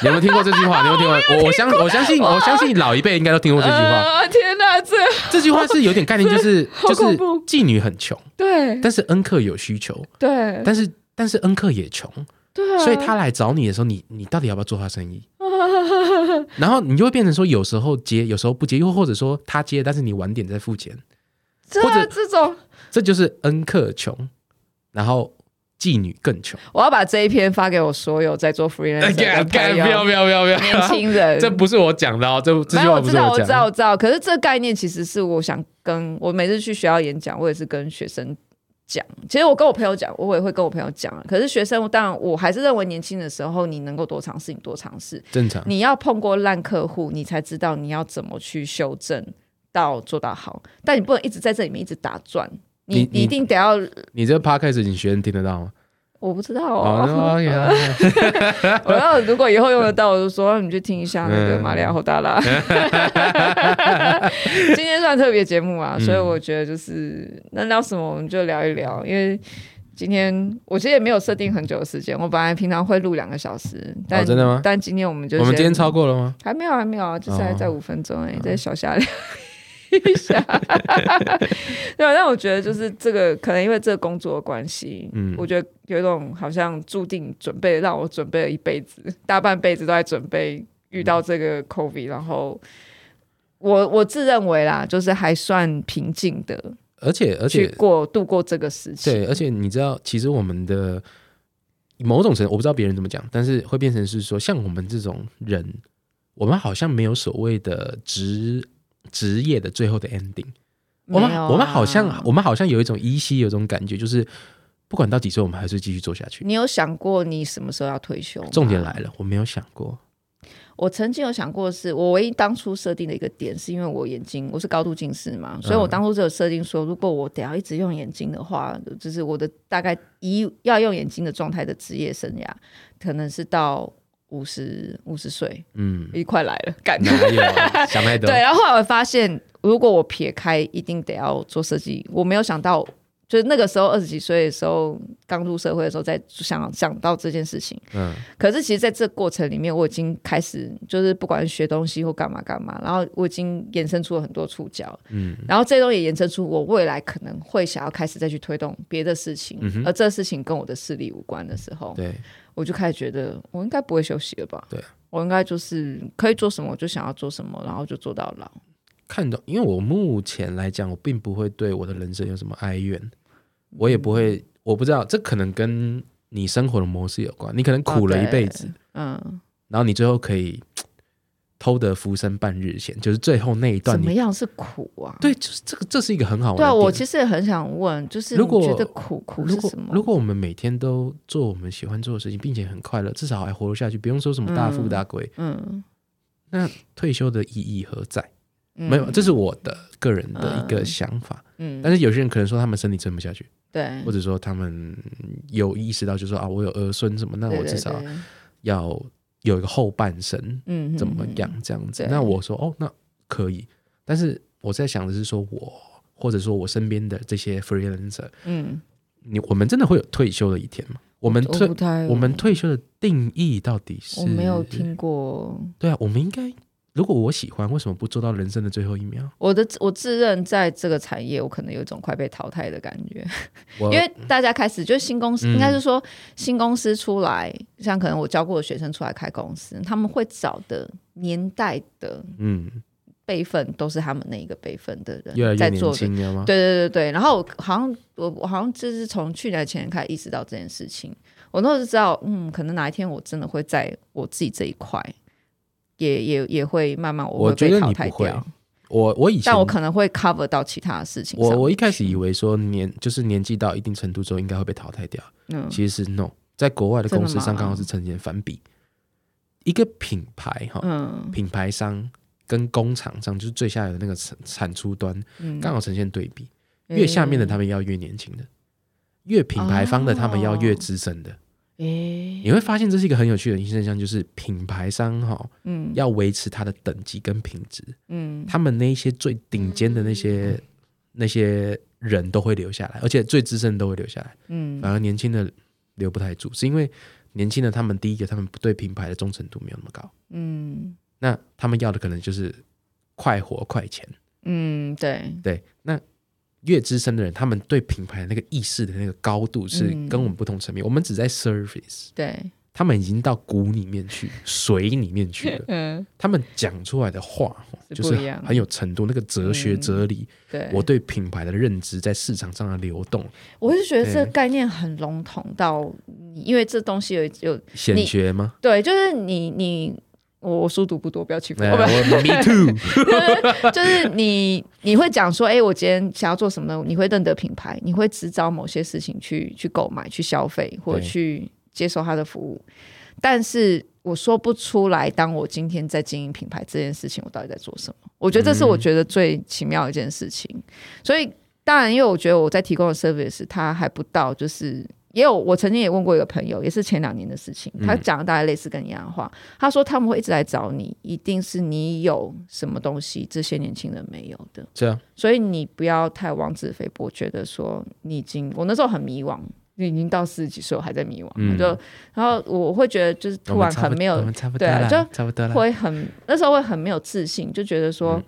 [SPEAKER 2] 你有没有听过这句话？你有没有听过？啊我我相我相信我相信老一辈应该都听过这句话。 (laughs)
[SPEAKER 1] 啊，天哪，这
[SPEAKER 2] 这句话是有点概念，就是
[SPEAKER 1] 好
[SPEAKER 2] 就是
[SPEAKER 1] 恐怖
[SPEAKER 2] 妓女很穷，
[SPEAKER 1] 对
[SPEAKER 2] 但是恩客有需求，
[SPEAKER 1] 对
[SPEAKER 2] 但是但是恩客也穷，
[SPEAKER 1] 对啊，
[SPEAKER 2] 所以他来找你的时候，你你到底要不要做他生意？ (laughs) 然后你就会变成说，有时候接，有时候不接，又或者说他接，但是你晚点再付钱，或
[SPEAKER 1] 这
[SPEAKER 2] 者
[SPEAKER 1] 这种，
[SPEAKER 2] 这就是恩客穷，然后妓女更穷。
[SPEAKER 1] 我要把这一篇发给我所有在做 freelancer 的朋友、
[SPEAKER 2] 哎不要不要不要！
[SPEAKER 1] 年轻人。
[SPEAKER 2] (laughs) 这不是我讲的哦，这这
[SPEAKER 1] 没
[SPEAKER 2] 句
[SPEAKER 1] 有，
[SPEAKER 2] 话
[SPEAKER 1] 我
[SPEAKER 2] 不
[SPEAKER 1] 知
[SPEAKER 2] 是
[SPEAKER 1] 道，我知
[SPEAKER 2] 讲
[SPEAKER 1] 道，我
[SPEAKER 2] 的。
[SPEAKER 1] 知道。可是这个概念其实是我想跟我每次去学校演讲，我也是跟学生讲。其实我跟我朋友讲，我也会跟我朋友讲。啊可是学生，当然我还是认为年轻的时候，你能够多尝试，你多尝试。
[SPEAKER 2] 正常，
[SPEAKER 1] 你要碰过烂客户，你才知道你要怎么去修正到做到好。但你不能一直在这里面一直打转，你
[SPEAKER 2] 你
[SPEAKER 1] 你一定得要，
[SPEAKER 2] 你这 podcast 你学生听得到吗？
[SPEAKER 1] 我不知道
[SPEAKER 2] 哦
[SPEAKER 1] 哦。 (laughs)
[SPEAKER 2] 那 OK，OK
[SPEAKER 1] 我要如果以后用得到，我就说啊你去听一下那个
[SPEAKER 2] 嗯
[SPEAKER 1] 马里亚侯大
[SPEAKER 2] (laughs)
[SPEAKER 1] 拉。今天算特别节目啊，
[SPEAKER 2] 嗯
[SPEAKER 1] 所以我觉得就是能聊什么我们就聊一聊，因为。今天我其实也没有设定很久的时间，我本来平常会录两个小时，但、
[SPEAKER 2] 哦真的吗
[SPEAKER 1] 但今天我们就
[SPEAKER 2] 我们
[SPEAKER 1] 先
[SPEAKER 2] 今天超过了吗？
[SPEAKER 1] 还没有，还没有啊，就是还
[SPEAKER 2] 哦
[SPEAKER 1] 在五分钟哎、再小下聊一下。 (laughs) 对啊，但我觉得就是这个，可能因为这个工作的关系，
[SPEAKER 2] 嗯
[SPEAKER 1] 我觉得有一种好像注定准备，让我准备了一辈子，大半辈子都在准备遇到这
[SPEAKER 2] 嗯
[SPEAKER 1] 个 COVID，、然后。我我自认为啦，就是还算平静的
[SPEAKER 2] 而且而
[SPEAKER 1] 去
[SPEAKER 2] 且
[SPEAKER 1] 过度过这个时期。
[SPEAKER 2] 对，而且你知道，其实我们的某种程度，我不知道别人怎么讲，但是会变成是说，像我们这种人，我们好像没有所谓的职职业的最后的 ending。我们、
[SPEAKER 1] 没有啊
[SPEAKER 2] 我们好像我们好像有一种依稀有一种感觉，就是不管到几岁，我们还是继续做下去。
[SPEAKER 1] 你有想过你什么时候要退休吗？
[SPEAKER 2] 重点来了，我没有想过，
[SPEAKER 1] 我曾经有想过是，我唯一当初设定的一个点，是因为我眼睛我是高度近视嘛，所以我当初就有设定说，如果我得要一直用眼睛的话，就是我的大概一要用眼睛的状态的职业生涯，可能是到五十五十岁，
[SPEAKER 2] 嗯，
[SPEAKER 1] 也快来了，感觉
[SPEAKER 2] 哪有啊想太多
[SPEAKER 1] 对，？然啊后后来我发现，如果我撇开一定得要做设计，我没有想到，就是那个时候二十几岁的时候，刚入社会的时候，在想想到这件事情。
[SPEAKER 2] 嗯，
[SPEAKER 1] 可是其实在这过程里面，我已经开始就是不管是学东西或干嘛干嘛，然后我已经衍生出了很多触角，嗯，然后这东西也衍生出我未来可能会想要开始再去推动别的事情，而这事情跟我的视力无关的时候，
[SPEAKER 2] 对，
[SPEAKER 1] 我就开始觉得我应该不会休息了吧？
[SPEAKER 2] 对，
[SPEAKER 1] 我应该就是可以做什么我就想要做什么，然后就做到老。
[SPEAKER 2] 看懂，因为我目前来讲，我并不会对我的人生有什么哀怨，我也不
[SPEAKER 1] 嗯
[SPEAKER 2] 会，我不知道，这可能跟你生活的模式有关。你可能苦了一辈子，
[SPEAKER 1] 哦嗯，
[SPEAKER 2] 然后你最后可以嘖偷得浮生半日闲，就是最后那一段
[SPEAKER 1] 怎么
[SPEAKER 2] 你。
[SPEAKER 1] 样是苦啊？
[SPEAKER 2] 对，就是这个，这是一个很好玩的
[SPEAKER 1] 对
[SPEAKER 2] 点。
[SPEAKER 1] 啊，我其实也很想问，就是
[SPEAKER 2] 如果
[SPEAKER 1] 你觉得苦苦
[SPEAKER 2] 如
[SPEAKER 1] 是
[SPEAKER 2] 果
[SPEAKER 1] 什么？
[SPEAKER 2] 如果我们每天都做我们喜欢做的事情，并且很快乐，至少还活得下去，不用说什么大富大贵，
[SPEAKER 1] 嗯，
[SPEAKER 2] 那退休的意义何在？
[SPEAKER 1] 嗯
[SPEAKER 2] 没有，这是我的个人的一个想法。
[SPEAKER 1] 嗯，
[SPEAKER 2] 但是有些人可能说他们身体撑不下去，
[SPEAKER 1] 对，
[SPEAKER 2] 或者说他们有意识到，就说啊，我有儿孙什么，那
[SPEAKER 1] 对
[SPEAKER 2] 我
[SPEAKER 1] 对
[SPEAKER 2] 至少
[SPEAKER 1] 对
[SPEAKER 2] 要有一个后半生
[SPEAKER 1] 嗯
[SPEAKER 2] 怎么？
[SPEAKER 1] 嗯嗯
[SPEAKER 2] 样这样子
[SPEAKER 1] 对。
[SPEAKER 2] 那我说哦，那可以。但是我在想的是说我。或者说我身边的这些 freelancer，
[SPEAKER 1] 嗯，
[SPEAKER 2] 你我们真的会有退休的一天吗？我们退
[SPEAKER 1] 不太
[SPEAKER 2] 我们退休的定义到底是？
[SPEAKER 1] 我没有。听过。
[SPEAKER 2] 对啊，我们应该，如果我喜欢，为什么不做到人生的最后一秒？
[SPEAKER 1] 我的我自认在这个产业，我可能有一种快被淘汰的感觉，
[SPEAKER 2] 我
[SPEAKER 1] 因为大家开始就新公司，
[SPEAKER 2] 嗯
[SPEAKER 1] 应该是说新公司出来，像可能我教过的学生出来开公司，他们会找的年代的
[SPEAKER 2] 嗯，
[SPEAKER 1] 辈分都是他们那一个辈分的人
[SPEAKER 2] 越来越
[SPEAKER 1] 在做
[SPEAKER 2] 年
[SPEAKER 1] 的
[SPEAKER 2] 轻，你知道吗？
[SPEAKER 1] 对对对对，然后我好像我我好像就是从去年前开始意识到这件事情，我那时候就知道，嗯，可能哪一天我真的会在我自己这一块，也也也会慢慢我
[SPEAKER 2] 我
[SPEAKER 1] 会
[SPEAKER 2] 觉
[SPEAKER 1] 被
[SPEAKER 2] 得
[SPEAKER 1] 淘
[SPEAKER 2] 你
[SPEAKER 1] 汰
[SPEAKER 2] 不会
[SPEAKER 1] 掉，。
[SPEAKER 2] 我我以前
[SPEAKER 1] 但我可能会 cover 到其他的事情上
[SPEAKER 2] 我
[SPEAKER 1] 面。
[SPEAKER 2] 我一开始以为说年就是年纪到一定程度之后应该会被淘汰掉，
[SPEAKER 1] 嗯
[SPEAKER 2] 其实是 no，在国外的公司
[SPEAKER 1] 真
[SPEAKER 2] 上
[SPEAKER 1] 的吗
[SPEAKER 2] 刚好是呈现反比，一个品牌哈，
[SPEAKER 1] 嗯
[SPEAKER 2] 品牌商跟工厂商就是最下游的那个产产出端
[SPEAKER 1] 嗯
[SPEAKER 2] 刚好呈现对比，越下面的他们要越年轻的，越品牌方的他们要越资深的。
[SPEAKER 1] 哦诶
[SPEAKER 2] 你会发现这是一个很有趣的现象，就是品牌商哈、
[SPEAKER 1] 嗯
[SPEAKER 2] 要维持它的等级跟品质，
[SPEAKER 1] 嗯
[SPEAKER 2] 他们那一些最顶尖的那些、那些人都会留下来，而且最资深的都会留下来，
[SPEAKER 1] 嗯
[SPEAKER 2] 反而年轻的留不太住，是因为年轻的他们，第一个他们对品牌的忠诚度没有那么高，
[SPEAKER 1] 嗯
[SPEAKER 2] 那他们要的可能就是快活快钱。
[SPEAKER 1] 嗯，对，
[SPEAKER 2] 对，那越资深的人，他们对品牌那个意识的那个高度是
[SPEAKER 1] 嗯
[SPEAKER 2] 跟我们不同层面，我们只在 surface，
[SPEAKER 1] 对，
[SPEAKER 2] 他们已经到谷里
[SPEAKER 1] (laughs)
[SPEAKER 2] 面去、水里面去了。
[SPEAKER 1] 嗯，
[SPEAKER 2] 他们讲出来的话哦
[SPEAKER 1] 是
[SPEAKER 2] 就
[SPEAKER 1] 不
[SPEAKER 2] 是
[SPEAKER 1] 一样
[SPEAKER 2] 很有程度，那个哲学
[SPEAKER 1] 嗯
[SPEAKER 2] 哲理，
[SPEAKER 1] 对，
[SPEAKER 2] 我对品牌的认知在市场上的流动，
[SPEAKER 1] 我是觉得这
[SPEAKER 2] 对
[SPEAKER 1] 个概念很笼统到你，因为这东西有有
[SPEAKER 2] 显
[SPEAKER 1] 你
[SPEAKER 2] 学吗？
[SPEAKER 1] 对，就是你你我我书读不多，不要欺负
[SPEAKER 2] 哎
[SPEAKER 1] (laughs) 我。
[SPEAKER 2] 我
[SPEAKER 1] (laughs)
[SPEAKER 2] me too，
[SPEAKER 1] 就是你你会讲说，哎、我今天想要做什么呢？你会认得品牌，你会指导某些事情去去购买、去消费或者
[SPEAKER 2] 对
[SPEAKER 1] 去接受它的服务，但是我说不出来，当我今天在经营品牌这件事情，我到底在做什么？我觉得这是我觉得最奇妙的一件事情。所以当然，因为我觉得我在提供的 service 它还不到，就是。也有，我曾经也问过一个朋友，也是前两年的事情，他讲的大概类似跟你一样的话。他说他们会一直来找你，一定是你有什么东西这些年轻人没有的，
[SPEAKER 2] 这样
[SPEAKER 1] 所以你不要太妄自菲薄，觉得说你已经，我那时候很迷惘，已经到四十几岁我还在迷惘，
[SPEAKER 2] 嗯
[SPEAKER 1] 就然后我会觉得就是突
[SPEAKER 2] 我们
[SPEAKER 1] 然
[SPEAKER 2] 差
[SPEAKER 1] 很
[SPEAKER 2] 不
[SPEAKER 1] 没有
[SPEAKER 2] 我们差不多
[SPEAKER 1] 对啊
[SPEAKER 2] 啦，
[SPEAKER 1] 就
[SPEAKER 2] 差不多了。
[SPEAKER 1] 会很那时候会很没有自信，就觉得说
[SPEAKER 2] 嗯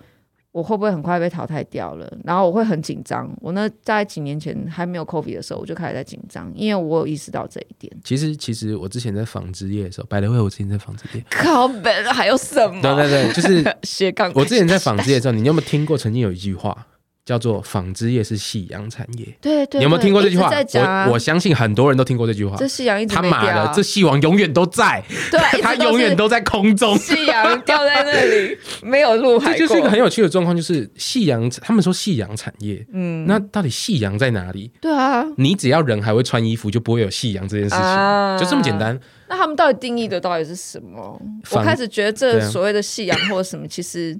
[SPEAKER 1] 我会不会很快被淘汰掉了？然后我会很紧张。我那在几年前还没有 COVID 的时候，我就开始在紧张，因为我有意识到这一点。
[SPEAKER 2] 其实，其实我之前在纺织业的时候，百乐汇，我之前在纺织业， (laughs)
[SPEAKER 1] 靠本还有什
[SPEAKER 2] 对
[SPEAKER 1] 么？
[SPEAKER 2] 对对，就是
[SPEAKER 1] (laughs) 斜杠
[SPEAKER 2] 我之前在纺织业的时候，你有没有听过？曾经有一句话叫做“纺织业是夕阳产业
[SPEAKER 1] 对”，对，
[SPEAKER 2] 你有没有
[SPEAKER 1] 对
[SPEAKER 2] 听过这句
[SPEAKER 1] 一
[SPEAKER 2] 话
[SPEAKER 1] 直在讲啊、？
[SPEAKER 2] 我我相信很多人都听过这句话
[SPEAKER 1] 这。夕阳一直
[SPEAKER 2] 他
[SPEAKER 1] 没
[SPEAKER 2] 妈
[SPEAKER 1] 掉
[SPEAKER 2] 的，这戏王永远都
[SPEAKER 1] (laughs)
[SPEAKER 2] 在，
[SPEAKER 1] 对，
[SPEAKER 2] 他
[SPEAKER 1] 一直
[SPEAKER 2] 永远
[SPEAKER 1] 是
[SPEAKER 2] 都在空
[SPEAKER 1] (laughs)
[SPEAKER 2] 中。
[SPEAKER 1] 夕阳掉在那里，没有入海
[SPEAKER 2] 这
[SPEAKER 1] 过。
[SPEAKER 2] 就是一个很有趣的状况，就是夕阳，他们说夕阳产业，
[SPEAKER 1] 嗯，
[SPEAKER 2] 那到底夕阳在哪里？
[SPEAKER 1] 对啊，
[SPEAKER 2] 你只要人还会穿衣服，就不会有夕阳这件事情，
[SPEAKER 1] 啊
[SPEAKER 2] 就这么简。单。
[SPEAKER 1] 那他们到底定义的到底是什么？我
[SPEAKER 2] 反
[SPEAKER 1] 开始觉得这
[SPEAKER 2] 对啊
[SPEAKER 1] 所谓的夕阳或者什么，其实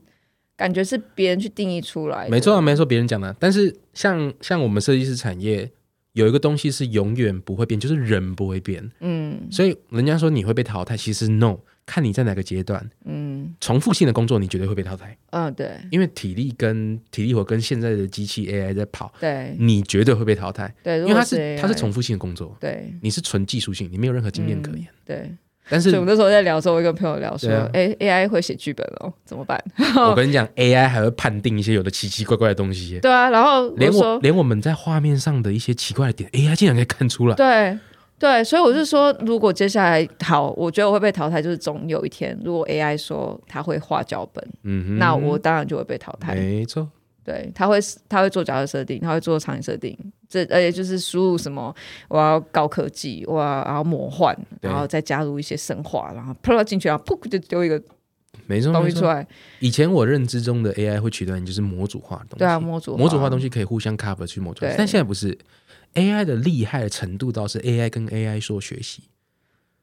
[SPEAKER 1] 感觉是别人去定义出来的。
[SPEAKER 2] 没错啊，没错，别人讲的。但是像像我们设计师产业，有一个东西是永远不会变，就是人不会变。
[SPEAKER 1] 嗯
[SPEAKER 2] 所以人家说你会被淘汰，其实 no，看你在哪个阶段，
[SPEAKER 1] 嗯
[SPEAKER 2] 重复性的工作你绝对会被淘汰，
[SPEAKER 1] 嗯，对
[SPEAKER 2] 因为体力跟体力活跟现在的机器 AI 在跑，
[SPEAKER 1] 对
[SPEAKER 2] 你绝对会被淘汰，
[SPEAKER 1] 对，
[SPEAKER 2] 因
[SPEAKER 1] 如
[SPEAKER 2] 为
[SPEAKER 1] 果
[SPEAKER 2] 它
[SPEAKER 1] 这
[SPEAKER 2] 是
[SPEAKER 1] 样
[SPEAKER 2] 它是重复性的工作，
[SPEAKER 1] 对嗯
[SPEAKER 2] 你是纯技术性，你没有任何经验可言。
[SPEAKER 1] 对。
[SPEAKER 2] 但
[SPEAKER 1] 所
[SPEAKER 2] 是
[SPEAKER 1] 以我们那时候在聊的时候，我跟朋友聊说
[SPEAKER 2] 对啊，
[SPEAKER 1] 哎，AI 会写剧本哦，怎么办？ (laughs)
[SPEAKER 2] 我跟你讲，AI 还会判定一些有的奇奇怪怪的东西耶，
[SPEAKER 1] 对啊，然后
[SPEAKER 2] 连我
[SPEAKER 1] 说，
[SPEAKER 2] 连我们在画面上的一些奇怪的点，AI 竟然可以看 (laughs) 出来。
[SPEAKER 1] 对对，所以我是说，如果接下来好，我觉得我会被淘汰，就是总有一天，如果 AI 说他会画脚本，
[SPEAKER 2] 嗯哼，
[SPEAKER 1] 那我当然就会被淘汰。
[SPEAKER 2] 没错，
[SPEAKER 1] 对，他会他会做角色设定，他会做场景设定，这而且就是输入什么，我要高科技，我要然后魔幻，
[SPEAKER 2] 对
[SPEAKER 1] 然后再加入一些生化，然后啪啦进去，然后噗就丢一个
[SPEAKER 2] 没错，
[SPEAKER 1] 东
[SPEAKER 2] 没
[SPEAKER 1] 西出
[SPEAKER 2] 错。
[SPEAKER 1] 来。
[SPEAKER 2] 以前我认知中的 AI 会取代你，就是模组化的东西。
[SPEAKER 1] 对啊，模组
[SPEAKER 2] 模组化的
[SPEAKER 1] 东
[SPEAKER 2] 东
[SPEAKER 1] 西，
[SPEAKER 2] 西可以互相 cover 去模组化
[SPEAKER 1] 对，
[SPEAKER 2] 但现在不是 AI 的厉害的程度，倒是 AI 跟 AI 说学习，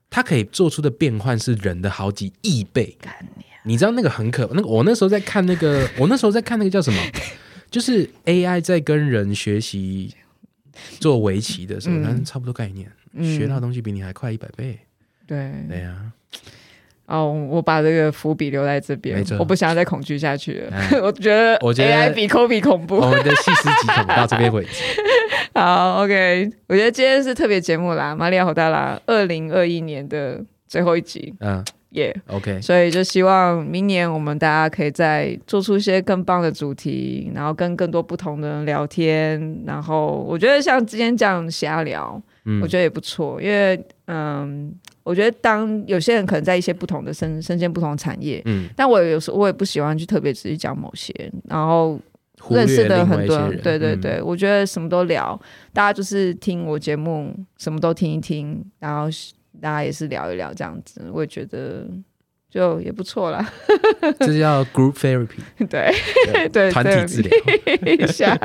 [SPEAKER 2] 它可以做出的变换是人的好几亿倍。
[SPEAKER 1] 啊
[SPEAKER 2] 你知道那个很可那个我那时候在看
[SPEAKER 1] (laughs)
[SPEAKER 2] 那个，我那时候在看那个叫什么，就是 AI 在跟人学习做围棋的时候，
[SPEAKER 1] 嗯
[SPEAKER 2] 反正差不多概念，
[SPEAKER 1] 嗯
[SPEAKER 2] 学到的东西比你还快一百倍。
[SPEAKER 1] 对
[SPEAKER 2] 对啊呀、
[SPEAKER 1] 哦，我把这个伏笔留在这边
[SPEAKER 2] 没错，
[SPEAKER 1] 我不想要再恐惧下去了。(laughs)
[SPEAKER 2] 哎
[SPEAKER 1] 我觉得
[SPEAKER 2] 我觉得
[SPEAKER 1] AI 比 Kobe 恐怖。(laughs)
[SPEAKER 2] (laughs) 哦我们的细思极恐到这边为止。
[SPEAKER 1] 好，OK，我觉得今天是特别节目啦，玛利亚好大啦，二零二一年的最后一集
[SPEAKER 2] 嗯
[SPEAKER 1] 耶。
[SPEAKER 2] ，OK，
[SPEAKER 1] 所以就希望明年我们大家可以再做出一些更棒的主题，然后跟更多不同的人聊天。然后我觉得像今天这样瞎聊，
[SPEAKER 2] 嗯
[SPEAKER 1] 我觉得也不错，因为嗯，我觉得当有些人可能在一些不同的深深陷不同的产业，
[SPEAKER 2] 嗯，
[SPEAKER 1] 但我有时候我也不喜欢去特别只是讲某些，然后
[SPEAKER 2] 忽略
[SPEAKER 1] 认识的
[SPEAKER 2] 另外
[SPEAKER 1] 很
[SPEAKER 2] 一
[SPEAKER 1] 多
[SPEAKER 2] 些
[SPEAKER 1] 人，
[SPEAKER 2] 人，
[SPEAKER 1] 对对
[SPEAKER 2] 嗯
[SPEAKER 1] 对，我觉得什么都聊，大家就是听我节目，什么都听一听，然后大家也是聊一聊这样子，我也觉得就也不错啦， (laughs)
[SPEAKER 2] 这叫 group therapy，
[SPEAKER 1] 对
[SPEAKER 2] 对
[SPEAKER 1] 对，
[SPEAKER 2] 团体治疗，
[SPEAKER 1] 对，一下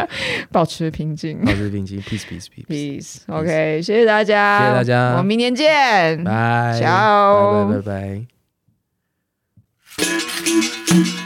[SPEAKER 1] 保持平静
[SPEAKER 2] 保持平静，peace peace peace，
[SPEAKER 1] ，peace，OK，谢谢大家，
[SPEAKER 2] 谢谢大家
[SPEAKER 1] 我们明年见，
[SPEAKER 2] 拜，
[SPEAKER 1] Ciao
[SPEAKER 2] 拜拜拜拜。